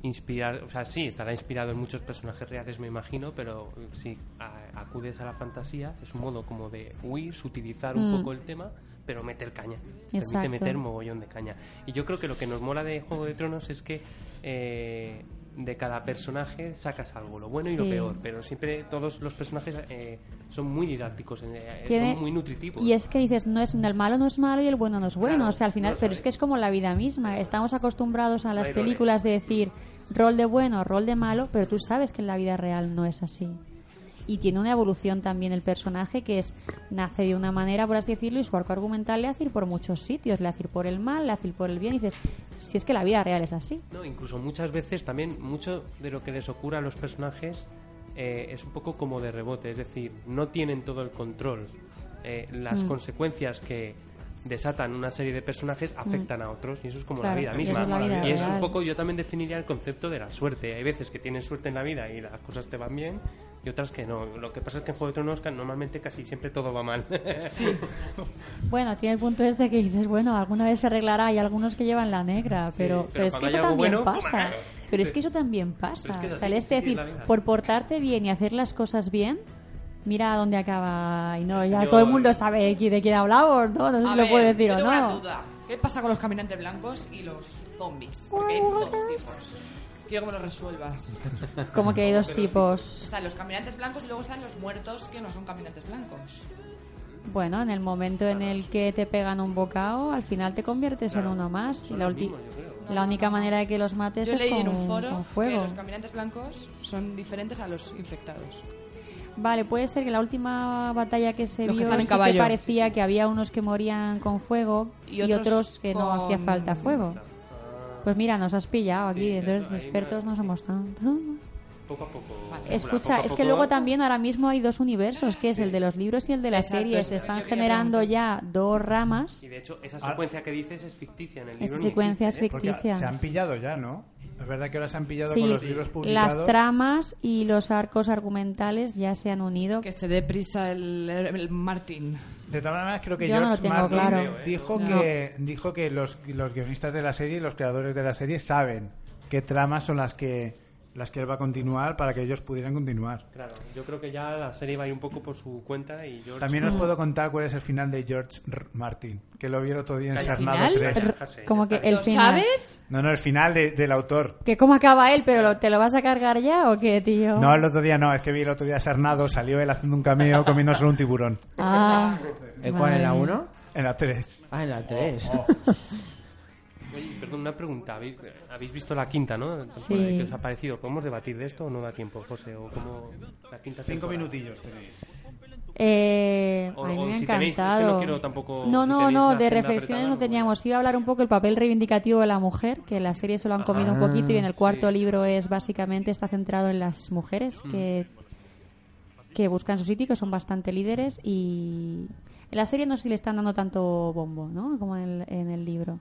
S10: inspirar, o sea, sí, estará inspirado en muchos personajes reales, me imagino, pero eh, si a- acudes a la fantasía, es un modo como de huir, sutilizar un
S1: Mm.
S10: poco el tema, pero meter caña.
S1: Exacto.
S10: Permite meter mogollón de caña. Y yo creo que lo que nos mola de Juego de Tronos es que eh, de cada personaje sacas algo, lo bueno y lo
S1: Sí.
S10: peor, pero siempre todos los personajes eh, son muy didácticos, eh,
S1: Tiene-
S10: son muy nutritivos.
S1: Y es que dices, no es el malo no es malo y el bueno no es bueno.
S10: Claro,
S1: o sea, al final,
S10: no
S1: pero
S10: sabes.
S1: es que es como la vida misma. Estamos acostumbrados a las
S10: Hay roles.
S1: películas de decir rol de bueno, rol de malo, pero tú sabes que en la vida real no es así. Y tiene una evolución también el personaje que es nace de una manera, por así decirlo, y su arco argumental le hace ir por muchos sitios, le hace ir por el mal, le hace ir por el bien. Y dices, si es que la vida real es así.
S10: No, incluso muchas veces también mucho de lo que les ocurre a los personajes eh, es un poco como de rebote, es decir, no tienen todo el control. Eh, las
S1: Mm.
S10: consecuencias que desatan una serie de personajes
S1: Mm.
S10: afectan a otros y eso es como
S1: Claro,
S10: la vida
S1: y eso
S10: misma.
S1: es la vida
S10: y es un
S1: real.
S10: poco, yo también definiría el concepto de la suerte. Hay veces que tienes suerte en la vida y las cosas te van bien. Y otras que no. Lo que pasa es que en Juego de Tronos ca- normalmente casi siempre todo va mal.
S1: Bueno, tiene el punto este que dices, bueno, alguna vez se arreglará y algunos que llevan la negra, pero,
S10: pero
S1: pero, es que
S10: cuando
S1: eso
S10: hay algo
S1: también
S10: bueno,
S1: pasa.
S10: ¡pum!
S1: Pero es que eso también pasa.
S10: Pero es que es
S1: o sea, el
S10: así, sí,
S1: este
S10: es
S1: decir,
S10: la vida.
S1: por portarte bien y hacer las cosas bien, mira dónde acaba. Y no, ya
S10: señor-
S1: todo el mundo sabe qui- de quién hablamos, ¿no? No sé
S6: A
S1: si
S6: ver,
S1: lo puede decir
S6: yo
S1: o
S6: tengo una
S1: no.
S6: duda. ¿Qué pasa con los caminantes blancos y los zombies? Porque hay dos tipos. Quiero que me lo resuelvas.
S1: Como que hay dos tipos.
S6: Están los caminantes blancos y luego están los muertos que no son caminantes blancos.
S1: Bueno, en el momento en el que te pegan un bocado, al final te conviertes en uno más. Y la, ulti- la única manera de que los mates
S6: Yo
S1: es
S6: leí
S1: con,
S6: en un foro
S1: con
S6: que
S1: fuego.
S6: los caminantes blancos son diferentes a los infectados.
S1: Vale, puede ser que la última batalla que se
S6: Los que
S1: vio
S6: están en
S1: sí que
S6: caballo.
S1: parecía que había unos que morían con fuego y
S6: Y
S1: otros,
S6: otros
S1: que no
S6: con-
S1: hacía falta fuego. Pues mira, nos has pillado aquí,
S10: Sí, eso,
S1: entonces
S10: ahí
S1: expertos no somos tanto.
S10: Poco a poco. Poco a
S1: Escucha, es
S10: poco.
S1: que luego también ahora mismo hay dos universos, que es el de los libros y el de las
S6: Exacto,
S1: series.
S6: eso es lo
S1: Están
S6: que quería
S1: generando ya
S6: preguntar.
S1: dos ramas.
S10: Y de hecho, esa secuencia que dices es ficticia en el libro.
S1: Esa
S10: ni
S1: secuencia es
S10: existe, ¿eh?
S4: Porque
S1: Ficticia.
S4: se han pillado ya, ¿no? Es verdad que ahora se han pillado
S1: Sí,
S4: con los libros publicados.
S1: las tramas y los arcos argumentales ya se han unido.
S6: Que se dé prisa el, el Martín.
S4: De todas maneras, creo que
S1: Yo no
S4: George
S1: lo tengo
S4: Martin
S1: claro.
S4: dijo,
S6: No.
S4: que, dijo que los, los guionistas de la serie y los creadores de la serie saben qué tramas son las que, las que él va a continuar para que ellos pudieran continuar.
S10: Claro, yo creo que ya la serie va a ir un poco por su cuenta y yo...
S4: También os puedo contar cuál es el final de George R. Martin, que lo vi el otro día en
S10: ¿El
S4: Sarnado
S6: final?
S4: 3.
S1: Como que el
S6: ¿Lo
S1: final.
S6: sabes?
S4: No, no, el final de- del autor.
S1: ¿Que cómo acaba él? ¿Pero lo- te lo vas a cargar ya o qué, tío?
S4: No, el otro día no, es que vi el otro día Sarnado, salió él haciendo un cameo comiéndose un tiburón.
S1: Ah,
S3: ¿En cuál? ¿En la
S1: Madre.
S3: 1?
S4: En la 3.
S3: Ah, en la 3.
S10: Oh,
S3: *laughs*
S10: Oye, perdón, una pregunta. ¿Habéis, habéis visto la quinta, no?
S1: Sí.
S10: ¿Qué os ha parecido? ¿Podemos debatir de esto o no da tiempo, José? ¿O cómo la quinta temporada?
S1: Eh,
S10: O-
S1: a mí
S10: o
S1: me ha
S10: si tenéis, es que no
S1: encantado.
S10: quiero tampoco-
S1: no,
S10: si
S1: no,
S10: tenéis
S1: no,
S10: una
S1: de
S10: agenda
S1: reflexiones
S10: apretada,
S1: no
S10: no,
S1: teníamos. Iba a hablar un poco el papel reivindicativo de la mujer, que en la serie se lo han comido un
S3: Ah,
S1: poquito y en el cuarto libro es básicamente está centrado en las mujeres
S10: Mm.
S1: que, que buscan su sitio, que son bastante líderes y en la serie no sé si le están dando tanto bombo, ¿no? Como en el, en el libro.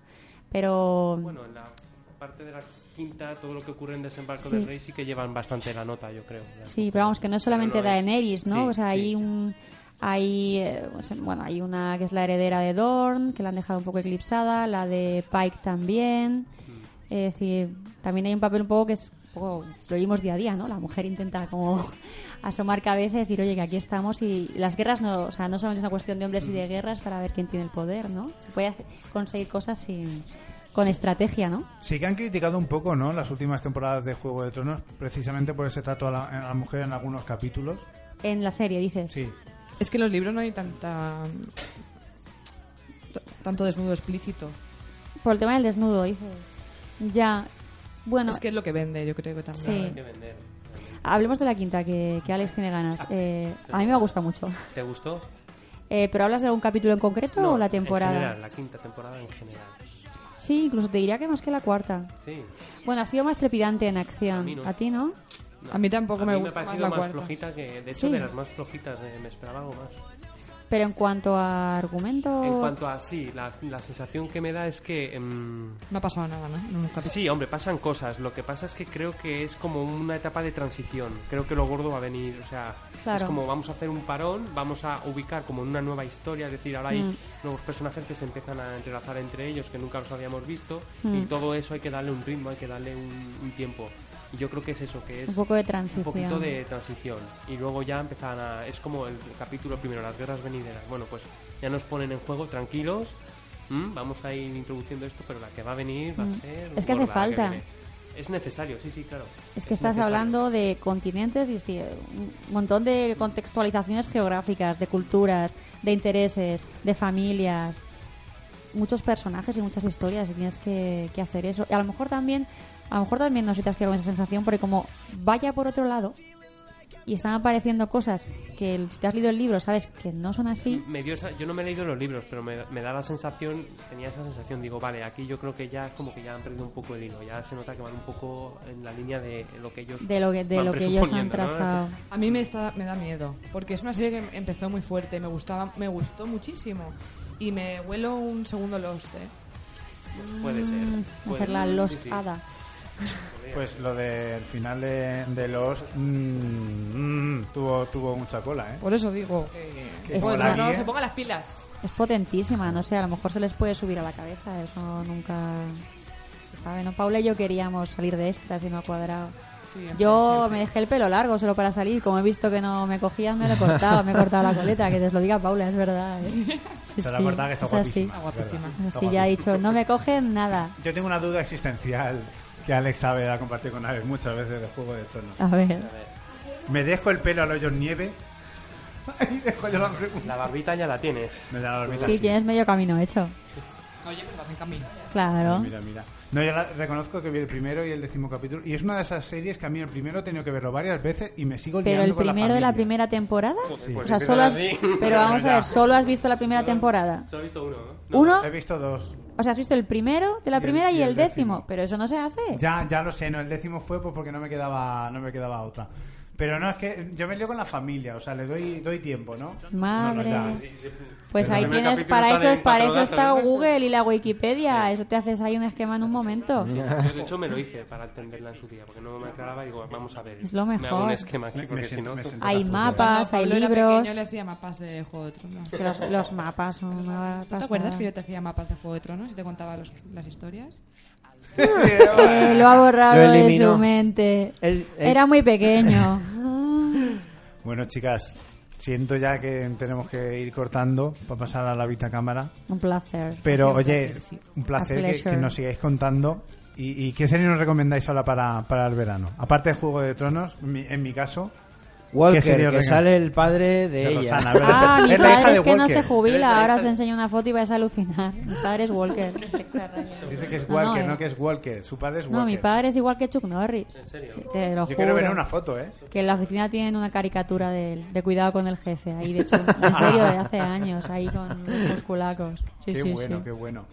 S1: Pero
S10: Bueno, en la parte de la quinta, todo lo que ocurre en Desembarco
S1: Sí.
S10: del Rey sí que llevan bastante la nota, yo creo.
S1: Sí, pero vamos, que no es solamente
S10: Pero no es-
S1: Daenerys, ¿no?
S10: sí,
S1: o sea, hay
S10: sí.
S1: un... Hay, eh, o sea, bueno, hay una que es la heredera de Dorn, que la han dejado un poco eclipsada, la de Pike también.
S10: Mm.
S1: Es decir, también hay un papel un poco que es... un poco- lo vimos día a día, ¿no? La mujer intenta como *laughs* asomar cabeza y decir, oye, que aquí estamos y las guerras no, o sea, no solamente es una cuestión de hombres y
S10: Mm.
S1: de guerras para ver quién tiene el poder, ¿no? Se puede hacer- conseguir cosas sin, con estrategia, ¿no?
S4: Sí que han criticado un poco, ¿no? Las últimas temporadas de Juego de Tronos, precisamente por ese trato a la, a la mujer en algunos capítulos.
S1: En la serie, dices.
S4: Sí.
S6: Es que en los libros no hay tanta... t- tanto desnudo explícito.
S1: Por el tema del desnudo, dices. Ya. Bueno,
S6: Es que es lo que vende, yo creo que
S1: Sí.
S6: también.
S10: Hay que vender. Ah.
S1: hablemos de la quinta, que, que Alex tiene ganas. Eh, a mí me gusta mucho.
S10: ¿Te gustó?
S1: Eh, ¿Pero hablas de algún capítulo en concreto o la temporada?
S10: En general, la quinta temporada en general.
S1: Sí, incluso te diría que más que la cuarta.
S10: Sí.
S1: Bueno, ha sido más trepidante en acción.
S10: A mí no.
S1: ti no?
S6: A mí tampoco
S10: A
S6: me
S10: mí
S6: gusta
S10: ha
S6: más
S10: parecido
S6: la
S10: más,
S6: cuarta.
S10: flojita que, de hecho,
S1: Sí.
S10: de las más flojitas, eh, me esperaba algo más.
S1: Pero en cuanto a argumento...
S10: En cuanto a sí, la, la sensación que me da es que. mm,
S6: No ha pasado nada, ¿no? En un capítulo.
S10: Sí, hombre, pasan cosas. Lo que pasa es que creo que es como una etapa de transición. Creo que lo gordo va a venir. O sea,
S1: Claro.
S10: es como vamos a hacer un parón, vamos a ubicar como en una nueva historia. Es decir, ahora hay
S1: Mm.
S10: nuevos personajes que se empiezan a entrelazar entre ellos, que nunca los habíamos visto.
S1: Mm.
S10: Y todo eso hay que darle un ritmo, hay que darle un, un tiempo. Y yo creo que es eso, que es
S1: Un poco de
S10: un
S1: transición.
S10: poquito de transición. Y luego ya empiezan a... Es como el capítulo primero, las guerras venideras. Bueno, pues ya nos ponen en juego, tranquilos. ¿m? Vamos a ir introduciendo esto, pero la que va a venir va a
S1: Mm.
S10: ser...
S1: Es que hace
S10: gorda, la
S1: falta.
S10: viene. es necesario, sí, sí, claro.
S1: Es que estás
S10: necesario.
S1: hablando de continentes, disti- un montón de contextualizaciones geográficas, de culturas, de intereses, de familias, muchos personajes y muchas historias y tienes que, que hacer eso. Y a lo mejor también, a lo mejor también no se te hacía con esa sensación porque como vaya por otro lado y están apareciendo cosas que el- si te has leído el libro sabes que no son así,
S10: Me dio esa- yo no me he leído los libros, pero me, me da la sensación, tenía esa sensación, digo, vale, aquí yo creo que ya es como que ya han perdido un poco el hilo, ya se nota que van un poco en la línea de lo que ellos
S1: de lo que, de
S10: van
S1: lo que ellos han
S10: presuponiendo, ¿no?
S1: trazado.
S6: A mí me, está, me da miedo, porque es una serie que empezó muy fuerte, me gustaba, me gustó muchísimo. Y me huelo un segundo Lost, ¿eh?
S10: Puede ser. puede-
S1: Mm, Hacer la
S10: sí,
S1: Lost
S10: sí.
S1: Hada.
S4: Pues lo del final de, de Lost mm, mm, tuvo, tuvo mucha cola, ¿eh?
S6: Por eso digo que...
S1: Es
S6: Bueno,
S1: una-
S6: Pues no, se pongan las pilas.
S1: Es potentísima, no sé, a lo mejor se les puede subir a la cabeza, eso nunca... se ¿Sabe? No, Paula y yo queríamos salir de esta si no ha cuadrado.
S6: Sí, en
S1: Yo
S6: plan,
S1: me dejé el pelo largo solo para salir. Como he visto que no me cogías, me lo he cortado. me he cortado la coleta. Que te lo diga Paula, es verdad. ¿eh? Sí,
S4: Pero la
S1: sí,
S4: verdad que está
S1: es así.
S4: guapísima.
S6: Está guapísima.
S4: es verdad. Está
S1: Así ya he
S4: guapísima.
S1: dicho, no me cogen nada.
S4: Yo tengo una duda existencial que Alex sabe, la compartí con Alex muchas veces de Juego de Tronos.
S1: A ver.
S4: ¿Me dejo el pelo al hoyo en nieve? *laughs* Ahí dejo yo la pregunta.
S10: La barbita ya la tienes.
S4: Me da la órbita
S1: Sí,
S4: así.
S1: tienes medio camino hecho.
S6: Oye, pero vas en camino.
S1: Claro.
S4: Mira, mira. No, yo la- reconozco que vi el primero y el décimo capítulo. Y es una de esas series que a mí el primero he tenido que verlo varias veces y me sigo
S1: Pero
S4: liando
S1: el
S4: con la
S1: primero de la
S4: familia.
S1: primera temporada.
S10: Joder, pues
S1: O sea,
S10: empiezan
S1: solo has-
S10: así.
S1: Pero vamos a
S4: Ya.
S1: ver, solo has visto la primera temporada.
S10: Solo he visto uno, ¿no? No,
S1: Uno,
S4: He visto dos.
S1: o sea, has visto el primero de la
S4: Y el-
S1: primera
S4: y
S1: y
S4: el
S1: el décimo.
S4: décimo.
S1: Pero eso no se hace.
S4: Ya, ya lo sé, no, el décimo fue pues, porque no me quedaba, no me quedaba otra. Pero no, es que yo me lío con la familia, o sea, le doy, doy tiempo, ¿no?
S1: Madre.
S4: No, no, ya.
S10: Sí, sí.
S1: Pues
S10: En el
S1: ahí
S10: primer
S1: tienes,
S10: capítulo
S1: para eso,
S10: salen
S1: es- para eso
S10: cuatro
S1: está
S10: gatos.
S1: Google y la Wikipedia. Eso te haces ahí un esquema en
S4: *laughs*
S1: un momento.
S10: Yo, de hecho, me lo hice para entenderla en su día, porque no me aclaraba y digo, vamos a ver.
S1: Es lo
S10: Me hago un
S1: mejor.
S10: esquema aquí,
S4: Me- me
S10: porque si
S4: siento-
S10: no...
S4: me siento-
S1: Hay
S4: Cuando
S1: mapas, hay
S6: Cuando Pablo Era
S1: libros.
S6: pequeño, le hacía mapas de Juego de Tronos.
S1: que Los, los mapas son una
S6: ¿Tú te
S1: pasada.
S6: acuerdas que yo te hacía mapas de Juego de Tronos y te contaba los- las historias?
S1: Eh, lo ha borrado
S3: Lo
S1: de
S3: eliminó.
S1: su mente.
S3: El- el-
S1: Era muy pequeño.
S4: Bueno, chicas, siento ya que tenemos que ir cortando para pasar a la vitacámara.
S1: un placer.
S4: Pero
S6: Ha sido un
S4: oye,
S6: placer, sí.
S4: un placer
S1: A
S4: que,
S1: pleasure.
S4: que nos sigáis contando. ¿Y, y qué serie nos recomendáis ahora para, para el verano? Aparte de Juego de Tronos, mi- en mi caso, ¿Qué serie
S3: Walker, que
S4: ordenas?
S3: sale el padre de,
S4: de
S3: ella.
S4: Rosana, ¿verdad?
S1: Ah, mi
S4: es la hija
S1: padre
S4: de
S1: es que no se
S4: Walker.
S10: Eres la
S1: jubila. Ahora
S10: hija
S1: os
S10: de-
S1: enseño una foto y vais a alucinar. Mi padre es Walker.
S10: *laughs*
S4: Dice que es
S1: No,
S4: Walker, no,
S1: no, eh.
S4: que es Walker. Su padre es Walker.
S1: No, mi padre es igual que Chuck Norris.
S10: ¿En serio?
S1: Te lo
S4: Yo quiero ver
S1: juro.
S4: una foto, ¿eh?
S1: Que en la oficina tienen una caricatura de, él, de cuidado con el jefe, ahí de hecho, en serio, de hace años, ahí con los musculacos. Sí,
S4: qué
S1: sí,
S4: bueno,
S1: sí.
S4: qué bueno.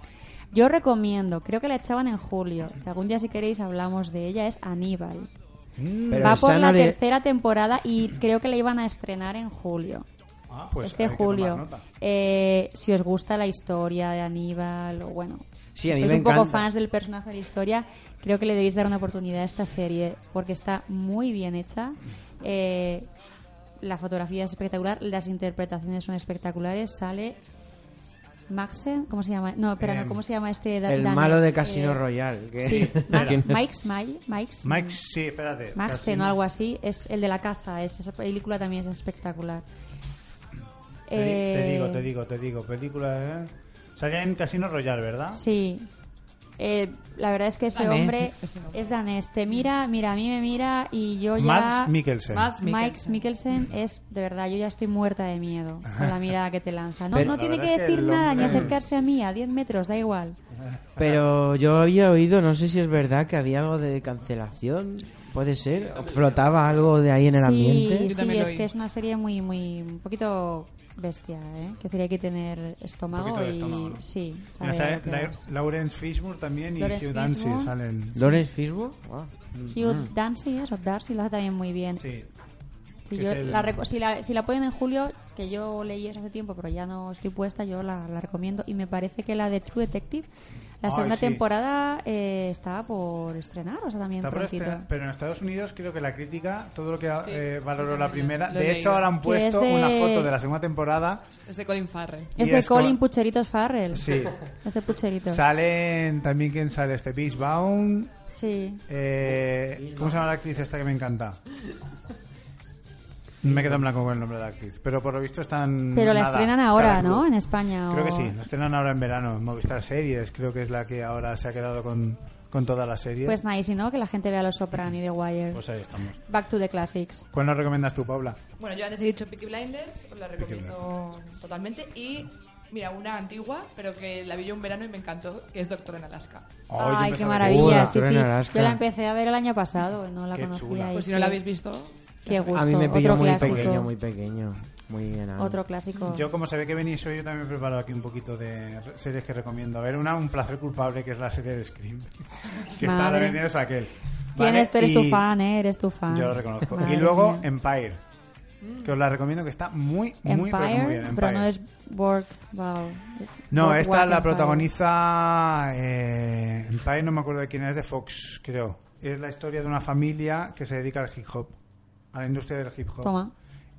S1: Yo recomiendo, creo que la echaban en julio, si algún día si queréis hablamos de ella, es Aníbal.
S3: Pero
S1: Va
S3: esa
S1: por
S3: no
S1: la
S3: le-
S1: tercera temporada y creo que la iban a estrenar en julio.
S4: Ah, pues
S1: este
S4: hay que tomar
S1: julio.
S4: nota.
S1: Eh, si os gusta la historia de Aníbal, o bueno,
S3: Sí, a mí
S1: sois
S3: me
S1: un poco
S3: encanta.
S1: fans del personaje de la historia, creo que le debéis dar una oportunidad a esta serie porque está muy bien hecha. Eh, la fotografía es espectacular, las interpretaciones son espectaculares. Sale Maxen, ¿cómo se llama? No, espera,
S4: Em,
S1: no, ¿cómo se llama este? da-
S3: El
S1: danés?
S3: malo de Casino
S1: Eh,
S3: Royale. que- *laughs*
S1: Sí, Ma-
S3: ¿Quién es?
S1: Mike Smile, Mike, Smile.
S4: Mike, sí, espérate.
S1: Maxen
S4: Casino.
S1: o algo así, es el de la caza, es- esa película también es espectacular.
S4: Te, di- te
S1: Eh,
S4: digo, te digo, te digo. Película, ¿eh? Salía en Casino Royale, ¿verdad?
S1: Sí. Eh, la verdad es que ese
S6: Danés,
S1: hombre
S6: ese hombre.
S1: es danés. Te mira, mira, a mí me mira y yo ya...
S4: Mads Mikkelsen.
S6: Mads
S1: Mike
S6: Mikkelsen.
S1: Mikkelsen es, de verdad, yo ya estoy muerta de miedo con la mirada que te lanza. No,
S4: Pero
S1: no
S4: la
S1: tiene
S4: verdad
S1: que
S4: es que
S1: decir
S4: el
S1: nada, ni
S4: hombre-
S1: acercarse a mí, a 10 metros, da igual.
S3: Pero yo había oído, no sé si es verdad, que había algo de cancelación. Puede ser. Flotaba algo de ahí en el ambiente.
S1: Sí,
S6: Yo
S1: sí,
S6: también lo
S1: es
S6: oí.
S1: que es una serie muy, muy, un poquito bestia, ¿eh? Que decir, hay que tener estómago
S4: poquito de
S1: y...
S4: estómago, ¿no?
S1: Sí,
S4: Mira,
S1: saber a
S4: sale
S1: lo que
S4: La-
S1: vas.
S4: Lawrence Fishburne también y
S1: Lawrence
S4: Hugh Dancy
S1: Fishburne.
S4: salen.
S3: ¿Lawrence Fishburne? Mm. Wow.
S1: Hugh Dancy, eso, Darcy lo hace también muy bien.
S4: Mm. Sí.
S1: Si,
S4: que
S1: yo
S4: es el-
S1: la reco- si, la, si la ponen en julio, que yo leí eso hace tiempo, pero ya no estoy puesta, yo la, la recomiendo. Y me parece que la de True Detective, la
S4: Ay,
S1: segunda
S4: sí.
S1: temporada, eh, estaba por estrenar, o sea, también
S4: Está por
S1: prontito.
S4: estrenar, pero en Estados Unidos creo que la crítica, todo lo que eh, valoró
S6: yo
S4: la
S6: también
S4: primera.
S6: lo he
S4: De hecho,
S6: leído.
S4: ahora han
S1: Que es
S4: puesto una
S1: de-
S4: foto de la segunda temporada.
S6: Es de Colin Farrell.
S1: Es
S4: y
S1: de
S4: esto-
S1: Colin Pucheritos Farrell.
S4: Sí.
S1: Es de Pucheritos.
S4: Salen también, ¿quién sale? Este Beachbound.
S1: sí.
S4: Eh, ¿Cómo se llama la actriz esta que me encanta? Me quedo en blanco con el nombre de la actriz. Pero por lo visto están.
S1: Pero la
S4: nada,
S1: estrenan ahora,
S4: Cara Cruz.
S1: ¿no? En España.
S4: Creo
S1: o-
S4: que sí, la estrenan ahora en verano. en Movistar Series, creo que es la que ahora se ha quedado con, con toda la serie.
S1: Pues nada, y si no, que la gente vea Los Soprano y The Wire.
S4: Pues ahí estamos.
S1: Back to the Classics.
S4: ¿Cuál nos recomiendas tú, Paula?
S6: Bueno, yo antes he dicho Peaky Blinders, os la recomiendo totalmente. Y mira, una antigua, pero que la vi yo un verano y me encantó, que es Doctor en Alaska.
S4: Oh, yo empezaba
S1: Ay, qué
S4: con-
S1: maravilla.
S3: Uh,
S1: sí,
S3: Doctor
S1: sí.
S3: en Alaska.
S1: Yo la empecé a ver el año pasado, no la
S4: Qué
S1: conocía.
S4: chula.
S1: y
S6: Pues si no
S1: sí.
S6: la habéis visto,
S1: Qué gusto.
S3: A mí me pilló
S1: Otro
S3: muy
S1: clásico.
S3: pequeño, muy pequeño. Muy enano.
S1: Otro clásico.
S4: Yo, como se ve que venís hoy, yo también he preparado aquí un poquito de re- series que recomiendo. A ver, una, un placer culpable, que es la serie de Scream. *laughs* que está
S1: Madre.
S4: vendiendo es aquel.
S1: Tienes, tú eres
S4: Y
S1: tu fan, ¿eh? Eres tu fan.
S4: Yo lo reconozco.
S1: Madre
S4: y luego
S1: mía.
S4: Empire. Que os la recomiendo, que está muy, em, muy, pero que
S1: Empire,
S4: muy bien.
S1: pero no
S4: Empire.
S1: es Borg. wow.
S4: No,
S1: Borg
S4: esta
S1: Warp
S4: la
S1: Empire.
S4: protagoniza. Eh, Empire, no me acuerdo de quién es, de Fox, creo. Es la historia de una familia que se dedica al hip hop, a la industria del hip hop.
S1: Toma.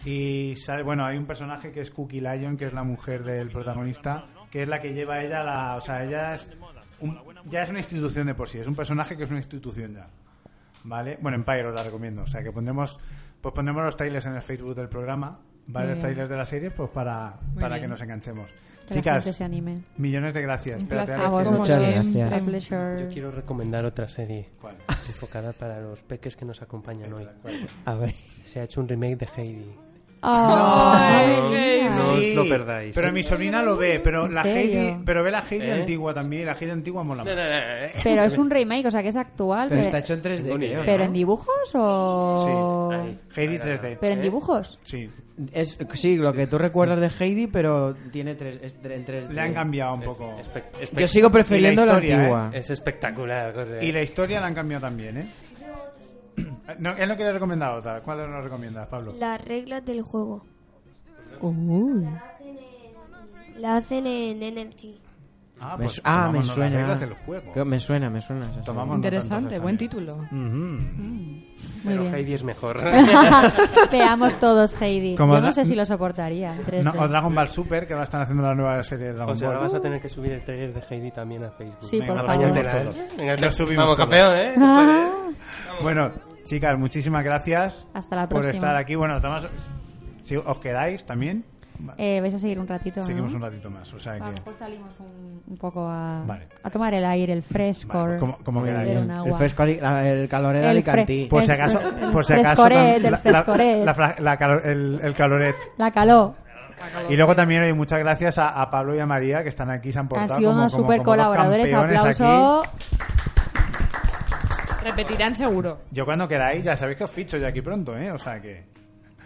S4: Y sale, bueno, hay un personaje que es Cookie Lion, que es la mujer del protagonista, que es la que lleva ella la. O sea, ella es. un- ya es una institución de por sí, es un personaje que es una institución ya. ¿Vale? Bueno, Empire os la recomiendo. O sea, que pondremos, pues pondremos los trailers en el Facebook del programa, varios
S1: bien.
S4: trailers de la serie, pues para,
S6: Muy
S4: para
S6: bien.
S4: que nos enganchemos.
S1: Que la
S4: Chicas,
S1: gente se anime.
S4: millones de gracias.
S6: Un
S4: Espérate,
S6: placer,
S4: a
S1: A
S4: ver qué-
S1: vosotros.
S3: Muchas
S1: siempre,
S3: gracias.
S1: a pleasure.
S10: Yo quiero recomendar otra serie
S4: ¿Cuál?
S10: enfocada para los peques que nos acompañan hoy.
S3: A ver.
S10: Se ha hecho un remake de Heidi.
S1: *laughs* Ay, mira.
S10: No os lo perdáis.
S4: Pero mi sobrina lo ve, pero
S1: ¿En
S4: la
S1: serio?
S4: Heidi, pero ve la Heidi
S10: ¿Eh?
S4: antigua también, y la Heidi antigua mola.
S10: No,
S4: más.
S10: no, no, no.
S1: Pero es un remake, o sea que es actual.
S3: Pero
S1: pe-
S3: está hecho en 3D.
S10: Tengo ni idea.
S3: creo.
S1: ¿Pero en dibujos o...?
S10: Sí, ahí.
S4: Heidi
S10: Ahora no.
S4: 3D.
S1: ¿Pero en
S10: ¿Eh?
S1: dibujos?
S4: Sí.
S3: Es, sí, lo que tú recuerdas de Heidi, pero tiene tres, es tre- en 3D.
S4: Le han cambiado un poco.
S10: Espe- espe-
S3: Yo sigo prefiriendo
S4: Y
S3: la,
S4: la historia, ¿eh?
S3: antigua.
S10: Es espectacular. cosa.
S4: Y la historia la han cambiado también, ¿eh? No, es lo que le he recomendado otra. ¿Cuál nos recomiendas, Pablo?
S7: Las reglas del juego.
S1: Uy.
S7: La hacen en Energy.
S4: Ah,
S3: Me su- ah, me
S4: tomámonos las
S3: suena.
S4: reglas del juego.
S3: Creo- Me suena, me suena. esa
S4: Tomamos nota,
S6: Interesante,
S4: entonces,
S6: buen
S4: también.
S6: título.
S4: Ujú.
S1: Muy
S10: Pero
S1: bien.
S10: Heidi es mejor.
S1: Veamos todos Heidi.
S4: Como
S1: Yo no
S4: da-
S1: sé si lo soportaría. en 3D.
S4: No, o Dragon Ball Super, que ahora están haciendo la nueva serie de Dragon
S10: o sea, ahora
S4: Ball.
S10: vas a tener que subir el trailer de Heidi también a Facebook.
S1: Sí, por favor.
S10: apáñatelas. Venga,
S4: Lo subimos
S10: Vamos,
S4: todos.
S10: campeón, ¿eh?
S1: *laughs*
S4: Bueno, chicas, muchísimas gracias
S1: Hasta la
S4: por
S1: próxima.
S4: estar aquí. Bueno, estamos- si os quedáis también, va-
S1: Eh, vais a seguir un ratito, ¿no?
S4: seguimos un ratito más. O sea
S1: A lo
S4: que,
S1: mejor salimos un, un poco a,
S4: Vale.
S1: a tomar el aire, el frescor.
S4: Vale, pues como- como
S1: a beber
S4: queráis.
S1: un
S3: serie.
S1: agua.
S3: El, fresco, ali- la- el calor de Pues
S1: El fre-
S3: Alicantí.
S4: por si
S1: El-
S4: acaso,
S1: el-
S4: por si
S1: el
S4: acaso,
S1: frescoret,
S4: tam-
S1: el
S4: la- la-
S1: frescoret.
S4: la fra- la calo- el- el caloret.
S1: La caló.
S4: Y luego también oye, muchas gracias a, a Pablo y a María que están aquí, se han
S1: Han
S4: portado
S1: sido
S4: como,
S1: unos
S4: como-
S1: super
S4: como los
S1: colaboradores.
S4: campeones
S1: Aplauso.
S4: aquí.
S6: Repetirán seguro.
S4: Yo cuando queráis, ya sabéis que os ficho yo aquí pronto, ¿eh? O sea que...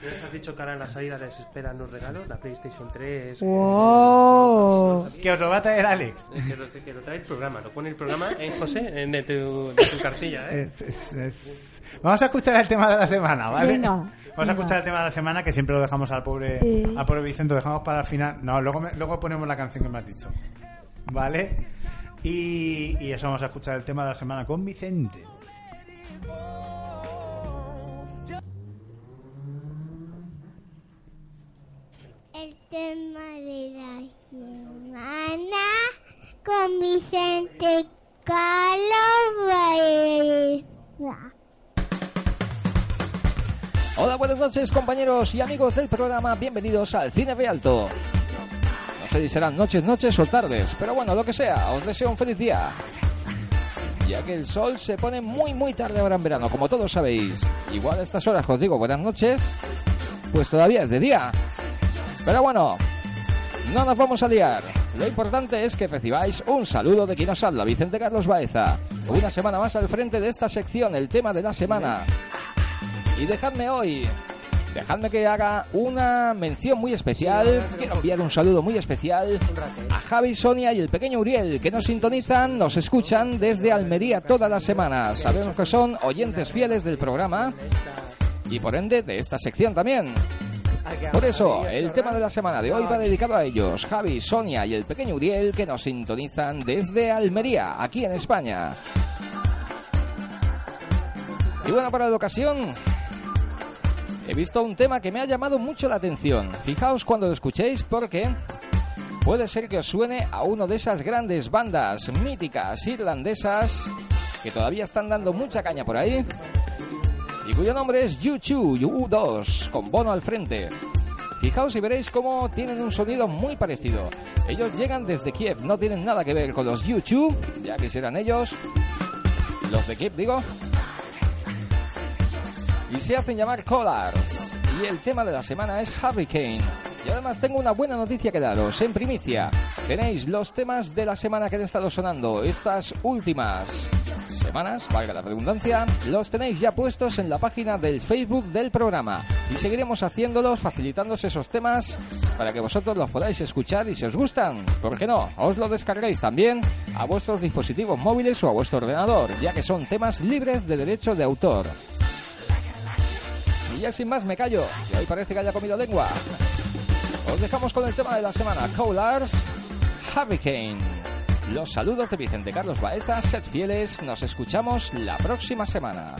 S10: ¿Ya les has dicho que ahora en la salida les esperan los regalos? La PlayStation 3.
S1: Wow.
S4: Que os lo va a traer Alex.
S10: Que, que lo, que lo trae el programa, lo pone el programa, ¿eh, José? En de tu, de tu cartilla, ¿eh?
S4: Es- es- es- Vamos a escuchar el tema de la semana, ¿vale?
S1: Venga,
S4: Vamos a
S1: venga.
S4: escuchar el tema de la semana que siempre lo dejamos al pobre,
S7: Sí.
S4: al pobre Vicente, lo dejamos para el final. No, luego, me- luego ponemos la canción que me has dicho. ¿Vale? Y, y eso vamos a escuchar el tema de la semana con Vicente.
S9: El tema de la semana con Vicente Calabaza.
S11: Hola, buenas noches compañeros y amigos del programa, bienvenidos al Cine Rialto. No sé si serán noches, noches o tardes, pero bueno, lo que sea, os deseo un feliz día. Ya que el sol se pone muy muy tarde ahora en verano, como todos sabéis. Igual a estas horas que os digo buenas noches, pues todavía es de día. Pero bueno, no nos vamos a liar. Lo importante es que recibáis un saludo de quien os habla, Vicente Carlos Baeza. Una semana más al frente de esta sección, el tema de la semana. Y dejadme hoy, dejadme que haga una mención muy especial. Quiero enviar un saludo muy especial a Javi, Sonia y el pequeño Uriel, que nos sintonizan, nos escuchan desde Almería todas las semanas. Sabemos que son oyentes fieles del programa y por ende de esta sección también. Por eso, el tema de la semana de hoy va dedicado a ellos, Javi, Sonia y el pequeño Uriel, que nos sintonizan desde Almería, aquí en España. Y bueno, para la ocasión, he visto un tema que me ha llamado mucho la atención. Fijaos cuando lo escuchéis porque puede ser que os suene a una de esas grandes bandas míticas irlandesas que todavía están dando mucha caña por ahí y cuyo nombre es U2, U2, con Bono al frente. Fijaos y veréis cómo tienen un sonido muy parecido. Ellos llegan desde Kiev, no tienen nada que ver con los U2, ya que serán ellos, los de Kiev digo, y se hacen llamar Collars. Y el tema de la semana es Hurricane. Y además tengo una buena noticia que daros, en primicia. Tenéis los temas de la semana que han estado sonando, estas últimas semanas, valga la redundancia, los tenéis ya puestos en la página del Facebook del programa. Y seguiremos haciéndolos, facilitándoos esos temas para que vosotros los podáis escuchar y si os gustan, ¿por qué no? Os lo descargáis también a vuestros dispositivos móviles o a vuestro ordenador, ya que son temas libres de derecho de autor. Y ya sin más me callo, y hoy parece que haya comido lengua. Os dejamos con el tema de la semana, Cowlars Hurricane. Los saludos de Vicente Carlos Baeza, sed fieles, nos escuchamos la próxima semana.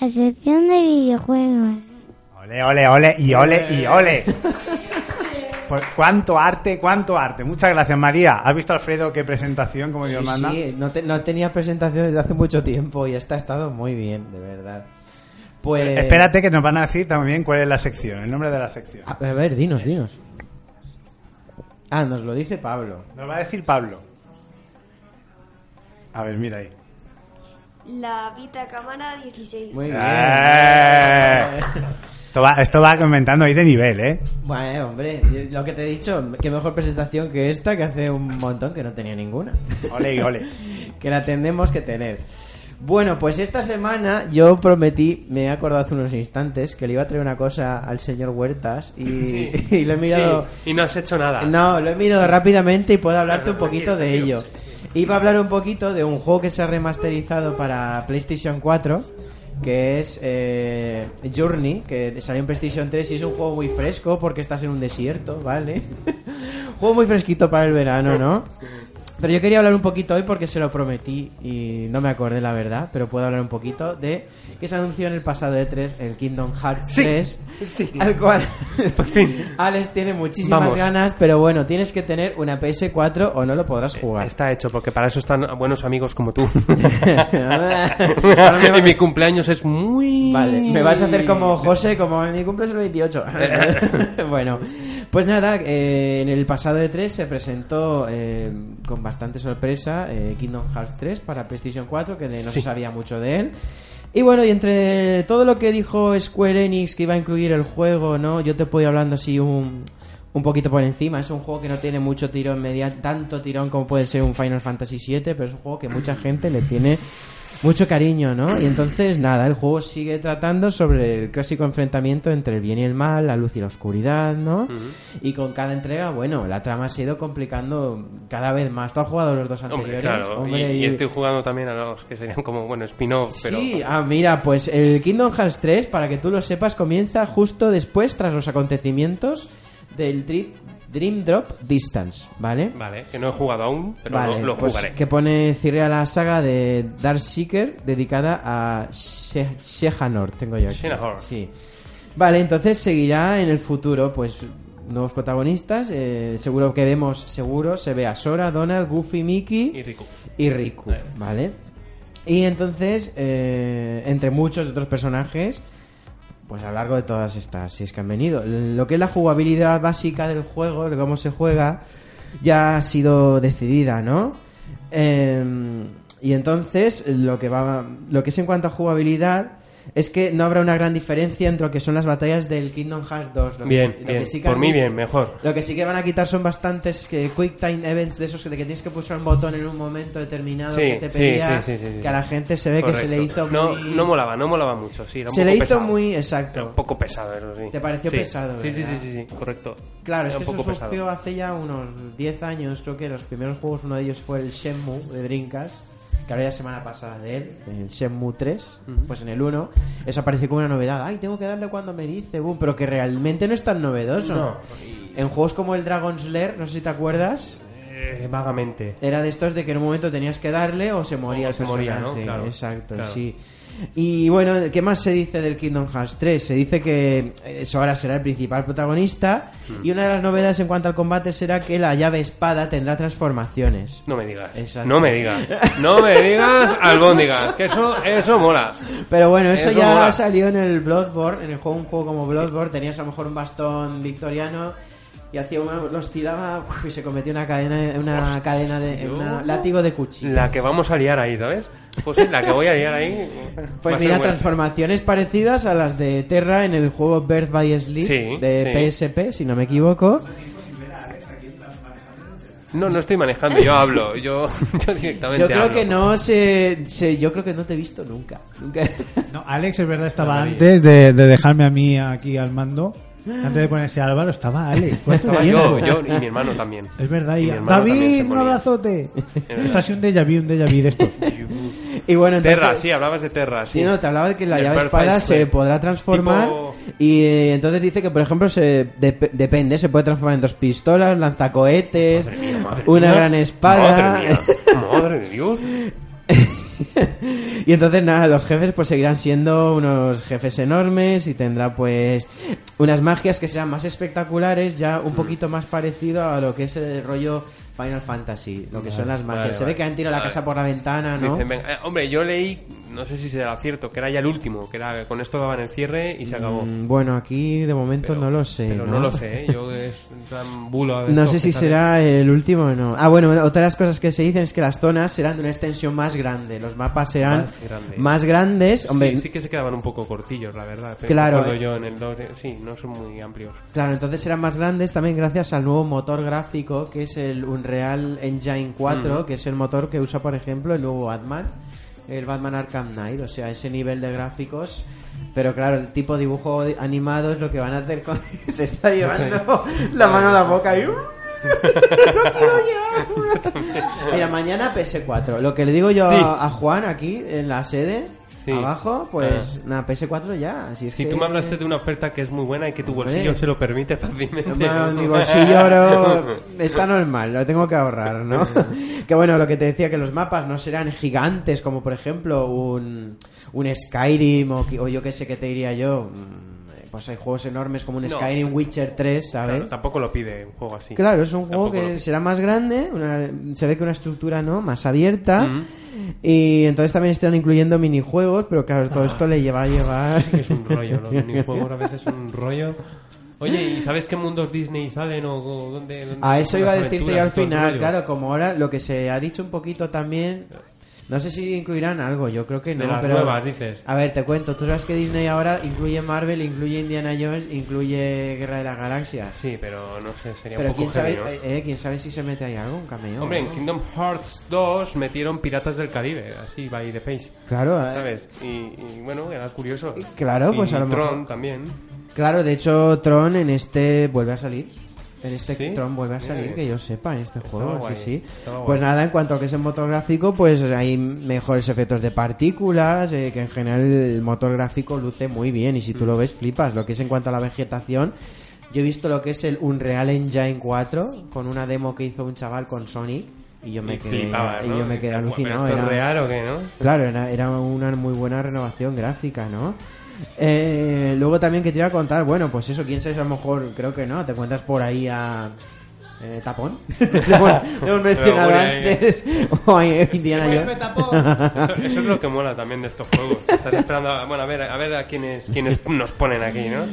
S9: La sección de videojuegos.
S4: Ole, ole, ole, y ole,
S10: Eh.
S4: y ole. Por- cuánto arte, cuánto arte. Muchas gracias, María. ¿Has visto, Alfredo, qué presentación, como Dios
S3: Sí,
S4: manda?
S3: sí, no, te- no tenía presentación desde hace mucho tiempo y esta ha estado muy bien, de verdad. Pues...
S4: Espérate que nos van a decir también cuál es la sección, el nombre de la sección.
S3: A a ver, dinos, dinos. Ah, nos lo dice Pablo.
S4: Nos va a decir Pablo. A ver, mira ahí.
S12: La Vita Cámara 16.
S3: Muy bien.
S4: Eh. Esto va, esto va comentando ahí de nivel, ¿eh?
S3: Bueno, hombre, lo que te he dicho, qué mejor presentación que esta, que hace un montón que no tenía ninguna.
S4: Ole y ole.
S3: que la tenemos que tener. Bueno, pues esta semana yo prometí, me he acordado hace unos instantes, que le iba a traer una cosa al señor Huertas y, *laughs* y lo he mirado...
S10: Sí, y no has hecho
S5: Ah.
S10: nada.
S3: No, lo he mirado rápidamente y puedo hablarte un poquito de ello. Iba a hablar un poquito de un juego que se ha remasterizado para PlayStation 4, que es eh, Journey, que salió en PlayStation 3 y es un juego muy fresco porque estás en un desierto, ¿vale? *laughs* juego muy fresquito para el verano, ¿no? Pero yo quería hablar un poquito hoy porque se lo prometí y no me acordé la verdad, pero puedo hablar un poquito de que se anunció en el pasado E3 el Kingdom Hearts 3, al
S10: *laughs*
S3: cual Alex tiene muchísimas
S10: Vamos.
S3: ganas, pero bueno, tienes que tener una PS4 o no lo podrás jugar.
S10: Eh, Está *laughs* hecho, porque para eso están buenos amigos como *laughs* tú.
S3: *laughs*
S10: *laughs*
S3: Ahora me va-
S10: y mi cumpleaños es muy...
S3: Vale, me vas a hacer como José, como mi cumple es el 28. *laughs* bueno, pues nada, eh, en el pasado E3 se presentó eh, con bastante sorpresa eh, Kingdom Hearts 3 para PlayStation 4, que de- no
S10: Sí.
S3: se sabía mucho de él. Y bueno, y entre todo lo que dijo Square Enix que iba a incluir el juego, ¿no? Yo te puedo ir hablando así un, un poquito por encima. Es un juego que no tiene mucho tirón, media, tanto tirón como puede ser un Final Fantasy VII, pero es un juego que mucha gente le tiene mucho cariño, ¿no? Y entonces, nada, el juego sigue tratando sobre el clásico enfrentamiento entre el bien y el mal, la luz y la oscuridad, ¿no? Y con cada entrega, bueno, la trama se ha ido complicando cada vez más. ¿Tú has jugado los dos
S10: Hombre,
S3: anteriores?
S10: claro.
S3: Hombre,
S10: y, este y
S3: y-
S10: estoy jugando también a los que serían como, bueno, spin-off, pero...
S3: Sí, ah, mira, pues el Kingdom Hearts 3, para que tú lo sepas, comienza justo después, tras los acontecimientos del Dream, Dream Drop Distance, ¿vale?
S10: Vale, que no he jugado aún, pero
S3: Vale,
S10: lo, lo
S3: pues
S10: jugaré.
S3: que pone cierre a la saga de Darkseeker dedicada a She- Shehanor, tengo yo aquí.
S10: Shehanor.
S3: Sí. Vale, entonces seguirá en el futuro, pues nuevos protagonistas, eh, seguro que vemos, seguro, se ve a Sora, Donald, Goofy, Mickey
S10: Y Riku.
S3: y Riku, ¿vale? Y entonces, eh, entre muchos otros personajes, pues a lo largo de todas estas, si es que han venido. Lo que es la jugabilidad básica del juego, de cómo se juega, ya ha sido decidida, ¿no? Eh, y entonces, lo que, va, lo que es en cuanto a jugabilidad, es que no habrá una gran diferencia entre lo que son las batallas del Kingdom Hearts 2. Lo que
S10: Bien,
S3: sí- lo que
S10: bien.
S3: sí que
S10: Por
S3: han
S10: mí
S3: dicho-
S10: bien, mejor.
S3: lo que sí que van a quitar son bastantes que quick time events de esos que, de que tienes que pulsar un botón en un momento determinado
S10: Sí,
S3: que te
S10: sí,
S3: pedía
S10: sí, sí, sí, sí.
S3: que a la gente se ve que se le
S10: Correcto.
S3: hizo
S10: no,
S3: muy...
S10: no molaba, no molaba mucho, sí. Era un
S3: se
S10: poco
S3: le hizo
S10: pesado.
S3: muy exacto.
S10: Era un poco pesado, eso sí.
S3: Te pareció
S10: Sí.
S3: pesado,
S10: Sí, sí,
S3: ¿verdad?
S10: sí, sí, sí, correcto.
S3: Claro, es
S10: Era
S3: que
S10: un
S3: eso
S10: poco pesado.
S3: surgió hace ya unos 10 años, creo que los primeros juegos, uno de ellos fue el Shenmue de Drinkas, que hablé la semana pasada de él, el Shenmue 3, pues en el 1, eso apareció como una novedad, ay, tengo que darle cuando me dice, boom, pero que realmente no es tan novedoso.
S10: No.
S3: En juegos como el Dragon's Lair, no sé si te acuerdas,
S10: Eh, vagamente.
S3: Era de estos de que en un momento tenías que darle o se moría
S10: O
S3: el
S10: se moría,
S3: personaje.
S10: ¿no? Claro,
S3: Exacto,
S10: claro.
S3: sí. Y bueno, ¿qué más se dice del Kingdom Hearts 3? Se dice que eh, Sora será el principal protagonista y una de las novedades en cuanto al combate será que la llave espada tendrá transformaciones.
S10: No me digas.
S3: Exacto.
S10: No me digas. No me digas albóndigas. Que eso, eso mola.
S3: *laughs* Pero bueno, eso,
S10: Eso
S3: ya
S10: mola.
S3: salió en el Bloodborne, en el juego, un juego como Bloodborne, tenías a lo mejor un bastón victoriano y hacía una, los tiraba uf, y se convertía en una cadena, en una cadena de en una- látigo de cuchillo.
S10: La que vamos a liar ahí, ¿sabes? Pues sí, la que voy a liar ahí. eh, va
S3: Pues
S10: a ser
S3: mira,
S10: buena.
S3: transformaciones parecidas a las de Terra en el juego Birth by Sleep
S10: Sí,
S3: de PSP, si no me equivoco.
S10: No, no estoy manejando, yo hablo. Yo, *laughs* yo directamente
S3: Yo creo
S10: hablo.
S3: que no se, se- yo creo que no te he visto nunca. Nunca. *laughs*
S4: No, Alex, es verdad, estaba antes de, de dejarme a mí aquí al mando. Antes de ponerse Álvaro, estaba Alex. ¿Cuánto
S10: Estaba
S4: tiempo?
S10: yo, yo y mi hermano también.
S4: Es verdad,
S10: Y
S4: y
S10: mi hermano también
S4: David,
S10: se
S4: un
S10: ponía. *laughs*
S4: abrazote.
S10: verdad.
S4: Esto ha sido un déjà vu, un déjà vu
S10: *laughs*
S4: de estos.
S3: Y bueno, entonces,
S10: Terra, sí, hablabas de Terra, sí.
S3: Sí, no, te hablaba de que la
S10: Del
S3: llave
S10: Birth by
S3: espada
S10: Sleep.
S3: se podrá transformar
S10: Tipo-
S3: y eh, entonces dice que por ejemplo se dep- depende, se puede transformar en dos pistolas, lanzacohetes,
S10: Madre mía, madre
S3: una
S10: mía.
S3: gran espada.
S10: Madre mía, madre de Dios.
S3: y entonces nada, los jefes pues seguirán siendo unos jefes enormes y tendrá pues unas magias que serán más espectaculares, ya
S10: Mm.
S3: un poquito más parecido a lo que es el rollo Final Fantasy, lo que son las magias.
S10: Ah, Vale,
S3: Se
S10: vale.
S3: ve que han tirado la
S10: Vale.
S3: casa por la ventana, ¿no?
S10: Dicen, venga, eh, hombre, yo leí, no sé si será cierto, que era ya el último, que era con esto daban el cierre y se acabó.
S3: Mm, Bueno, aquí de momento no lo sé.
S10: Pero no lo sé, ¿eh? yo es tan bulo. a ver,
S3: No
S10: todo
S3: sé si
S10: que sale.
S3: será el último o no. Ah, bueno, otra de las cosas que se dicen es que las zonas serán de una extensión más grande. Los mapas serán
S10: Más grande.
S3: más grandes. Hombre,
S10: Sí, sí que se quedaban un poco cortillos, la verdad. pero
S3: Claro,
S10: recuerdo
S3: eh.
S10: yo en el dos- sí, no son muy amplios.
S3: Claro, entonces serán más grandes también gracias al nuevo motor gráfico que es el Unreal Engine 4,
S10: Mm.
S3: que es el motor que usa, por ejemplo, el nuevo Batman, el Batman Arkham Knight, o sea, ese nivel de gráficos. Pero claro, el tipo de dibujo de- animado es lo que van a hacer con... *laughs* Se está llevando la mano a la boca y... "Uh, ¡No
S10: *laughs*
S3: quiero ya". Mira, mañana PS4. Lo que le digo yo
S10: Sí.
S3: a a Juan aquí en la sede,
S10: Sí. Ah.
S3: abajo, pues nada, PS4 ya. Si, es
S10: Si
S3: que-
S10: tú me hablaste de una oferta que es muy buena y que tu
S3: Hombre.
S10: bolsillo se lo permite fácilmente.
S3: Bueno, mi bolsillo bro, está normal, lo tengo que ahorrar, ¿no? que bueno, lo que te decía, que los mapas no serán gigantes como por ejemplo un, un Skyrim o, qui- o yo qué sé qué te diría yo. Mm, Pues hay juegos enormes como un
S10: No.
S3: Skyrim Witcher 3, ¿sabes?
S10: Claro, tampoco lo pide un juego así.
S3: Claro, es un juego
S10: Tampoco lo
S3: que
S10: pide.
S3: será más grande, una- se ve que una estructura no más abierta y entonces también están incluyendo minijuegos, pero claro,
S10: Ah.
S3: todo esto le lleva a llevar...
S10: Es un rollo,
S3: *laughs*
S10: los minijuegos a veces son un rollo. Oye, ¿y sabes qué mundos Disney salen o, o dónde, dónde
S3: A eso
S10: son
S3: iba a
S10: las
S3: decirte yo
S10: aventuras,
S3: al
S10: todo el
S3: final,
S10: rollo?
S3: claro, como ahora lo que se ha dicho un poquito también. No sé si incluirán algo, yo creo que no.
S10: De las
S3: pero,
S10: nuevas, dices.
S3: A ver, te cuento, tú sabes que Disney ahora incluye Marvel, incluye Indiana Jones, incluye Guerra de las Galaxias.
S10: Sí, pero no sé, sería
S3: Pero
S10: un poco
S3: quién sabe,
S10: genio, ¿eh?
S3: eh, quién sabe si se mete ahí algo, un cameo.
S10: Hombre, en
S3: ¿no?
S10: Kingdom Hearts 2 metieron Piratas del Caribe, así, by the face.
S3: Claro, eh.
S10: ¿Sabes? Y, y bueno, era curioso.
S3: Claro,
S10: Y
S3: pues a lo
S10: Tron
S3: mejor.
S10: también.
S3: Claro, de hecho, Tron en este vuelve a salir. En este
S10: ¿Sí?
S3: Tron vuelve a
S10: Sí.
S3: salir, que yo sepa, en este juego,
S10: guay,
S3: sí, sí.
S10: estaba guay.
S3: Pues nada, en cuanto a que es el motor gráfico, pues hay mejores efectos de partículas, eh, que en general el motor gráfico luce muy bien y si tú
S10: Mm.
S3: lo ves flipas. Lo que es en cuanto a la vegetación, yo he visto lo que es el Unreal Engine 4 con una demo que hizo un chaval con Sonic y yo me
S10: Y
S3: quedé,
S10: flipabas,
S3: y
S10: ¿no?
S3: yo me quedé
S10: Dices, "Buah, ¿pero
S3: alucinado.
S10: esto es
S3: era-
S10: real o qué, no?
S3: Claro, era, era una muy buena renovación gráfica, ¿no? Eh, luego también que te iba a contar, bueno, pues eso, quién sabe, a lo mejor, creo que no, te cuentas por ahí a... eh, ¿Tapón? *laughs* lo hemos, lo hemos mencionado
S10: Pero, hombre,
S3: antes. *laughs* o a Indiana Jones.
S10: Eso, eso es lo que mola Ah, también de estos juegos. *laughs* Estás esperando, a, bueno, a ver, a ver a quiénes, quiénes nos ponen aquí, ¿no?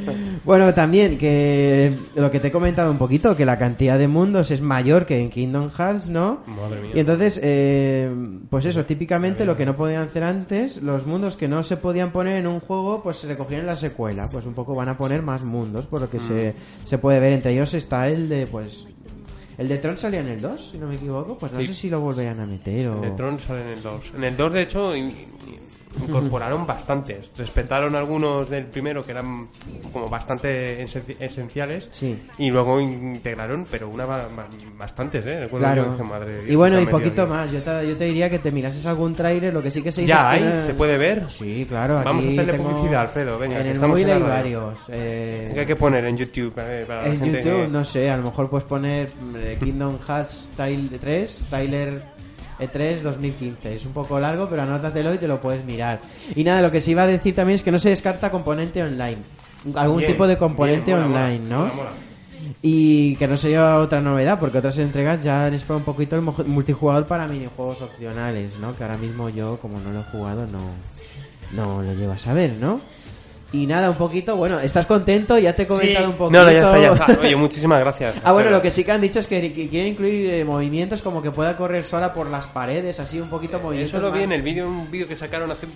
S3: Bueno, también que lo que te he comentado un poquito, que la cantidad de mundos es mayor que en Kingdom Hearts, ¿no?
S10: Madre mía.
S3: Y entonces, eh, pues eso, típicamente lo que no podían hacer antes, los mundos que no se podían poner en un juego, pues se recogían en la secuela. Pues un poco van a poner más mundos, por lo que se,
S10: Mm.
S3: se puede ver. Entre ellos está el de, pues... El de Tron salía en el 2, si no me equivoco, pues no
S10: Sí.
S3: sé si lo volverán a meter o...
S10: El de Tron sale en el 2. En el 2, de hecho, in- in- incorporaron bastantes. Respetaron algunos del primero que eran como bastante esen- esenciales.
S3: Sí.
S10: Y luego integraron, pero una ba- ba- bastantes, ¿eh? Recuerdo que
S3: Claro.
S10: dije, madre de Dios,
S3: y bueno,
S10: que
S3: y
S10: han metido
S3: poquito
S10: aquí.
S3: más. Yo te, yo te diría que te mirases algún tráiler, lo que sí que se dice
S10: Ya
S3: es
S10: hay,
S3: que una-
S10: se puede ver.
S3: Sí, claro. aquí
S10: Vamos a hacerle
S3: tengo-
S10: publicidad, Alfredo. Venga,
S3: en
S10: que
S3: el
S10: estamos
S3: móvil
S10: en
S3: hay
S10: la radio.
S3: varios. eh,
S10: ¿Qué hay que poner en YouTube? A ver, para la
S3: en
S10: gente
S3: YouTube,
S10: que-
S3: no sé, a lo mejor puedes poner mm, eh, Kingdom Hearts Tyler 3, Tyler E3 2015. Es un poco largo, pero anótatelo y te lo puedes mirar. Y nada, lo que se iba a decir también es que no se descarta componente online. Algún
S10: Bien,
S3: tipo de componente
S10: bien, mola, mola,
S3: online, ¿no?
S10: mola, mola.
S3: Y que no sería otra novedad, porque otras entregas ya han esperado un poquito el mojo- multijugador para minijuegos opcionales, ¿no? Que ahora mismo yo, como no lo he jugado, no, no lo llevo a saber, ¿no? Y nada, un poquito, bueno, ¿estás contento? Ya te he comentado un poquito.
S10: No, no, ya está, ya está. Oye, muchísimas gracias.
S3: *laughs* Ah, bueno,
S10: Alfredo.
S3: lo que sí que han dicho es que que quieren incluir eh, movimientos como que pueda correr sola por las paredes, así un poquito movimiento.
S10: Eh, Eso lo vi en el vídeo, un vídeo que sacaron hace un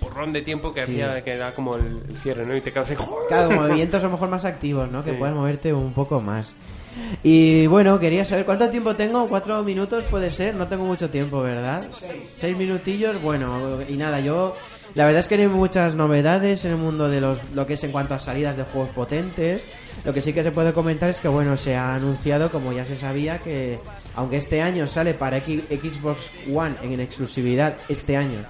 S10: porrón de tiempo que hacía que era como el cierre, ¿no? Y te quedas ahí, ¡joder! *laughs*
S3: Claro, movimientos a lo mejor más activos, ¿no? Que
S10: Sí.
S3: puedas moverte un poco más. Y bueno, quería saber cuánto tiempo tengo, cuatro minutos puede ser, no tengo mucho tiempo, ¿verdad? Seis minutillos, bueno, y nada, yo la verdad es que hay muchas novedades en el mundo de los, lo que es en cuanto a salidas de juegos potentes. Lo que sí que se puede comentar es que bueno, se ha anunciado, como ya se sabía, que aunque este año sale para X- Xbox One en exclusividad, este año,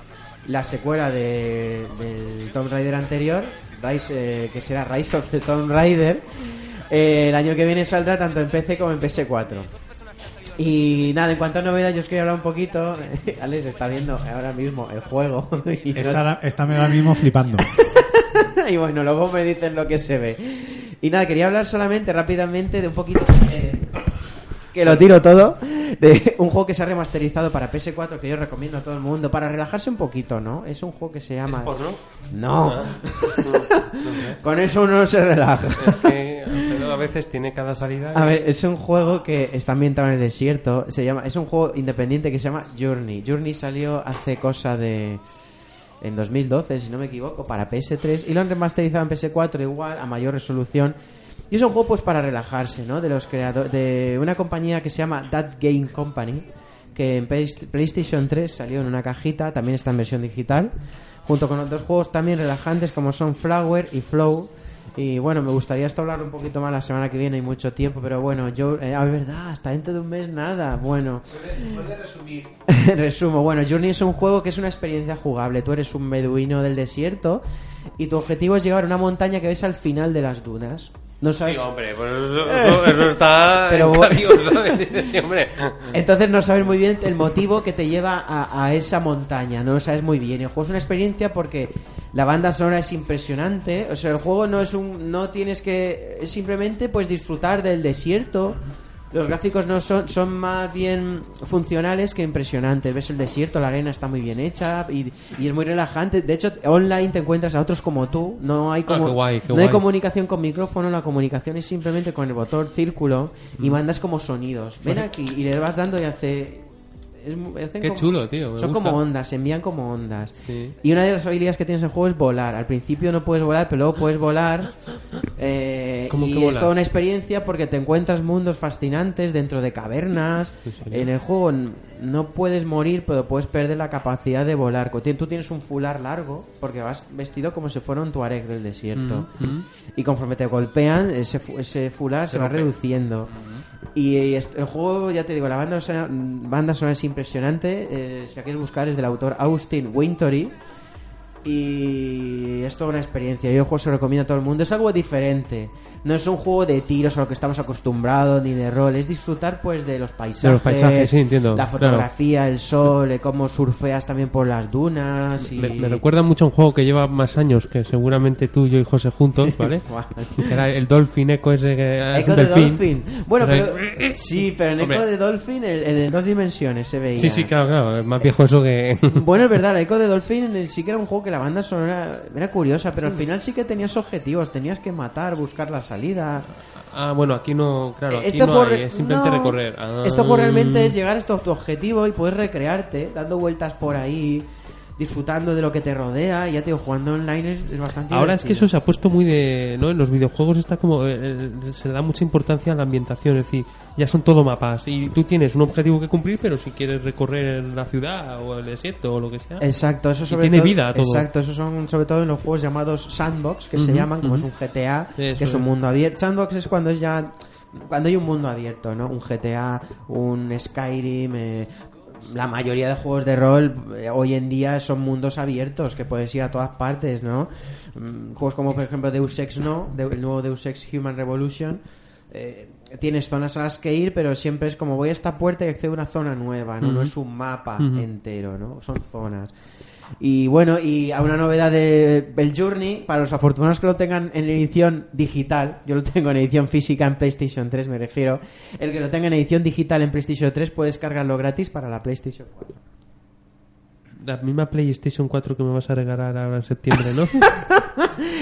S3: la secuela de, del Tomb Raider anterior, Rise, eh, que será Rise of the Tomb Raider, eh, el año que viene saldrá tanto en PC como en PS4. Y nada, en cuanto a novedades, yo os quería hablar un poquito. *laughs* Alex está viendo ahora mismo el juego. *laughs* y no
S4: Está, ahora- está ahora mismo flipando.
S3: *laughs* y bueno, luego me dicen lo que se ve. Y nada, quería hablar solamente rápidamente de un poquito. eh, que lo tiro todo. De un juego que se ha remasterizado para PS4 que yo recomiendo a todo el mundo. Para relajarse un poquito, ¿no? Es un juego que se llama.
S10: ¿Es porno?
S3: No. *laughs*
S10: Ah.
S3: Con eso uno no se relaja.
S10: Es que Alfredo a veces tiene cada salida.
S3: A ver, es un juego que está ambientado en el desierto. Se llama, es un juego independiente que se llama Journey. Journey salió hace cosa de en 2012, si no me equivoco, para PS3 y lo han remasterizado en PS4 igual a mayor resolución. Y es un juego pues para relajarse, ¿no? De los creadores de una compañía que se llama That Game Company, que en PS- PlayStation 3 salió en una cajita, también está en versión digital, junto con otros juegos también relajantes como son Flower y Flow. Y bueno, me gustaría esto hablar un poquito más la semana que viene, hay mucho tiempo, pero bueno, yo, eh, ah, es verdad, hasta dentro de un mes nada, bueno. *laughs* Resumo, bueno, Journey es un juego que es una experiencia jugable. Tú eres un beduino del desierto y tu objetivo es llegar a una montaña que ves al final de las dunas. No sabes.
S10: Sí, hombre, pues eso, eso- eso está.
S3: Pero
S10: en
S3: bueno.
S10: código, *laughs* ¿sabes? Dices, sí, hombre.
S3: Entonces no sabes muy bien el motivo que te lleva a, a esa montaña, no lo sabes muy bien. El juego es una experiencia porque la banda sonora es impresionante, o sea, el juego no es un no tienes que es simplemente pues disfrutar del desierto. Los gráficos no son son más bien funcionales que impresionantes. Ves el desierto, la arena está muy bien hecha y, y es muy relajante. De hecho, online te encuentras a otros como tú, no hay como
S13: Ah, qué guay, qué
S3: no hay
S13: guay.
S3: como comunicación con micrófono, la comunicación es simplemente con el botón círculo y mandas como sonidos. Ven
S13: Mm. Vale.
S3: aquí y le vas dando y hace... es mu- hacen
S13: Qué
S3: como-
S13: chulo, tío, me
S3: Son
S13: gusta.
S3: como ondas, se envían como ondas.
S13: Sí.
S3: Y una de las habilidades que tienes en el juego es volar. Al principio no puedes volar, pero luego puedes volar. eh,
S13: ¿Cómo
S3: y
S13: que volar?
S3: es toda una experiencia porque te encuentras mundos fascinantes dentro de cavernas. En el juego n- no puedes morir, pero puedes perder la capacidad de volar. Co- ti- Tú tienes un fular largo porque vas vestido como si fuera un tuareg del desierto.
S13: Mm, mm.
S3: Y conforme te golpean, ese, fu- ese fular se,
S13: Se
S3: va
S13: rompe.
S3: reduciendo. Y eh, est- el juego, ya te digo, la banda sonora, banda sonora es impresionante. eh, si la quieres buscar, es del autor Austin Wintory. Y es toda una experiencia. Yo el juego se lo recomiendo a todo el mundo. Es algo diferente. No es un juego de tiros a lo que estamos acostumbrados, ni de rol. Es disfrutar pues de los paisajes.
S10: De los paisajes, sí, entiendo,
S3: La
S10: claro.
S3: fotografía, el sol, eh, cómo surfeas también por las dunas. Y...
S10: Me, me
S3: *laughs*
S10: recuerda mucho a un juego que lleva más años que seguramente tú, yo y José juntos, *laughs* ¿vale?
S3: Guau.
S10: que era el Dolphin Echo ese que era
S3: Echo
S10: un
S3: de
S10: delfín.
S3: Dolphin. Bueno,
S10: O sea, *laughs*
S3: pero. Sí, pero en Echo
S10: Hombre.
S3: de Dolphin, el, el de dos dimensiones se veía.
S10: Sí, sí, claro, claro, es más viejo eso que...
S3: Bueno, es verdad, el Echo de Dolphin el- sí que era un juego que la banda sonora era curiosa, pero al final sí que tenías objetivos, tenías que matar, buscar la salida.
S10: *laughs* ah, bueno, aquí no, claro, aquí
S3: Este
S10: no
S3: juego
S10: hay,
S3: re-
S10: es simplemente
S3: no.
S10: recorrer. Ah.
S3: Este juego realmente es llegar hasta tu objetivo y puedes recrearte dando vueltas por ahí, disfrutando de lo que te rodea. Y ya te digo, jugando online es, es bastante.
S10: Ahora es que
S3: divertido.
S10: eso se ha puesto muy de... ¿no? En los videojuegos está como... eh, eh, se le da mucha importancia a la ambientación, es decir, ya son todo mapas y tú tienes un objetivo que cumplir, pero si quieres recorrer la ciudad o el desierto o lo que sea...
S3: Exacto, eso
S10: y
S3: sobre
S10: tiene
S3: todo-
S10: vida todo.
S3: Exacto, eso son sobre todo en los juegos llamados sandbox, que se
S10: Ujú,
S3: llaman, como
S10: ujú.
S3: es un GTA,
S10: Eso
S3: que es un
S10: es.
S3: mundo abierto. Sandbox es cuando es ya cuando hay un mundo abierto, ¿no? Un GTA, un Skyrim, eh, la mayoría de juegos de rol eh, hoy en día son mundos abiertos que puedes ir a todas partes, ¿no? Mm, Juegos como por ejemplo Deus Ex No, de- el nuevo Deus Ex Human Revolution. eh, tienes zonas a las que ir, pero siempre es como voy a esta puerta y accedo a una zona nueva, ¿no? No
S13: Ujú.
S3: es un mapa
S13: Ujú.
S3: entero, ¿no? Son zonas. Y bueno, y a una novedad de el Journey, para los afortunados que lo tengan en edición digital, yo lo tengo en edición física en PlayStation 3, me refiero, el que lo tenga en edición digital en PlayStation 3 puede descargarlo gratis para la PlayStation 4.
S10: La misma PlayStation 4 que me vas a regalar ahora en septiembre, ¿no?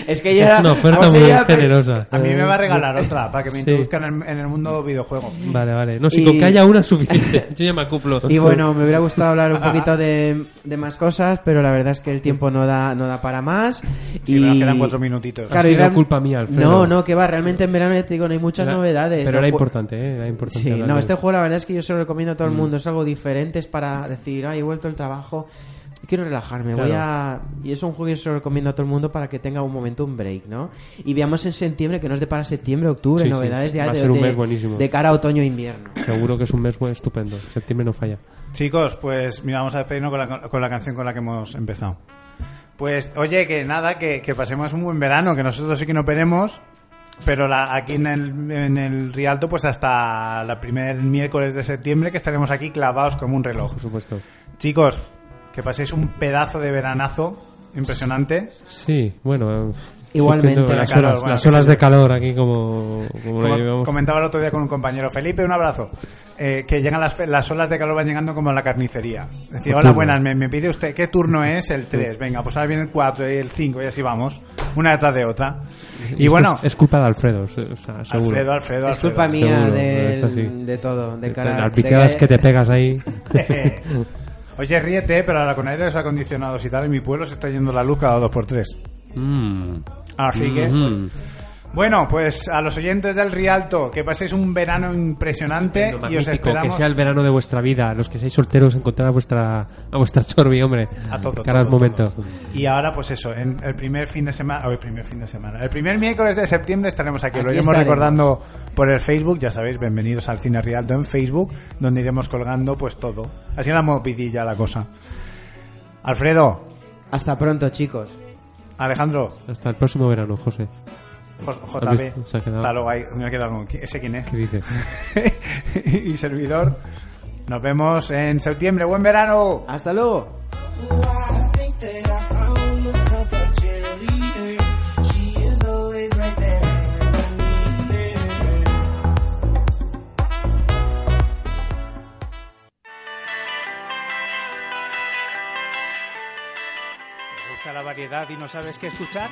S3: Es que *laughs* ya...
S10: Es una oferta
S3: vamos a
S10: muy
S3: ir a-
S10: generosa.
S4: A mí me va a *laughs* regalar otra para que me
S10: Sí.
S4: introduzcan en, en el mundo videojuego.
S10: Vale, vale. No, si
S4: Y-
S10: con que haya una es suficiente. *laughs* Yo ya me acoplo.
S3: Y bueno, me hubiera gustado hablar un poquito de, de más cosas, pero la verdad es que el tiempo no da, no da para más.
S4: Sí,
S3: y...
S4: nos quedan cuatro minutitos. Ha
S3: y
S4: sido
S3: real-
S4: culpa mía, Alfredo.
S3: No, no, que va, realmente en verano ya te digo, no hay muchas
S10: Era-
S3: novedades.
S10: Pero era
S3: Los jue-
S10: importante, ¿eh? Era importante.
S3: Sí,
S10: hablar de-
S3: no,
S10: Mm.
S3: este juego la verdad es que yo se lo recomiendo a todo el mundo. Es algo diferente, es para decir, ay, he vuelto al trabajo, quiero relajarme, voy a...
S10: Claro.
S3: Y es un juego que yo se lo recomiendo a todo el mundo para que tenga un momento, un break, ¿no? Y veamos en septiembre, que nos depara septiembre, octubre,
S10: Sí, sí.
S3: novedades de,
S10: Va a
S3: de-
S10: ser un
S3: de-
S10: mes buenísimo.
S3: de cara a otoño e invierno.
S10: Seguro que es un mes bueno, estupendo. Septiembre no falla.
S4: Chicos, pues mira, vamos a despedirnos con la, con la canción con la que hemos empezado. Pues oye, que nada, que, que pasemos un buen verano, que nosotros sí que nos veremos. Pero la- aquí en el, en el Rialto, pues hasta la primer miércoles de septiembre que estaremos aquí clavados como un reloj. Por
S10: supuesto.
S4: Chicos, que paséis un pedazo de veranazo impresionante.
S10: Sí, bueno. eh,
S4: Igualmente.
S10: sufriendo las
S4: Calor,
S10: olas,
S4: bueno,
S10: las
S4: que
S10: olas
S4: sí.
S10: de calor aquí como, como la
S4: Como
S10: llevamos.
S4: comentaba el otro día con un compañero, Felipe, un abrazo. Eh, que llegan las, fe- las olas de calor van llegando como a la carnicería. Decir,
S10: Por
S4: hola,
S10: turno.
S4: buenas, me, me pide usted qué turno es el 3. Venga, pues ahora viene el 4 y el 5 y así vamos, una detrás de otra. Y
S10: Esto
S4: bueno,
S10: es, es culpa de Alfredo, o sea, seguro.
S4: Alfredo, Alfredo,
S3: Es
S4: *laughs*
S3: culpa
S4: Alfredo.
S3: mía
S10: Seguro,
S3: del-
S10: esto sí.
S3: de todo, de cara-
S10: Las picadas
S3: de-
S10: que te pegas *laughs* ahí.
S4: Eh, Oye, ríete, pero ahora con aires acondicionados y tal, en mi pueblo se está yendo la luz cada dos por tres. Así que.
S10: Mm.
S4: Bueno, pues a los oyentes del Rialto, que paséis un verano
S10: Lo
S4: impresionante Eh, y os
S10: magnífico,
S4: esperamos.
S10: que sea el verano de vuestra vida. Los que seáis solteros, encontrar a vuestra, a vuestra chorbi, hombre.
S4: A todo,
S10: Cara al
S4: todo,
S10: momento.
S4: Y ahora, pues eso, en el primer fin de semana, o el primer fin de semana, el primer miércoles de septiembre estaremos aquí. Lo
S3: Aquí
S4: iremos
S3: estaremos.
S4: recordando por el Facebook, ya sabéis, bienvenidos al Cine Rialto en Facebook, donde iremos colgando pues todo. Así la movidilla la cosa. Alfredo.
S3: Hasta pronto, chicos.
S4: Alejandro.
S10: Hasta el próximo verano, José.
S4: J-
S10: ¿Has
S4: JB.
S10: visto? Se ha quedado.
S4: Hasta luego, ahí, me he quedado con- ¿Ese quién es?
S10: ¿Qué dices?
S4: *laughs* y servidor. Nos vemos en septiembre. ¡Buen verano!
S3: ¡Hasta luego!
S5: that I found myself a cheerleader. She is always right there when I need her.
S4: ¿Te gusta la variedad y no sabes qué escuchar?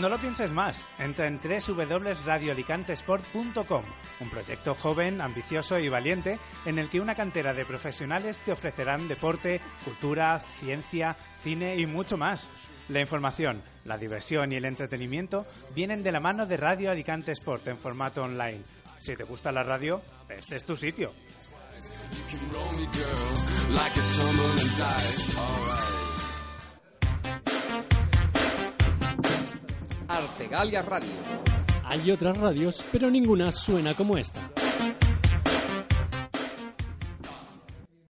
S4: No lo pienses más. Entra en www.radioalicantesport.com, un proyecto joven, ambicioso y valiente en el que una cantera de profesionales te ofrecerán deporte, cultura, ciencia, cine y mucho más. La información, la diversión y el entretenimiento vienen de la mano de Radio Alicante Sport en formato online. Si te gusta la radio, este es tu sitio.
S13: like a tumbling dice. Alright.
S11: Artegalia Radio.
S2: Hay otras radios, pero ninguna suena como esta.